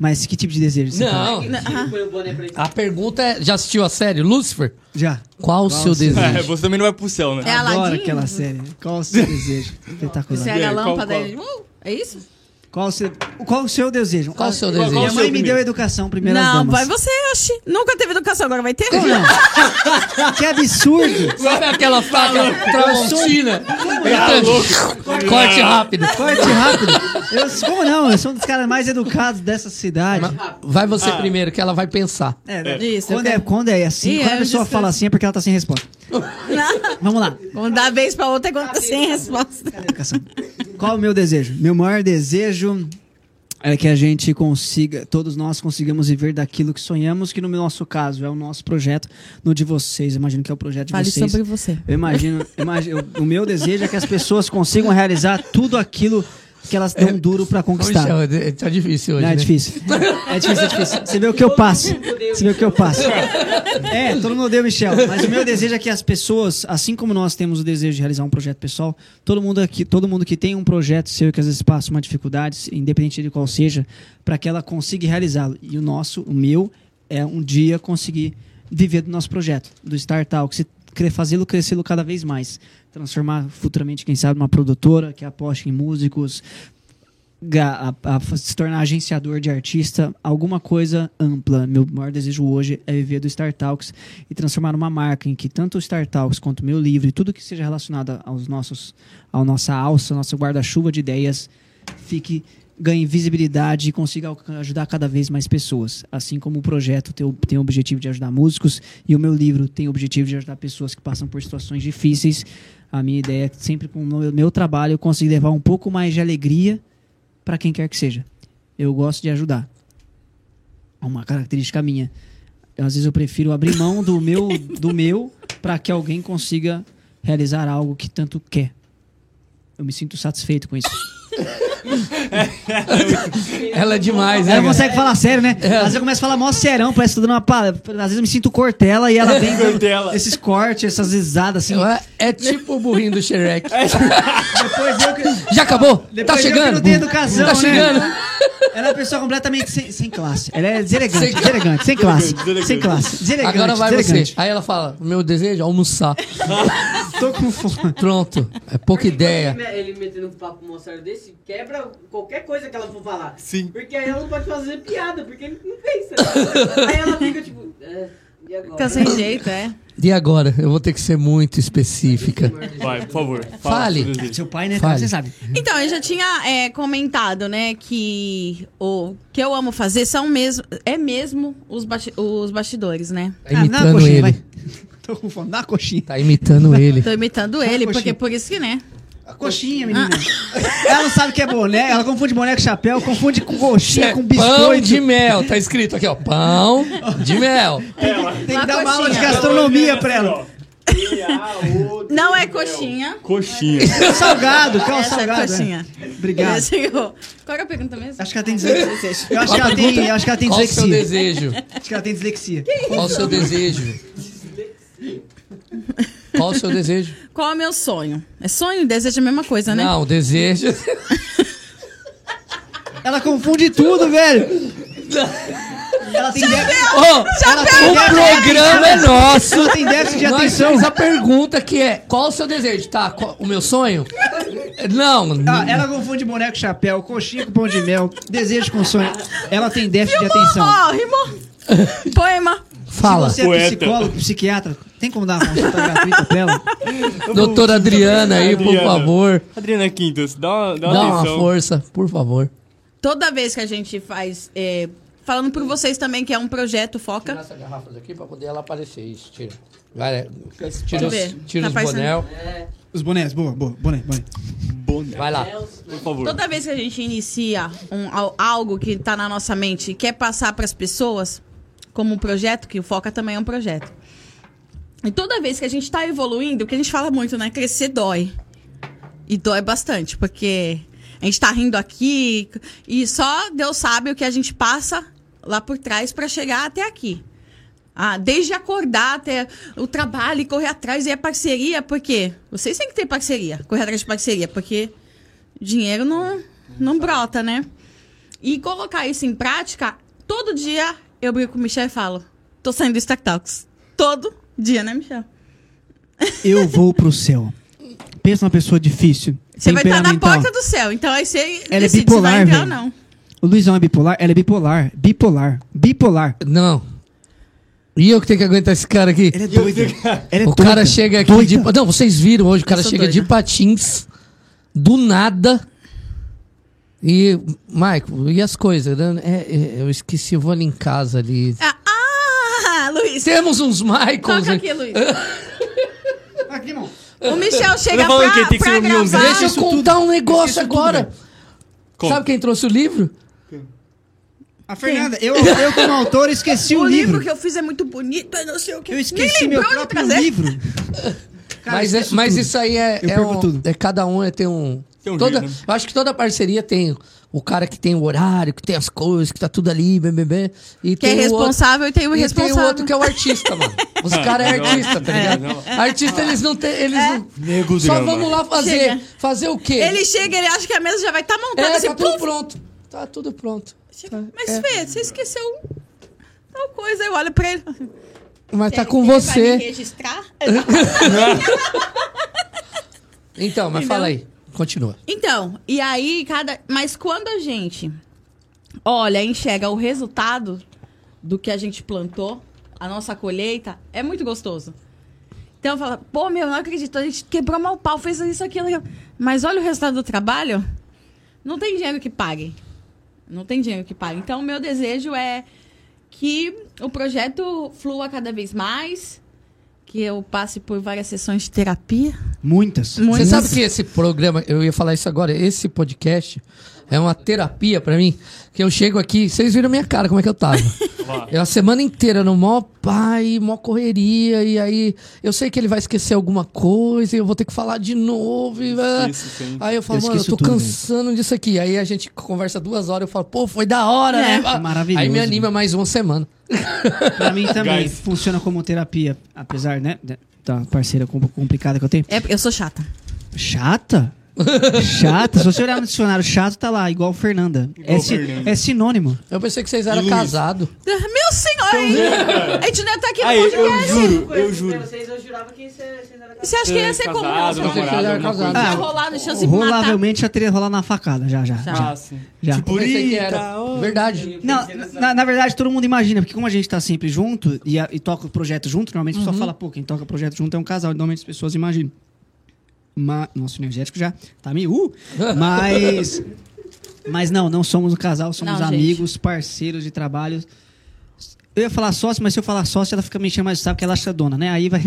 E: Mas que tipo de desejo? você tá?
D: Não.
F: Põe o boné pra ele.
D: A pergunta é: já assistiu a série Lúcifer?
E: Já.
D: Qual o seu
C: É,
D: desejo?
C: você também não vai pro céu, né?
B: É Aladdin?
E: Agora aquela série. Qual o seu desejo? Espetacular.
B: Você é a
C: Qual-
B: lâmpada
C: qual?
B: dele. Uh, é isso?
E: Qual o seu, qual o seu desejo?
D: Qual o seu
C: Qual-
E: Minha
C: qual-
D: desejo?
E: mãe
C: seu
E: me
C: primeiro?
E: deu educação, primeiro
B: Não,
E: damas.
B: vai você, Oxi. Nunca teve educação, agora vai ter?
E: Não. que absurdo!
D: Sabe aquela faca tramontina? Corte rápido.
E: Corte é rápido. Eu, como não? Eu sou um dos caras mais educados dessa cidade.
D: Vai você primeiro, que ela vai pensar.
E: É,
B: Isso,
E: quando,
B: eu
E: é,
B: quero.
E: quando é assim,
B: Ih,
E: quando a
B: é
E: pessoa
B: justo.
E: fala assim é porque ela tá sem resposta. Vamos lá.
B: Quando dá vez pra outra, é quando tá sem resposta.
E: Educação. Qual o meu desejo? Meu maior desejo é que a gente consiga, todos nós consigamos viver daquilo que sonhamos, que no nosso caso é o nosso projeto, no de vocês. Imagino que é o projeto de
B: Fale
E: vocês.
B: sobre você.
E: Eu imagino, imagino- o meu desejo é que as pessoas consigam realizar tudo aquilo que elas dão duro pra conquistar.
D: Poxa, é- tá difícil hoje.
E: Não, é
D: né?
E: difícil. É difícil, é difícil. Você vê o que eu passo. Você vê o que eu passo. É, todo mundo odeia o Michel. Mas o meu desejo é que as pessoas, assim como nós temos o desejo de realizar um projeto pessoal, todo mundo aqui, todo mundo que tem um projeto seu que às vezes passa uma dificuldade, independente de qual seja, para que ela consiga realizá-lo. E o nosso, o meu, é um dia conseguir viver do nosso projeto, do Star Talks, e cre- fazê-lo crescê-lo cada vez mais. Transformar futuramente, quem sabe, uma produtora que aposte em músicos, ga- a, a se tornar agenciador de artista, alguma coisa ampla. Meu maior desejo hoje é viver do Star Talks e transformar numa marca em que tanto o Star Talks quanto o meu livro e tudo que seja relacionado aos nossos, à nossa alça, nosso guarda-chuva de ideias, fique ganhe visibilidade e consiga alca- ajudar cada vez mais pessoas. Assim como o projeto tem o, tem o objetivo de ajudar músicos e o meu livro tem o objetivo de ajudar pessoas que passam por situações difíceis. A minha ideia é que sempre com o meu, meu trabalho eu consigo levar um pouco mais de alegria para quem quer que seja. Eu gosto de ajudar. É uma característica minha. Às vezes eu prefiro abrir mão do meu do meu para que alguém consiga realizar algo que tanto quer. Eu me sinto satisfeito com isso.
D: Ela é demais,
E: Ela
D: né?
E: não consegue falar sério, né? Às vezes eu começo a falar mó serão, parece que tô dando uma palha. Às vezes eu me sinto cortela e ela vem dando
C: Cortella.
E: esses cortes, essas risadas assim.
D: Ela é tipo o burrinho do Shrek.
E: Depois é, eu que.
D: Já acabou? tá
E: É. Depois eu que
D: chegando?
E: não tenho educação,
D: tá
E: né?
D: chegando.
E: Ela é uma pessoa completamente sem, sem classe. Ela é deselegante,
D: Sem-
E: deselegante, sem classe.
C: Deselegante,
E: Sem classe. Deselegante,
D: Agora vai
E: deselegante.
D: você. Aí ela fala: meu desejo é almoçar.
E: Tô com fome.
D: Pronto. É pouca ideia.
F: Ele metendo um papo mó sério desse, quebra qualquer coisa que ela for falar.
C: Sim.
F: Porque aí ela não pode fazer piada, porque ele não pensa. aí ela fica tipo. "É, e agora?
B: Fica sem jeito, é.
D: E agora? Eu vou ter que ser muito
E: Tá,
D: específica.
C: Vai, por favor.
D: É. Fale.
C: seu desejo.
E: Seu pai, né?
D: Fale.
E: Você sabe.
B: Então, eu já tinha é, comentado, né, que o que eu amo fazer são mesmo, é mesmo os, basti- os bastidores, né?
D: Tá imitando ele.
E: vai. Tô com fome. Dá a coxinha.
D: Tá imitando ele.
B: Tô imitando ele,
E: coxinha.
B: porque por isso que, né?
E: A coxinha, menina. Ah. Ela não sabe o que é boné, ela confunde boné com chapéu, confunde com coxinha, com
D: é pão
E: biscoito.
D: de mel. Tá escrito aqui, ó. Pão de mel.
E: Tem que
B: Uma
E: dar uma aula de
B: coxinha.
C: assim,
E: gastronomia pra ela.
B: Não é coxinha.
C: Coxinha.
E: Salgado, qual
B: Essa é
E: salgado?
B: a
E: é?
B: coxinha.
E: Obrigado.
B: Esse é o- Qual que é a pergunta mesmo?
E: Acho que ela tem dislexia. Eu acho que ela tem, eu acho que ela tem
D: é Qual o seu
E: dislexia.
D: desejo?
E: Acho que ela tem dislexia.
D: Qual o seu desejo? Qual o seu desejo?
B: Qual é o meu sonho? É sonho e desejo a mesma coisa, né?
D: Não, o desejo.
E: Ela confunde tudo, velho. Ela tem déficit, ela
D: Ó, Oh, o
E: tem déficit,
D: programa é nosso.
E: ela tem déficit de
D: Nós
E: atenção.
D: fizemos a pergunta que é: qual o seu desejo? Tá, qual- o meu sonho? Não,
E: Ah, ela confunde boneco com chapéu, coxinha com pão de mel, desejo com sonho. Ela tem déficit de atenção.
B: Ó, rimou. Poema.
D: fala.
E: Se você é
C: Poeta.
E: psicólogo, psiquiatra, tem como dar uma consulta gratuita pra ela? é
D: Doutora Adriana aí, por
C: Adriana.
D: favor.
C: Adriana Quintas, dá uma, dá uma
D: Dá uma
C: atenção.
D: força, por favor.
B: Toda vez que a gente faz. é, falando por vocês também, que é um projeto foca.
D: essa garrafa daqui pra poder ela aparecer. Isso, tira. Vai, né?
B: Deixa
D: tira
B: eu
D: os,
B: ver.
D: tira
B: Tá
D: os
B: aparecendo.
D: bonel.
E: Os bonés, boa, boa, boné, boné.
D: Vai lá.
C: Por favor.
B: Toda vez que a gente inicia um, al- algo que tá na nossa mente e quer passar pras pessoas, como um projeto, que o Foca também é um projeto. E toda vez que a gente tá evoluindo, porque a gente fala muito, né? Crescer dói. E dói bastante, porque a gente tá rindo aqui e só Deus sabe o que a gente passa lá por trás pra chegar até aqui. Ah, desde acordar até o trabalho e correr atrás e é parceria, porque vocês têm que ter parceria, correr atrás de parceria, porque dinheiro não, não brota, né? E colocar isso em prática, todo dia eu brigo com o Michel e falo: tô saindo do Stack Talks. Todo dia, né, Michel?
E: Eu vou pro céu. Pensa numa pessoa difícil.
B: Você vai estar na
E: temperamental.
B: porta do céu, então aí você
E: Ela é
B: decide
E: bipolar,
B: se vai entrar ou
E: velho.
B: não.
E: O Luizão é bipolar? Ela é bipolar. Bipolar. Bipolar.
D: Não. E eu que tenho que aguentar esse cara aqui?
E: Ela é doida. Ela é
D: o
E: doida.
D: cara chega aqui
E: Doida.
D: de. Não, vocês viram hoje, o cara
B: sou
D: chega de
B: doida.
D: patins, do nada. E, Maico, e as coisas? né? É, é, eu esqueci, eu vou ali em casa ali.
B: Ah, ah, Luiz!
D: Temos uns Michaels.
B: Toca
D: aqui.
B: aqui, Luiz.
E: Aqui, irmão.
B: O Michel chega
C: Ela falou
B: pra,
C: que tem que
B: pra
C: ser um
B: gravar.
D: Deixa eu
E: Isso
D: contar um negócio
E: Esqueço tudo,
D: agora.
E: velho.
D: Sabe quem trouxe o livro?
E: A Fernanda, eu, eu como autor esqueci o,
B: o
E: livro.
B: livro que eu fiz é muito bonito, eu não sei o que.
E: eu esqueci
B: Nem
E: meu
B: lembrou de
E: próprio
B: trazer.
E: livro. Cara,
D: mas é-
E: esqueço
D: mas
E: tudo.
D: isso aí é.
E: Eu
D: é
E: perco
D: um-
E: tudo.
D: é cada um é, tem um.
C: Tem um
D: toda,
C: jeito, né?
D: Eu acho que toda parceria tem o cara que tem o horário, que tem as coisas, que tá tudo ali, bem, bem, bem, e
B: Que é
D: tem o outro-
B: responsável e tem o
D: E
B: responsável.
D: tem o outro que é o artista, mano. Os caras é
C: Ah, Não,
D: artista, tá
C: não,
D: ligado?
C: não.
D: Artista, eles não têm. Eles não...
C: Nego
D: Só
C: drama.
D: vamos lá fazer.
B: É. Chega.
D: Fazer o quê?
B: Ele chega, ele acha que a mesa já vai estar montada.
D: É,
B: assim,
D: tá tudo
B: puf,
D: pronto. Tá tudo pronto.
B: chega. Mas, Fê, você esqueceu um tal coisa. Eu olho pra ele. assim,
D: Mas tá com
B: Ele vai me
D: você.
B: registrar?
D: Então, mas fala aí. Continua.
B: Então, e aí, cada. Mas quando a gente olha, enxerga o resultado do que a gente plantou, a nossa colheita, é muito gostoso. Então fala, pô, meu, não acredito, a gente quebrou mal o pau, fez isso, aquilo, aquilo. Mas olha o resultado do trabalho, não tem dinheiro que pague. Não tem dinheiro que pague. Então, meu desejo é que o projeto flua cada vez mais, que eu passe por várias sessões de terapia.
E: Muitas.
D: Você
B: Muitas.
D: sabe que esse programa, eu ia falar isso agora, esse podcast é uma terapia pra mim, que eu chego aqui, vocês viram minha cara, como é que eu tava.
C: Ó,
D: Eu a semana inteira no mó pai, mó correria, e aí eu sei que ele vai esquecer alguma coisa, e eu vou ter que falar de novo. E... ah,
C: isso, sim.
D: Aí eu falo,
E: Eu
D: mano, eu
E: esqueço
D: tô
E: tudo,
D: cansando disso aqui. Aí a gente conversa duas horas, eu falo, pô, foi da hora,
B: É.
D: né?
E: É maravilhoso,
D: Aí me anima mais uma semana.
E: Pra mim também
C: Guys.
E: funciona como terapia, apesar, né, da- da parceira com- complicada que eu tenho.
B: É, eu sou chata.
E: Chata? Chata? Se você olhar no dicionário, chato tá lá, igual Fernanda. é, si-
C: Fernanda.
E: é sinônimo.
D: Eu pensei que vocês eram
C: Luiz.
D: casados.
B: Meu senhor, hein? A gente não ia estar aqui no
C: Aí, eu
B: podcast.
C: juro, eu
F: Conhecendo
C: juro.
F: assim, Vocês, eu jurava que você- vocês eram
B: Você acha que ia ser
C: Casado,
B: comum? não, senhor?
C: namorado,
D: Você já é
C: alguma coisa.
B: Ia
E: casado.
B: rolar no chão Então, se matar.
E: Rolavelmente já teria rolado na facada, já, já. já,
C: Ah, sim.
E: já.
D: Eu
C: Tipo,
D: pensei que
C: eita,
D: era.
C: ó.
D: Verdade.
E: Não, na, na verdade, todo mundo imagina, porque como a gente tá sempre junto e, a- e toca o projeto junto, normalmente o pessoal
B: Uhum.
E: fala, pô, quem toca o projeto junto é um casal, normalmente as pessoas imaginam. Mas, nossa, o energético já tá meio. Uh, mas. Mas não, não somos um casal, somos
B: Não, gente.
E: amigos, parceiros de trabalho. Eu ia falar sócio, mas se eu falar sócio, ela fica me enchendo mais, sabe que ela acha dona, né? Aí vai.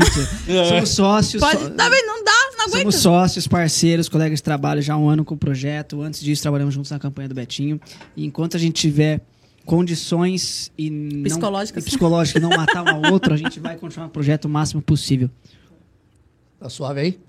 E: somos sócios.
B: É. Pode,
E: só-
B: tá vendo? Não dá, não aguento.
E: Somos sócios, parceiros, colegas de trabalho já há um ano com o projeto. Antes disso, trabalhamos juntos na campanha do Betinho. E enquanto a gente tiver condições e não-
B: Psicológicas.
E: e psicológicas, não matar um ao outro, a gente vai continuar o projeto o máximo possível.
D: Tá suave aí?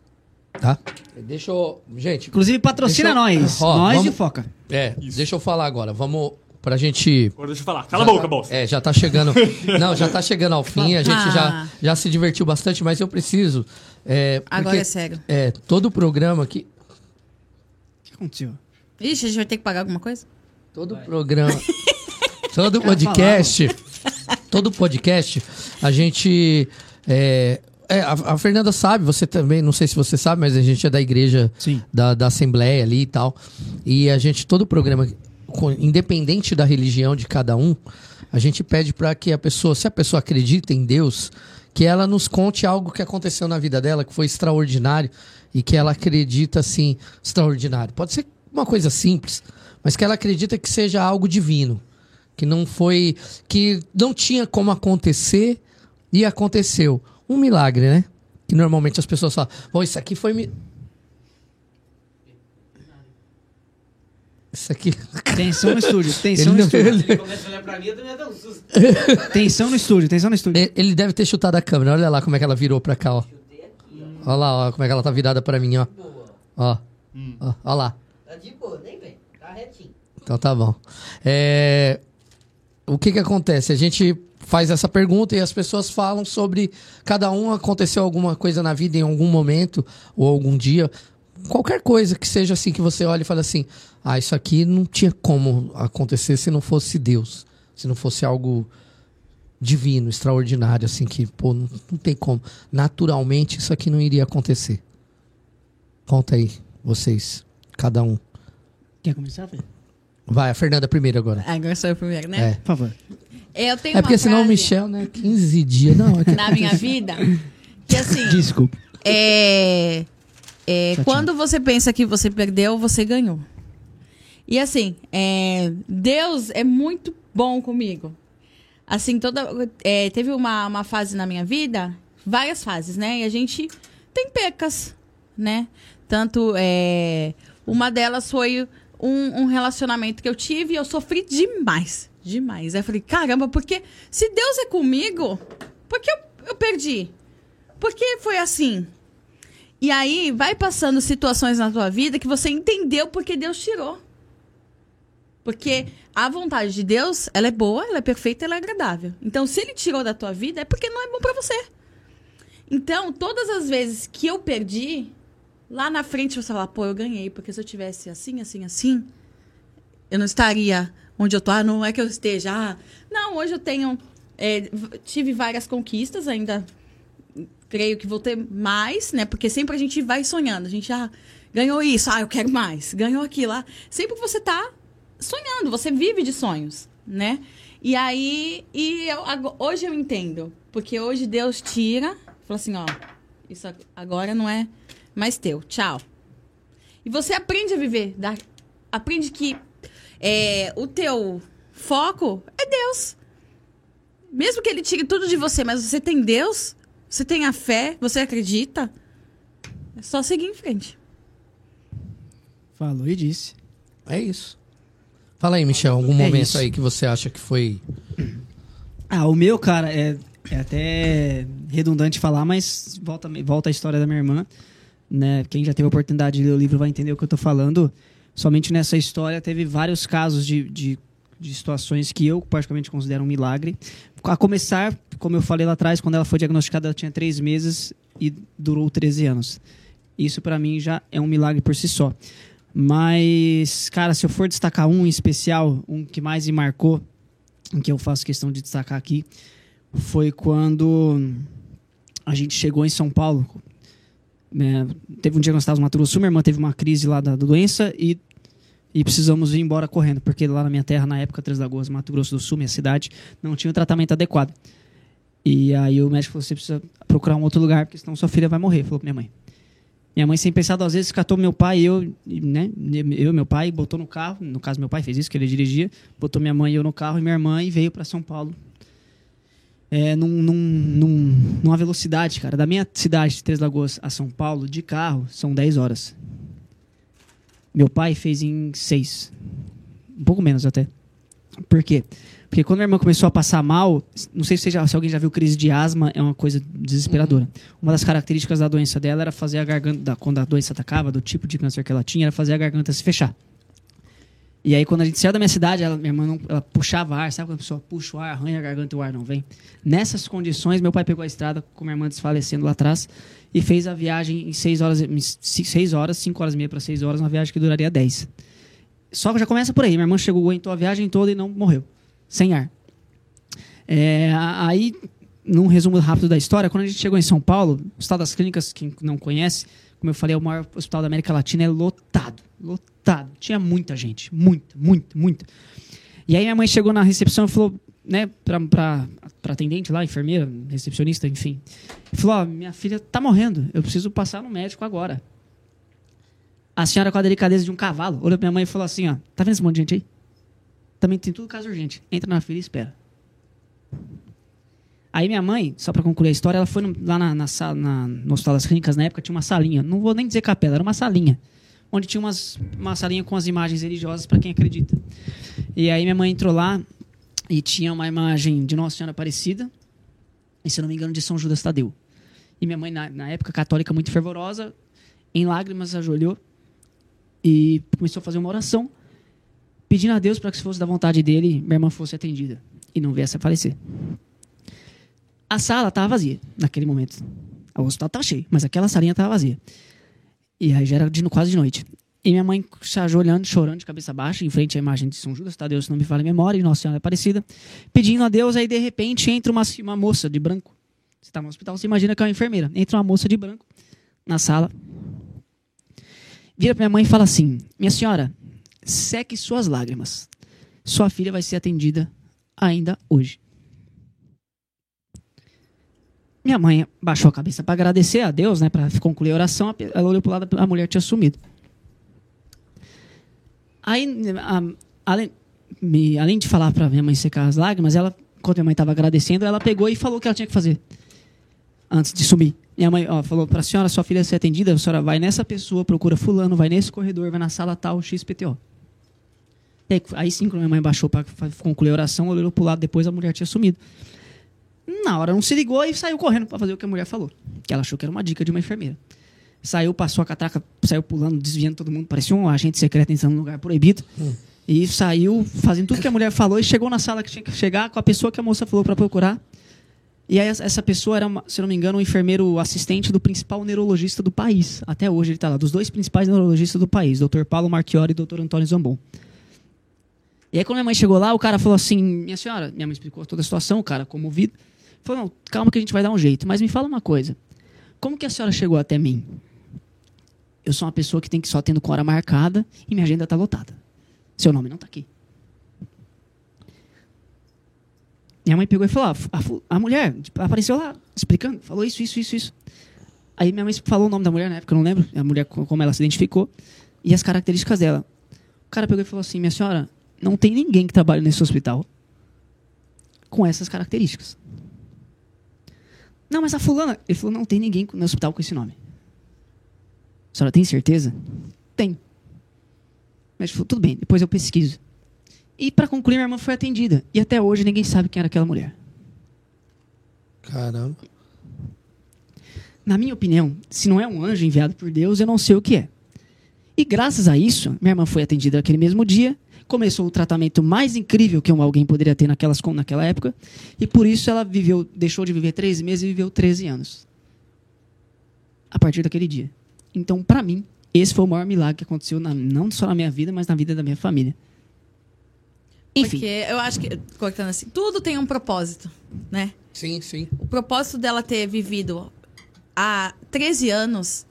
D: Tá. Deixa eu. Gente,
E: Inclusive, patrocina
D: Deixa eu-
E: nós.
D: Ó,
E: nós
D: vamos-
E: de foca.
D: é, deixa eu falar agora. Vamos. Pra gente
C: Agora deixa eu falar. Cala a boca, bolsa.
D: É, já tá chegando. Não, já tá chegando ao fim. A gente
B: Ah.
D: já, já se divertiu bastante, mas eu preciso. é, porque,
B: Agora é sério.
D: É, todo o programa aqui.
E: O que aconteceu?
B: Ixi, a gente vai ter que pagar alguma coisa?
D: Todo programa. Todo podcast. Todo podcast, a gente. É, é, a, a Fernanda sabe, você também, não sei se você sabe, mas a gente é da igreja
E: Sim.
D: da, da Assembleia ali e tal. E a gente, todo programa, co- independente da religião de cada um, a gente pede para que a pessoa, se a pessoa acredita em Deus, que ela nos conte algo que aconteceu na vida dela, que foi extraordinário, e que ela acredita assim, extraordinário. Pode ser uma coisa simples, mas que ela acredita que seja algo divino. Que não foi. Que não tinha como acontecer e aconteceu. Um milagre, né? Que normalmente as pessoas falam, bom, isso aqui foi. mi- Isso aqui.
E: Tensão no estúdio, tensão
D: Ele
E: no
D: não-
E: estúdio.
F: Ele começa a olhar pra mim, eu também ia dar um susto.
E: Tensão no estúdio, tensão no estúdio.
D: Ele- Ele deve ter chutado a câmera. Olha lá como é que ela virou pra cá, ó. Olha lá, ó, como é que ela tá virada pra mim, ó. Ó. Ó, ó lá.
F: Tá de boa, nem vem. Tá retinho.
D: Então tá bom. É, o que que acontece? A gente faz essa pergunta e as pessoas falam sobre cada um aconteceu alguma coisa na vida em algum momento ou algum dia. Qualquer coisa que seja assim que você olha e fala assim: "Ah, isso aqui não tinha como acontecer se não fosse Deus, se não fosse algo divino, extraordinário assim que, pô, não, não tem como. Naturalmente isso aqui não iria acontecer." Conta aí, vocês, cada um.
E: Quer começar, Fê? Por
D: Vai, a Fernanda primeiro agora.
B: Ah, Agora sou eu primeiro, né?
E: favor.
B: Eu tenho
D: É porque
B: uma
D: senão o
B: frase
D: Michel, né? 15 dias. Não, é que-
B: na minha vida que assim,
E: Desculpa.
B: É, é, quando você pensa que você perdeu, você ganhou. E assim, é, Deus é muito bom comigo. Assim, toda. é, teve uma, uma fase na minha vida, várias fases, né? E a gente tem pecas, né? Tanto. é, uma delas foi um, um relacionamento que eu tive e eu sofri demais. Demais. Aí eu falei, caramba, porque se Deus é comigo, por que eu, eu perdi? Por que foi assim? E aí vai passando situações na tua vida que você entendeu porque Deus tirou. Porque a vontade de Deus, ela é boa, ela é perfeita, ela é agradável. Então, se ele tirou da tua vida, é porque não é bom pra você. Então, todas as vezes que eu perdi, lá na frente você fala, pô, eu ganhei, porque se eu tivesse assim, assim, assim, eu não estaria onde eu tô. Ah, não é que eu esteja. Ah, não, hoje eu tenho. é, v- tive várias conquistas, ainda creio que vou ter mais, né? Porque sempre a gente vai sonhando. A gente já ganhou isso, ah, eu quero mais, ganhou aquilo. Ah. Sempre você tá sonhando, você vive de sonhos, né? E aí, e eu ago- hoje eu entendo. Porque hoje Deus tira, fala assim, ó, isso ag- agora não é mais teu, tchau. E você aprende a viver, da- aprende que é, o teu foco é Deus. Mesmo que ele tire tudo de você, mas você tem Deus, você tem a fé, você acredita, é só seguir em frente.
E: Falou e disse.
D: É isso. Fala aí, Michel, algum
E: É
D: momento
E: isso.
D: aí que você acha que foi.
E: Ah, o meu, cara, é, é até redundante falar, mas volta, volta a história da minha irmã. Né? Quem já teve a oportunidade de ler o livro vai entender o que eu tô falando. Somente nessa história teve vários casos de, de, de situações que eu particularmente considero um milagre. A começar, como eu falei lá atrás, quando ela foi diagnosticada, ela tinha três meses e durou 13 anos. Isso pra mim já é um milagre por si só. Mas, cara, se eu for destacar um em especial, um que mais me marcou, em que eu faço questão de destacar aqui foi quando a gente chegou em São Paulo. né, teve um dia que nós estávamos no Mato Grosso, minha irmã teve uma crise lá da, da doença e, e precisamos ir embora correndo, porque lá na minha terra, na época, Três Lagoas, Mato Grosso do Sul, minha cidade, não tinha o tratamento adequado. E aí o médico falou, você precisa procurar um outro lugar, porque senão sua filha vai morrer, falou pra minha mãe. Minha mãe, sem pensar duas vezes, catou meu pai e eu, e, né? Eu e meu pai, botou no carro. No caso, meu pai fez isso, que ele dirigia. Botou minha mãe e eu no carro e minha irmã e veio para São Paulo. É, num, num, num- numa velocidade, cara. Da minha cidade, de Três Lagoas, a São Paulo, de carro, são 10 horas. Meu pai fez em 6. Um pouco menos até. Por quê? Porque quando minha irmã começou a passar mal, não sei se, você já- se alguém já viu crise de asma, é uma coisa desesperadora. Uma das características da doença dela era fazer a garganta, da- quando a doença atacava, do tipo de câncer que ela tinha, era fazer a garganta se fechar. E aí, quando a gente saiu da minha cidade, ela, minha irmã não, ela puxava ar, sabe quando a pessoa puxa o ar, arranha a garganta e o ar não vem? Nessas condições, meu pai pegou a estrada com minha irmã desfalecendo lá atrás e fez a viagem em 6 horas, 6 horas, 5 horas e meia para 6 horas, uma viagem que duraria 10. Só que já começa por aí. Minha irmã chegou, aguentou a viagem toda e não morreu. Sem ar. É, a- aí, num resumo rápido da história, quando a gente chegou em São Paulo, o Hospital das Clínicas, quem não conhece, como eu falei, é o maior hospital da América Latina, é lotado. Lotado. Tinha muita gente. Muita, muita, muita. E aí minha mãe chegou na recepção e falou, né, pra, pra, pra atendente lá, enfermeira, recepcionista, enfim. Falou, ó, minha filha tá morrendo. Eu preciso passar no médico agora. A senhora com a delicadeza de um cavalo olhou pra minha mãe e falou assim, ó, tá vendo esse monte de gente aí? Também tem tudo caso urgente. Entra na fila e espera. Aí minha mãe, só pra concluir a história, ela foi no- lá na, na, sa- na- no Hospital das Clínicas, na época tinha uma salinha, não vou nem dizer capela, era uma salinha, onde tinha umas, uma salinha com as imagens religiosas pra quem acredita. E aí minha mãe entrou lá e tinha uma imagem de Nossa Senhora Aparecida, e se eu não me engano de São Judas Tadeu. E minha mãe, na, na época católica muito fervorosa, em lágrimas ajoelhou e começou a fazer uma oração pedindo a Deus para que se fosse da vontade dele, minha irmã fosse atendida e não viesse a falecer. A sala estava vazia naquele momento. O hospital estava cheio, mas aquela salinha estava vazia. E aí já era de, quase de noite. E minha mãe se ajoelhando, chorando de cabeça baixa, em frente à imagem de São Judas, Tadeu, se não me falha a memória, e Nossa Senhora Aparecida, pedindo a Deus, aí de repente entra uma, uma moça de branco. Você está no hospital, você imagina que é uma enfermeira. Entra uma moça de branco na sala, vira pra minha mãe e fala assim: Minha senhora, seque suas lágrimas. Sua filha vai ser atendida ainda hoje. Minha mãe baixou a cabeça pra agradecer a Deus, né? Pra concluir a oração. a pe- Ela olhou pro lado, a mulher tinha sumido. Aí, a- além, me- além de falar pra minha mãe secar as lágrimas, ela, quando minha mãe tava agradecendo, ela pegou e falou o que ela tinha que fazer antes de sumir. Minha mãe ó, falou para a senhora, sua filha ser atendida, a senhora vai nessa pessoa, procura fulano, vai nesse corredor, vai na sala tal, XPTO. E aí, aí sim, quando minha mãe baixou para concluir a oração, olhou pro lado, depois a mulher tinha sumido. Na hora não se ligou e saiu correndo para fazer o que a mulher falou, que ela achou que era uma dica de uma enfermeira. Saiu, passou a catraca, saiu pulando, desviando todo mundo, parecia um agente secreto entrando num lugar proibido. E saiu fazendo tudo que a mulher falou e chegou na sala que tinha que chegar com a pessoa que a moça falou para procurar. E aí essa- essa pessoa era, uma- se eu não me engano, um enfermeiro assistente do principal neurologista do país. Até hoje ele está lá, dos dois principais neurologistas do país, Dr. Paulo Marchiori e Dr. Antônio Zambon. E aí quando minha mãe chegou lá, o cara falou assim, minha senhora, minha mãe explicou toda a situação, o cara comovido, falou, não, calma que a gente vai dar um jeito, mas me fala uma coisa, como que a senhora chegou até mim? Eu sou uma pessoa que tem que só tendo com hora marcada e minha agenda está lotada. Seu nome não está aqui. Minha mãe pegou e falou: "Ah, fu- a, fu- a mulher tipo, apareceu lá explicando, falou isso, isso, isso, isso. Aí minha mãe falou o nome da mulher na época, eu não lembro, a mulher co- como ela se identificou e as características dela. O cara pegou e falou assim: Minha senhora, Não tem ninguém que trabalhe nesse hospital com essas características. Não, mas a fulana. Ele falou: não tem ninguém no hospital com esse nome. A senhora tem certeza? Tem. Mas falou: tudo bem, depois eu pesquiso. E para concluir, minha irmã foi atendida. E até hoje ninguém sabe quem era aquela mulher.
D: Caramba.
E: Na minha opinião, se não é um anjo enviado por Deus, eu não sei o que é. E graças a isso, minha irmã foi atendida naquele mesmo dia, começou o tratamento mais incrível que um- alguém poderia ter naquelas, com- naquela época, e por isso ela viveu, deixou de viver 13 meses e viveu 13 anos. A partir daquele dia. Então, para mim, esse foi o maior milagre que aconteceu, na- não só na minha vida, mas na vida da minha família. Enfim.
B: Porque eu acho que, cortando assim, tudo tem um propósito, né?
D: Sim, sim.
B: O propósito dela ter vivido há 13 anos.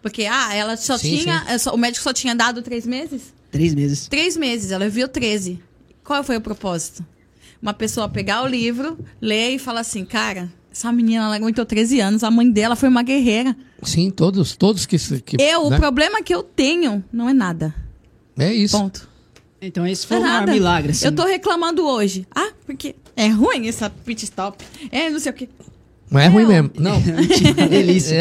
B: Porque, ah, ela só
D: Sim,
B: tinha. é só- O médico só tinha dado três meses?
E: Três meses.
B: Três meses, ela viu 13. Qual foi o propósito? Uma pessoa pegar o livro, ler e falar assim, cara, essa menina ela aguentou 13 anos, a mãe dela foi uma guerreira.
D: Sim, todos, todos que. se- que
B: Eu,
D: né?
B: o problema que eu tenho não é nada.
D: É isso.
B: Ponto.
E: Então, esse
B: Não
E: foi
B: é
E: o maior
B: nada.
E: milagre. assim.
B: Eu tô reclamando hoje. Ah, porque é ruim essa pit stop. É não sei o quê.
D: Não é ruim
B: Eu-
D: mesmo. Não.
E: Delícia.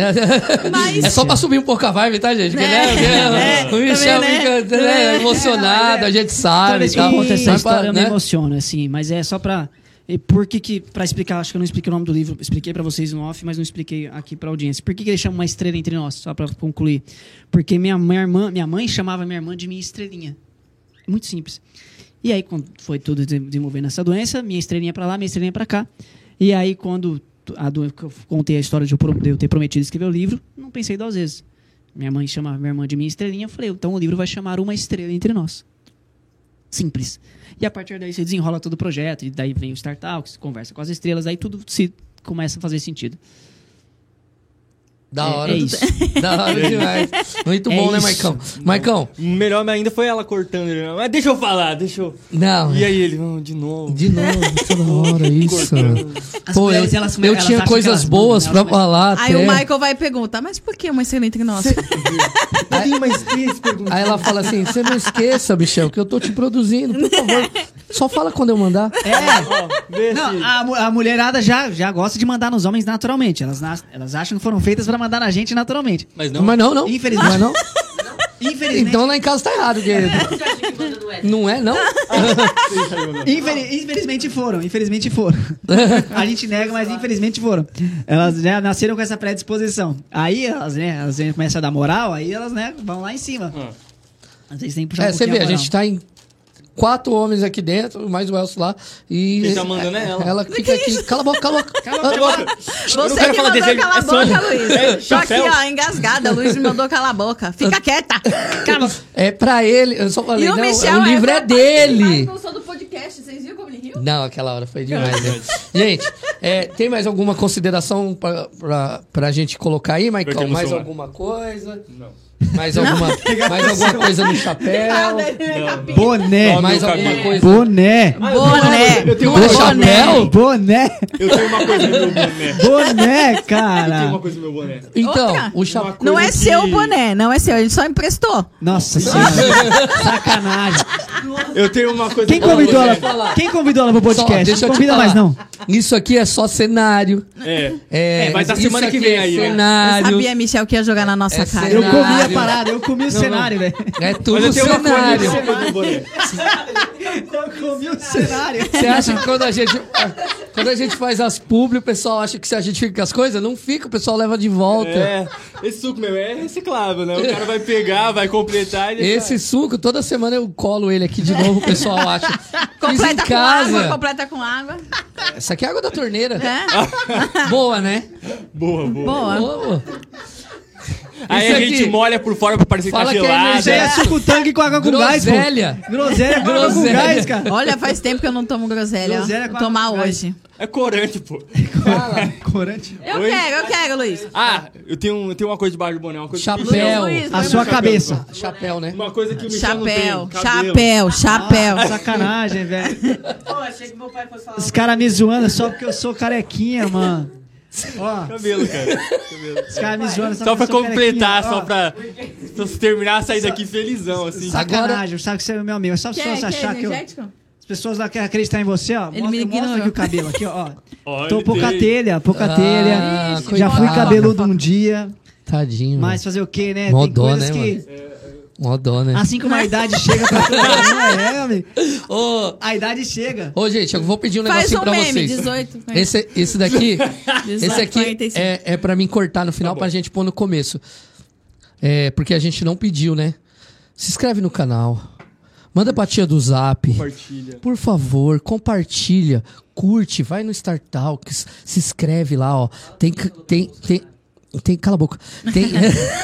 D: É,
B: Mas
D: é só pra subir um pouco a vibe, tá, gente? Porque, né,
B: É,
D: o Michel
B: também, né?
D: fica né, emocionado, a gente
E: Toda
D: sabe
E: vez
D: e
E: que eu
D: tal.
E: conto então. essa
D: Mas pra-
E: história, eu me
D: né?
E: emociono, assim. Mas é só pra... E por que que... Pra explicar, acho que eu não expliquei o nome do livro. Expliquei pra vocês no off, mas não expliquei aqui pra audiência. Por que que ele chama uma estrela entre nós? Só pra concluir. Porque minha, minha, irmã, minha mãe chamava minha irmã de minha estrelinha. Muito simples. E aí, quando foi tudo de- desenvolvendo essa doença, minha estrelinha pra lá, minha estrelinha pra cá. E aí, quando tu- a do- que eu contei a história de eu pro- de eu ter prometido escrever o livro, não pensei duas vezes. Minha mãe chamava minha irmã de minha estrelinha, eu falei, então o livro vai chamar Uma Estrela Entre Nós. Simples. E a partir daí você desenrola todo o projeto, e daí vem o Startup, você conversa com as estrelas, aí tudo se começa a fazer sentido.
D: Da
E: É-
D: hora.
E: é isso.
D: Da hora demais. Muito
E: É
D: bom, né,
E: isso.
D: Maicão? Maicão,
C: Melhor ainda foi ela cortando ele. Mas deixa eu falar, deixa eu.
D: não.
C: E aí ele, não, de novo.
D: De novo, toda hora isso.
E: As
D: Pô,
E: mulheres,
D: eu,
E: elas-
D: eu
E: elas
D: tinha
E: acham que
D: coisas
E: elas né, mandam,
D: boas
E: elas
D: pra
E: mandam.
D: falar.
B: aí
D: até.
B: o Michael vai perguntar, mas por que uma excelente nossa?
C: Não tem mais três perguntas.
D: Aí ela fala assim: você não esqueça, Michel, que eu tô te produzindo, por favor. Só fala quando eu mandar.
C: Ó, vê
E: É. Não,
C: se-
E: a, mu- a mulherada já, já gosta de mandar nos homens naturalmente. Elas, nas- elas acham que foram feitas pra mandar na gente naturalmente.
C: Mas não.
D: Mas não, não.
E: Infelizmente.
D: Mas não.
E: Infelizmente,
D: Então lá em casa tá errado, querido.
F: Você acha que manda no Wesley?
D: Não é, não?
E: infeli- infelizmente foram, infelizmente foram. a gente nega, mas infelizmente foram. Elas já nasceram com essa predisposição. Aí elas, né, elas né, começam a dar moral, aí elas, né, vão lá em cima.
C: Ah.
E: Às vezes tem que puxar
D: É,
E: um
D: você
E: pouquinho
D: vê, a
E: moral.
D: gente tá em quatro homens aqui dentro, mais o Elcio lá. E.
C: Quem tá mandando é ela.
D: Ela fica aqui. Cala a boca, cala a boca.
C: Cala a boca. Eu não
B: Você
C: quero
B: que
C: falar
B: mandou
C: desenho,
B: calar a
C: é
B: boca,
C: sonho. É,
B: Luiz. Tô aqui,
C: chapéu.
B: ó, engasgada. Luiz me mandou calar a boca. Fica quieta. Cala.
D: É pra ele. Eu só falei,
B: E o
D: não,
B: Michel
D: o livro é
B: Mas
D: dele.
B: não sou do podcast. Vocês viram como ele riu?
D: Não, aquela hora foi demais. né? Gente, é, tem mais alguma consideração pra, pra, pra gente colocar aí,
C: Eu
D: Maicon?
C: tenho
D: Mais
C: celular.
D: alguma coisa?
C: Não.
D: Mais alguma, mais alguma coisa no chapéu?
F: né?
D: É,
E: Boné!
C: Ó,
D: Mais
C: meu
D: alguma
C: cabelo.
D: coisa?
E: Boné!
B: Boné.
C: Eu tenho,
D: Boné.
C: uma,
D: chapéu?
E: Boné!
C: eu tenho uma coisa no meu boné.
E: Boné,
C: Eu tenho
E: cara!
C: uma coisa no meu boné.
D: Então,
B: Outra.
D: o chapéu.
C: Uma
B: Não
C: coisa
B: é
C: que-
B: seu o boné, não é seu. Ele só emprestou.
E: Nossa senhora! Sacanagem!
C: Eu tenho uma coisa
E: Quem
C: no meu
E: convidou
C: boné.
E: ela? Quem convidou ela pro
D: Só,
E: podcast?
D: deixa eu
E: não
D: te
E: convida
D: falar.
E: mais, não.
D: Isso aqui é só cenário.
C: É.
D: É,
C: É, vai dar
D: isso
C: semana que
D: aqui
C: vem
D: é
C: aí, né?
B: Eu
D: Cenário.
B: sabia, Michel, que ia jogar na nossa
D: É
B: cara.
E: Eu
D: Cenário.
E: comi a parada, eu comi o cenário, velho.
D: É
C: Mas
D: tudo
C: eu tenho uma coisa
D: cenário.
C: no meu boné.
E: Eu comi o cenário.
D: Você acha que quando a gente quando a gente faz as publi, o pessoal acha que se a gente fica com as coisas, não fica, o pessoal leva de volta.
C: É, esse suco meu é reciclável, né? O cara vai pegar, vai completar e deixar.
D: Esse suco, toda semana eu colo ele aqui de novo, o pessoal acha. Fiz em
B: Completa com
D: casa.
B: água, completa com água.
D: Essa aqui é água da torneira.
B: É? Ah.
D: Boa, né?
C: Boa, boa.
B: Boa.
D: Boa.
C: Aí
D: Isso
C: a gente
D: aqui-
C: molha por fora pra parecer que tá
D: Fala que é
E: Isso
C: gelada.
E: aí é suco tangue com água com gás, pô.
D: Groselha.
E: Groselha com água com
D: Groselha.
E: gás, cara.
B: Olha, faz tempo que eu não tomo groselha. ó.
E: Groselha com
B: Vou tomar
E: água com
B: hoje.
C: É corante, pô.
E: Corante.
B: Eu
C: Oi?
B: quero, eu quero, Luiz.
C: Ah, eu tenho, um- eu tenho uma coisa debaixo do boné. Uma coisa que o
D: Chapéu.
C: Michel-
B: Luiz,
E: A
B: vai
E: sua
B: pro
E: cabeça.
D: Chapéu, né?
C: Uma coisa que o Michel não
B: Chapéu,
C: tem,
B: chapéu,
C: cabelo.
B: chapéu.
E: Ah. Sacanagem, velho.
F: Pô, achei que meu pai fosse falar.
E: Os caras me zoando só porque eu sou carequinha, mano. Ó,
C: Cabelo, cara.
E: os caras me zoando.
C: Só pra
E: pessoa quer aqui,
C: completar,
E: ó.
C: só pra pra terminar, sair daqui felizão, assim.
E: Sacanagem, sabe que você é meu amigo. É só as
B: Quer,
E: pessoas
B: quer
E: achar que eu...
B: energético?
E: As pessoas lá querem acreditar em você, ó.
B: Ele
E: mostra,
B: me
E: mostra
B: ignorou.
E: aqui o cabelo aqui, ó.
C: Olha,
E: Tô pouca
C: tem-
E: telha, pouca
D: Ah,
E: telha.
D: coitado.
E: Já fui cabeludo um dia,
D: Tadinho.
E: mas
D: Mas...
E: fazer o quê, né?
D: Mó dó, né,
E: que...
D: Mó dó, né?
E: Assim como a idade chega pra todo mundo, é, homem.
D: Ô,
E: A idade chega.
D: ô, gente, eu vou pedir um
B: Faz
D: negocinho
B: um
D: pra
B: meme,
D: vocês.
B: 18. né?
D: Esse, esse daqui,
B: 18,
D: esse aqui
B: 45.
D: é, é pra mim cortar no final, pra gente pôr no começo. É, porque a gente não pediu, né? Se inscreve no canal. Manda pra tia do zap.
C: Compartilha.
D: Por favor, compartilha, curte, vai no Star Talks, se inscreve lá, ó. Tem que- tem tem tem cala a boca. Tem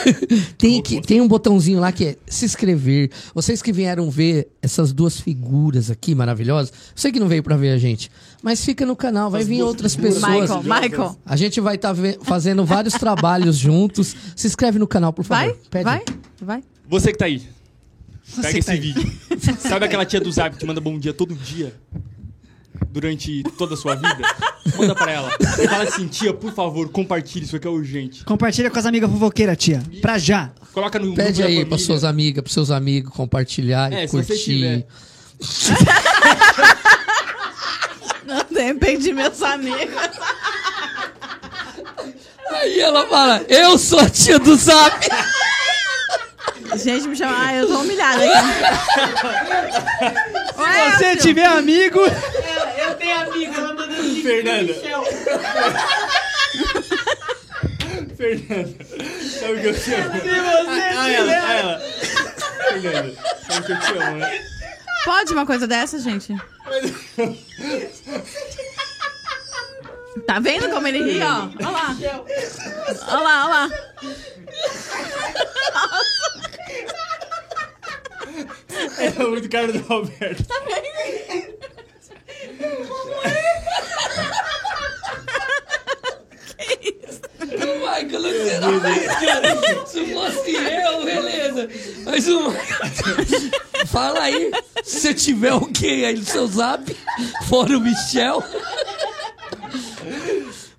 D: tem que tem um botãozinho lá que é se inscrever. Vocês que vieram ver essas duas figuras aqui maravilhosas, sei que não veio pra ver a gente, mas fica no canal, vai vir outras pessoas.
B: Michael, Michael.
D: A gente vai estar fazendo vários trabalhos juntos. Se inscreve no canal, por favor.
B: Vai?
D: Pede.
B: Vai? Vai?
C: Você que tá aí,
E: Você
C: pega
E: tá aí.
C: esse vídeo. Sabe aquela tia do Zap que manda bom dia todo dia? Durante toda a sua vida? Manda pra ela. Fala assim, tia, por favor, compartilhe, isso aqui é urgente.
E: Compartilha com as amigas fofoqueiras, tia. Pra já.
C: Coloca no grupo
D: Pede
C: da
D: aí
C: família.
D: para suas amigas, pros seus amigos compartilhar
C: É,
D: e
C: se você
D: curtir.
C: tiver.
B: Não, de repente, meus amigos.
D: Aí ela fala, eu sou a tia do Zap.
B: Gente, me chama. Ah, eu tô humilhada aqui. Ué,
E: Se você
B: filho,
E: tiver amigo,
F: "Ah, Eu tenho amigo, ela mandando de
C: Fernanda.
F: Michel.
C: Fernanda, sabe o que eu te amo? Ah,
E: você
C: ela, ah, ela. Fernanda, sabe o que eu te amo, né?
B: Pode uma coisa dessa, gente? Tá vendo como ele ri, ó? Olha lá. Olha lá, olha lá.
C: É muito cara do Roberto.
D: Michael, será que se fosse eu, beleza. Mas o Michael... Fala aí, se você tiver alguém aí no seu Zap, fora o Michel...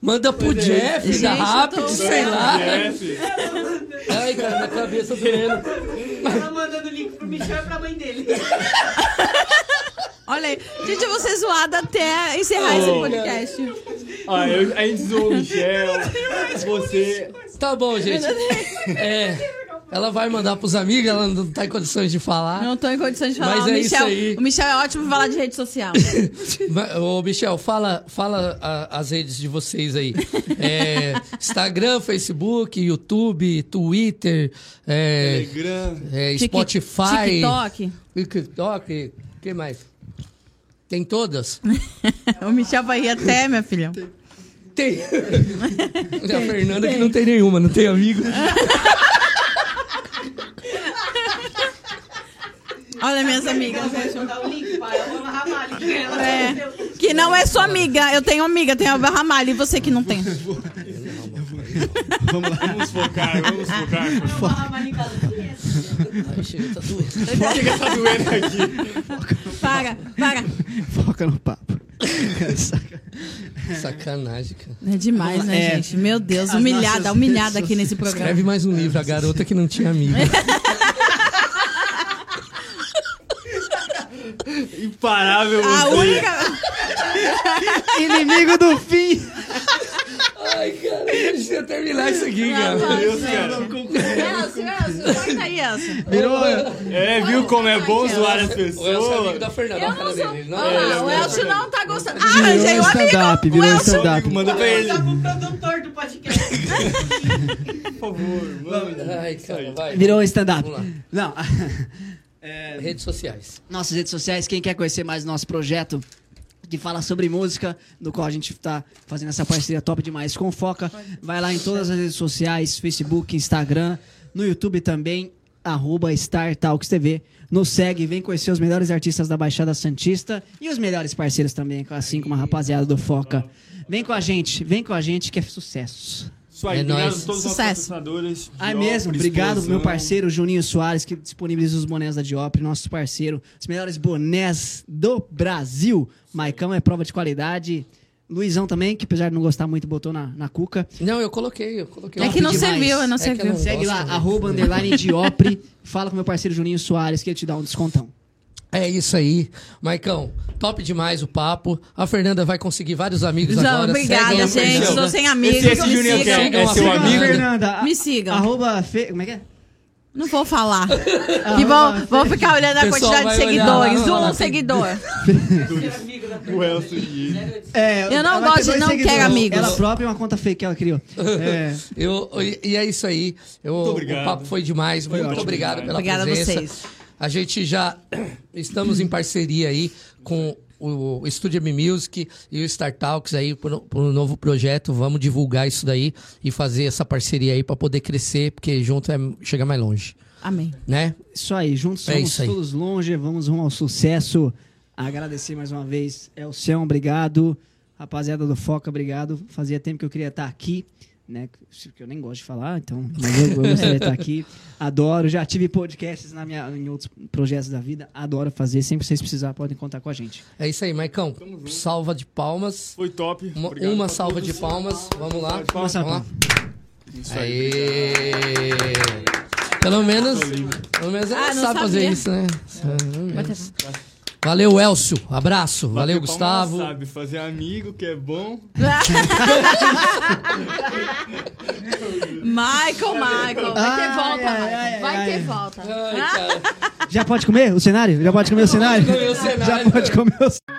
D: Manda pro
C: é.
D: Jeff,
B: Gente,
D: da
B: eu tô
D: Rapid, sei lá.
C: Jeff.
D: Ai, cara, minha cabeça doendo.
F: Ela mandando link pro Michel e pra mãe dele.
B: Olha aí. Gente, eu vou ser zoada até encerrar esse
C: Oh.
B: podcast.
C: Ah, eu, a gente zoou o Michel, você.
D: Tá bom, gente. É, ela vai mandar pros amigos, ela não tá em condições de falar.
B: Não tô em condições de falar.
D: Mas
B: o,
D: é isso
B: Michel,
D: aí.
B: o Michel é ótimo pra falar de rede social.
D: Ma- Ô, Michel, fala, fala a- as redes de vocês aí. É, Instagram, Facebook, YouTube, Twitter, é,
C: Telegram.
D: é,
B: Tik-
D: Spotify,
B: TikTok.
D: TikTok, o que mais? Tem todas?
B: O Michel vai rir até, minha filha.
D: Tem. a Fernanda que não tem nenhuma, não tem amigo.
B: Olha minhas amigas.
F: Deixa eu dar o link, pai. Eu vou na Ramalho. que ela
B: É. Que não é sua amiga. Eu tenho amiga, tenho a Ramalho. E você que não tem.
C: Vamos focar, vamos focar.
F: Uma Ramalho em casa. Quem é essa?
D: Ai, chega, tá doendo.
C: Chega, tá doendo aqui.
B: Para, para.
E: foca no papo.
D: Sacanagem, cara.
B: É demais, né,
E: É.
B: gente? Meu Deus,
E: As
B: humilhada,
E: nossas
B: humilhada
E: redes
B: aqui nesse programa.
D: Escreve mais um livro, A Garota Que Não Tinha Amigo.
C: Imparável
B: A
C: você.
B: única.
E: Inimigo do fim.
D: Ai, cara, a gente ia terminar isso aqui, cara.
B: Não,
C: Deus,
B: gente.
C: cara.
B: É, Elcio, Elcio, corta aí, Elcio.
E: Virou.
C: É, viu como é bom zoar as
D: O Elcio é amigo
C: pessoas?
D: da Fernanda.
B: Eu
D: olha a cara
B: não sou.
D: dele, ele não é.
B: Olha lá, o Elcio não tá gostando. Ah, arranjei o
E: Virou stand-up,
B: amigo. O
E: virou
B: Elcio.
E: stand-up.
C: Manda pra ele,
F: Tá com o produtor do podcast.
C: por favor. manda.
D: Ai, cara, vai.
E: Virou stand-up.
D: Vamos lá.
E: Não.
D: Redes sociais.
E: nossas redes sociais, quem quer conhecer mais nosso projeto que fala sobre música, no qual a gente está fazendo essa parceria top demais com o Foca, vai lá em todas as redes sociais, Facebook, Instagram, no YouTube também, arroba Star Talks TV. Nos segue, vem conhecer os melhores artistas da Baixada Santista e os melhores parceiros também, assim como a rapaziada do Foca. Vem com a gente, vem com a gente que é sucesso.
C: Isso aí,
D: É
C: obrigado
D: nóis.
C: a todos os nossos
B: Sucesso.
C: patrocinadores.
E: Ah, é mesmo?
C: Diópolis,
E: Obrigado,
C: Pozão.
E: meu parceiro Juninho Soares, que disponibiliza os bonés da Diopre, nosso parceiro. Os melhores bonés do Brasil. Maicão é prova de qualidade. Luizão também, que apesar de não gostar muito, botou na, na cuca.
D: Não, eu coloquei, eu coloquei.
B: É
E: Top
B: que não
E: demais.
B: serviu, eu não
D: É que
B: serviu.
D: eu não-
E: Segue lá,
D: Nossa,
E: arroba
D: velho.
E: underline Diopri. Fala com meu parceiro Juninho Soares, que ele te dá um descontão.
D: É isso aí. Maicão, top demais o papo. A Fernanda vai conseguir vários amigos
B: Não,
D: agora. Segue
B: obrigada,
D: a
B: gente.
D: Fernanda.
B: Sou sem amigos.
C: Esse- esse
B: me
C: Juninho
B: sigam.
C: quer- é seu
D: Siga
E: Fala,
C: amigo?
E: Fernanda, a-
B: Me sigam.
E: Arroba Fe... Como é que é?
B: Não vou falar. que vão, vão ficar olhando a
D: Pessoal
B: quantidade de
D: vai olhar
B: seguidores.
D: lá, vai
B: um
D: lá.
B: seguidor.
F: amigo da
C: Elcio Gui.
E: É,
B: Eu não
E: ela vai
B: gosto
E: ter dois
B: de não
E: seguidores.
B: quero amigos.
E: Ela própria é uma conta fake que ela criou. É,
D: Eu, e- e é isso aí. Eu-
C: obrigado.
D: O papo foi demais. Muito obrigado pela
B: Obrigada a
D: presença.
B: vocês.
D: A gente já estamos em parceria aí com o Estúdio M Music e o Star Talks aí para um novo projeto. Vamos divulgar isso daí e fazer essa parceria aí para poder crescer, porque junto é, chega mais longe,
B: Amém.
D: né?
E: isso aí, juntos
D: É
E: somos
D: isso aí.
E: todos longe, vamos rumo ao sucesso. Agradecer mais uma vez, Elcião, obrigado. Rapaziada do Foca, obrigado. Fazia tempo que eu queria estar aqui, né? Que eu nem gosto de falar, então. Mas eu, eu gostaria de estar aqui. Adoro, já tive podcasts na minha, em outros projetos da vida. Adoro fazer. Sempre que vocês precisarem, podem contar com a gente.
D: É isso aí, Maicão. Salva de palmas.
C: Foi top.
D: Uma,
C: Obrigado
D: uma
C: pra
D: salva
C: todos.
D: de palmas. Vamos lá.
C: Salva de palmas.
D: Vamos lá.
C: Isso aí.
D: Aê! Pelo menos, pelo menos ela
B: Ah, não
D: sabe fazer
B: sabia. tá
D: isso, né?
C: É.
D: Valeu, Elcio. Abraço. Valeu,
C: Bater palma,
D: Gustavo.
C: Sabe fazer amigo, que é bom.
B: Michael, Michael. Vai ter
E: Ai,
B: volta,
E: ai,
B: Michael.
E: ai,
B: Vai
E: ai.
B: ter volta.
D: Ai, cara.
E: Já pode comer o cenário? Já pode comer o cenário?
D: comer o cenário.
E: Já pode comer o cenário.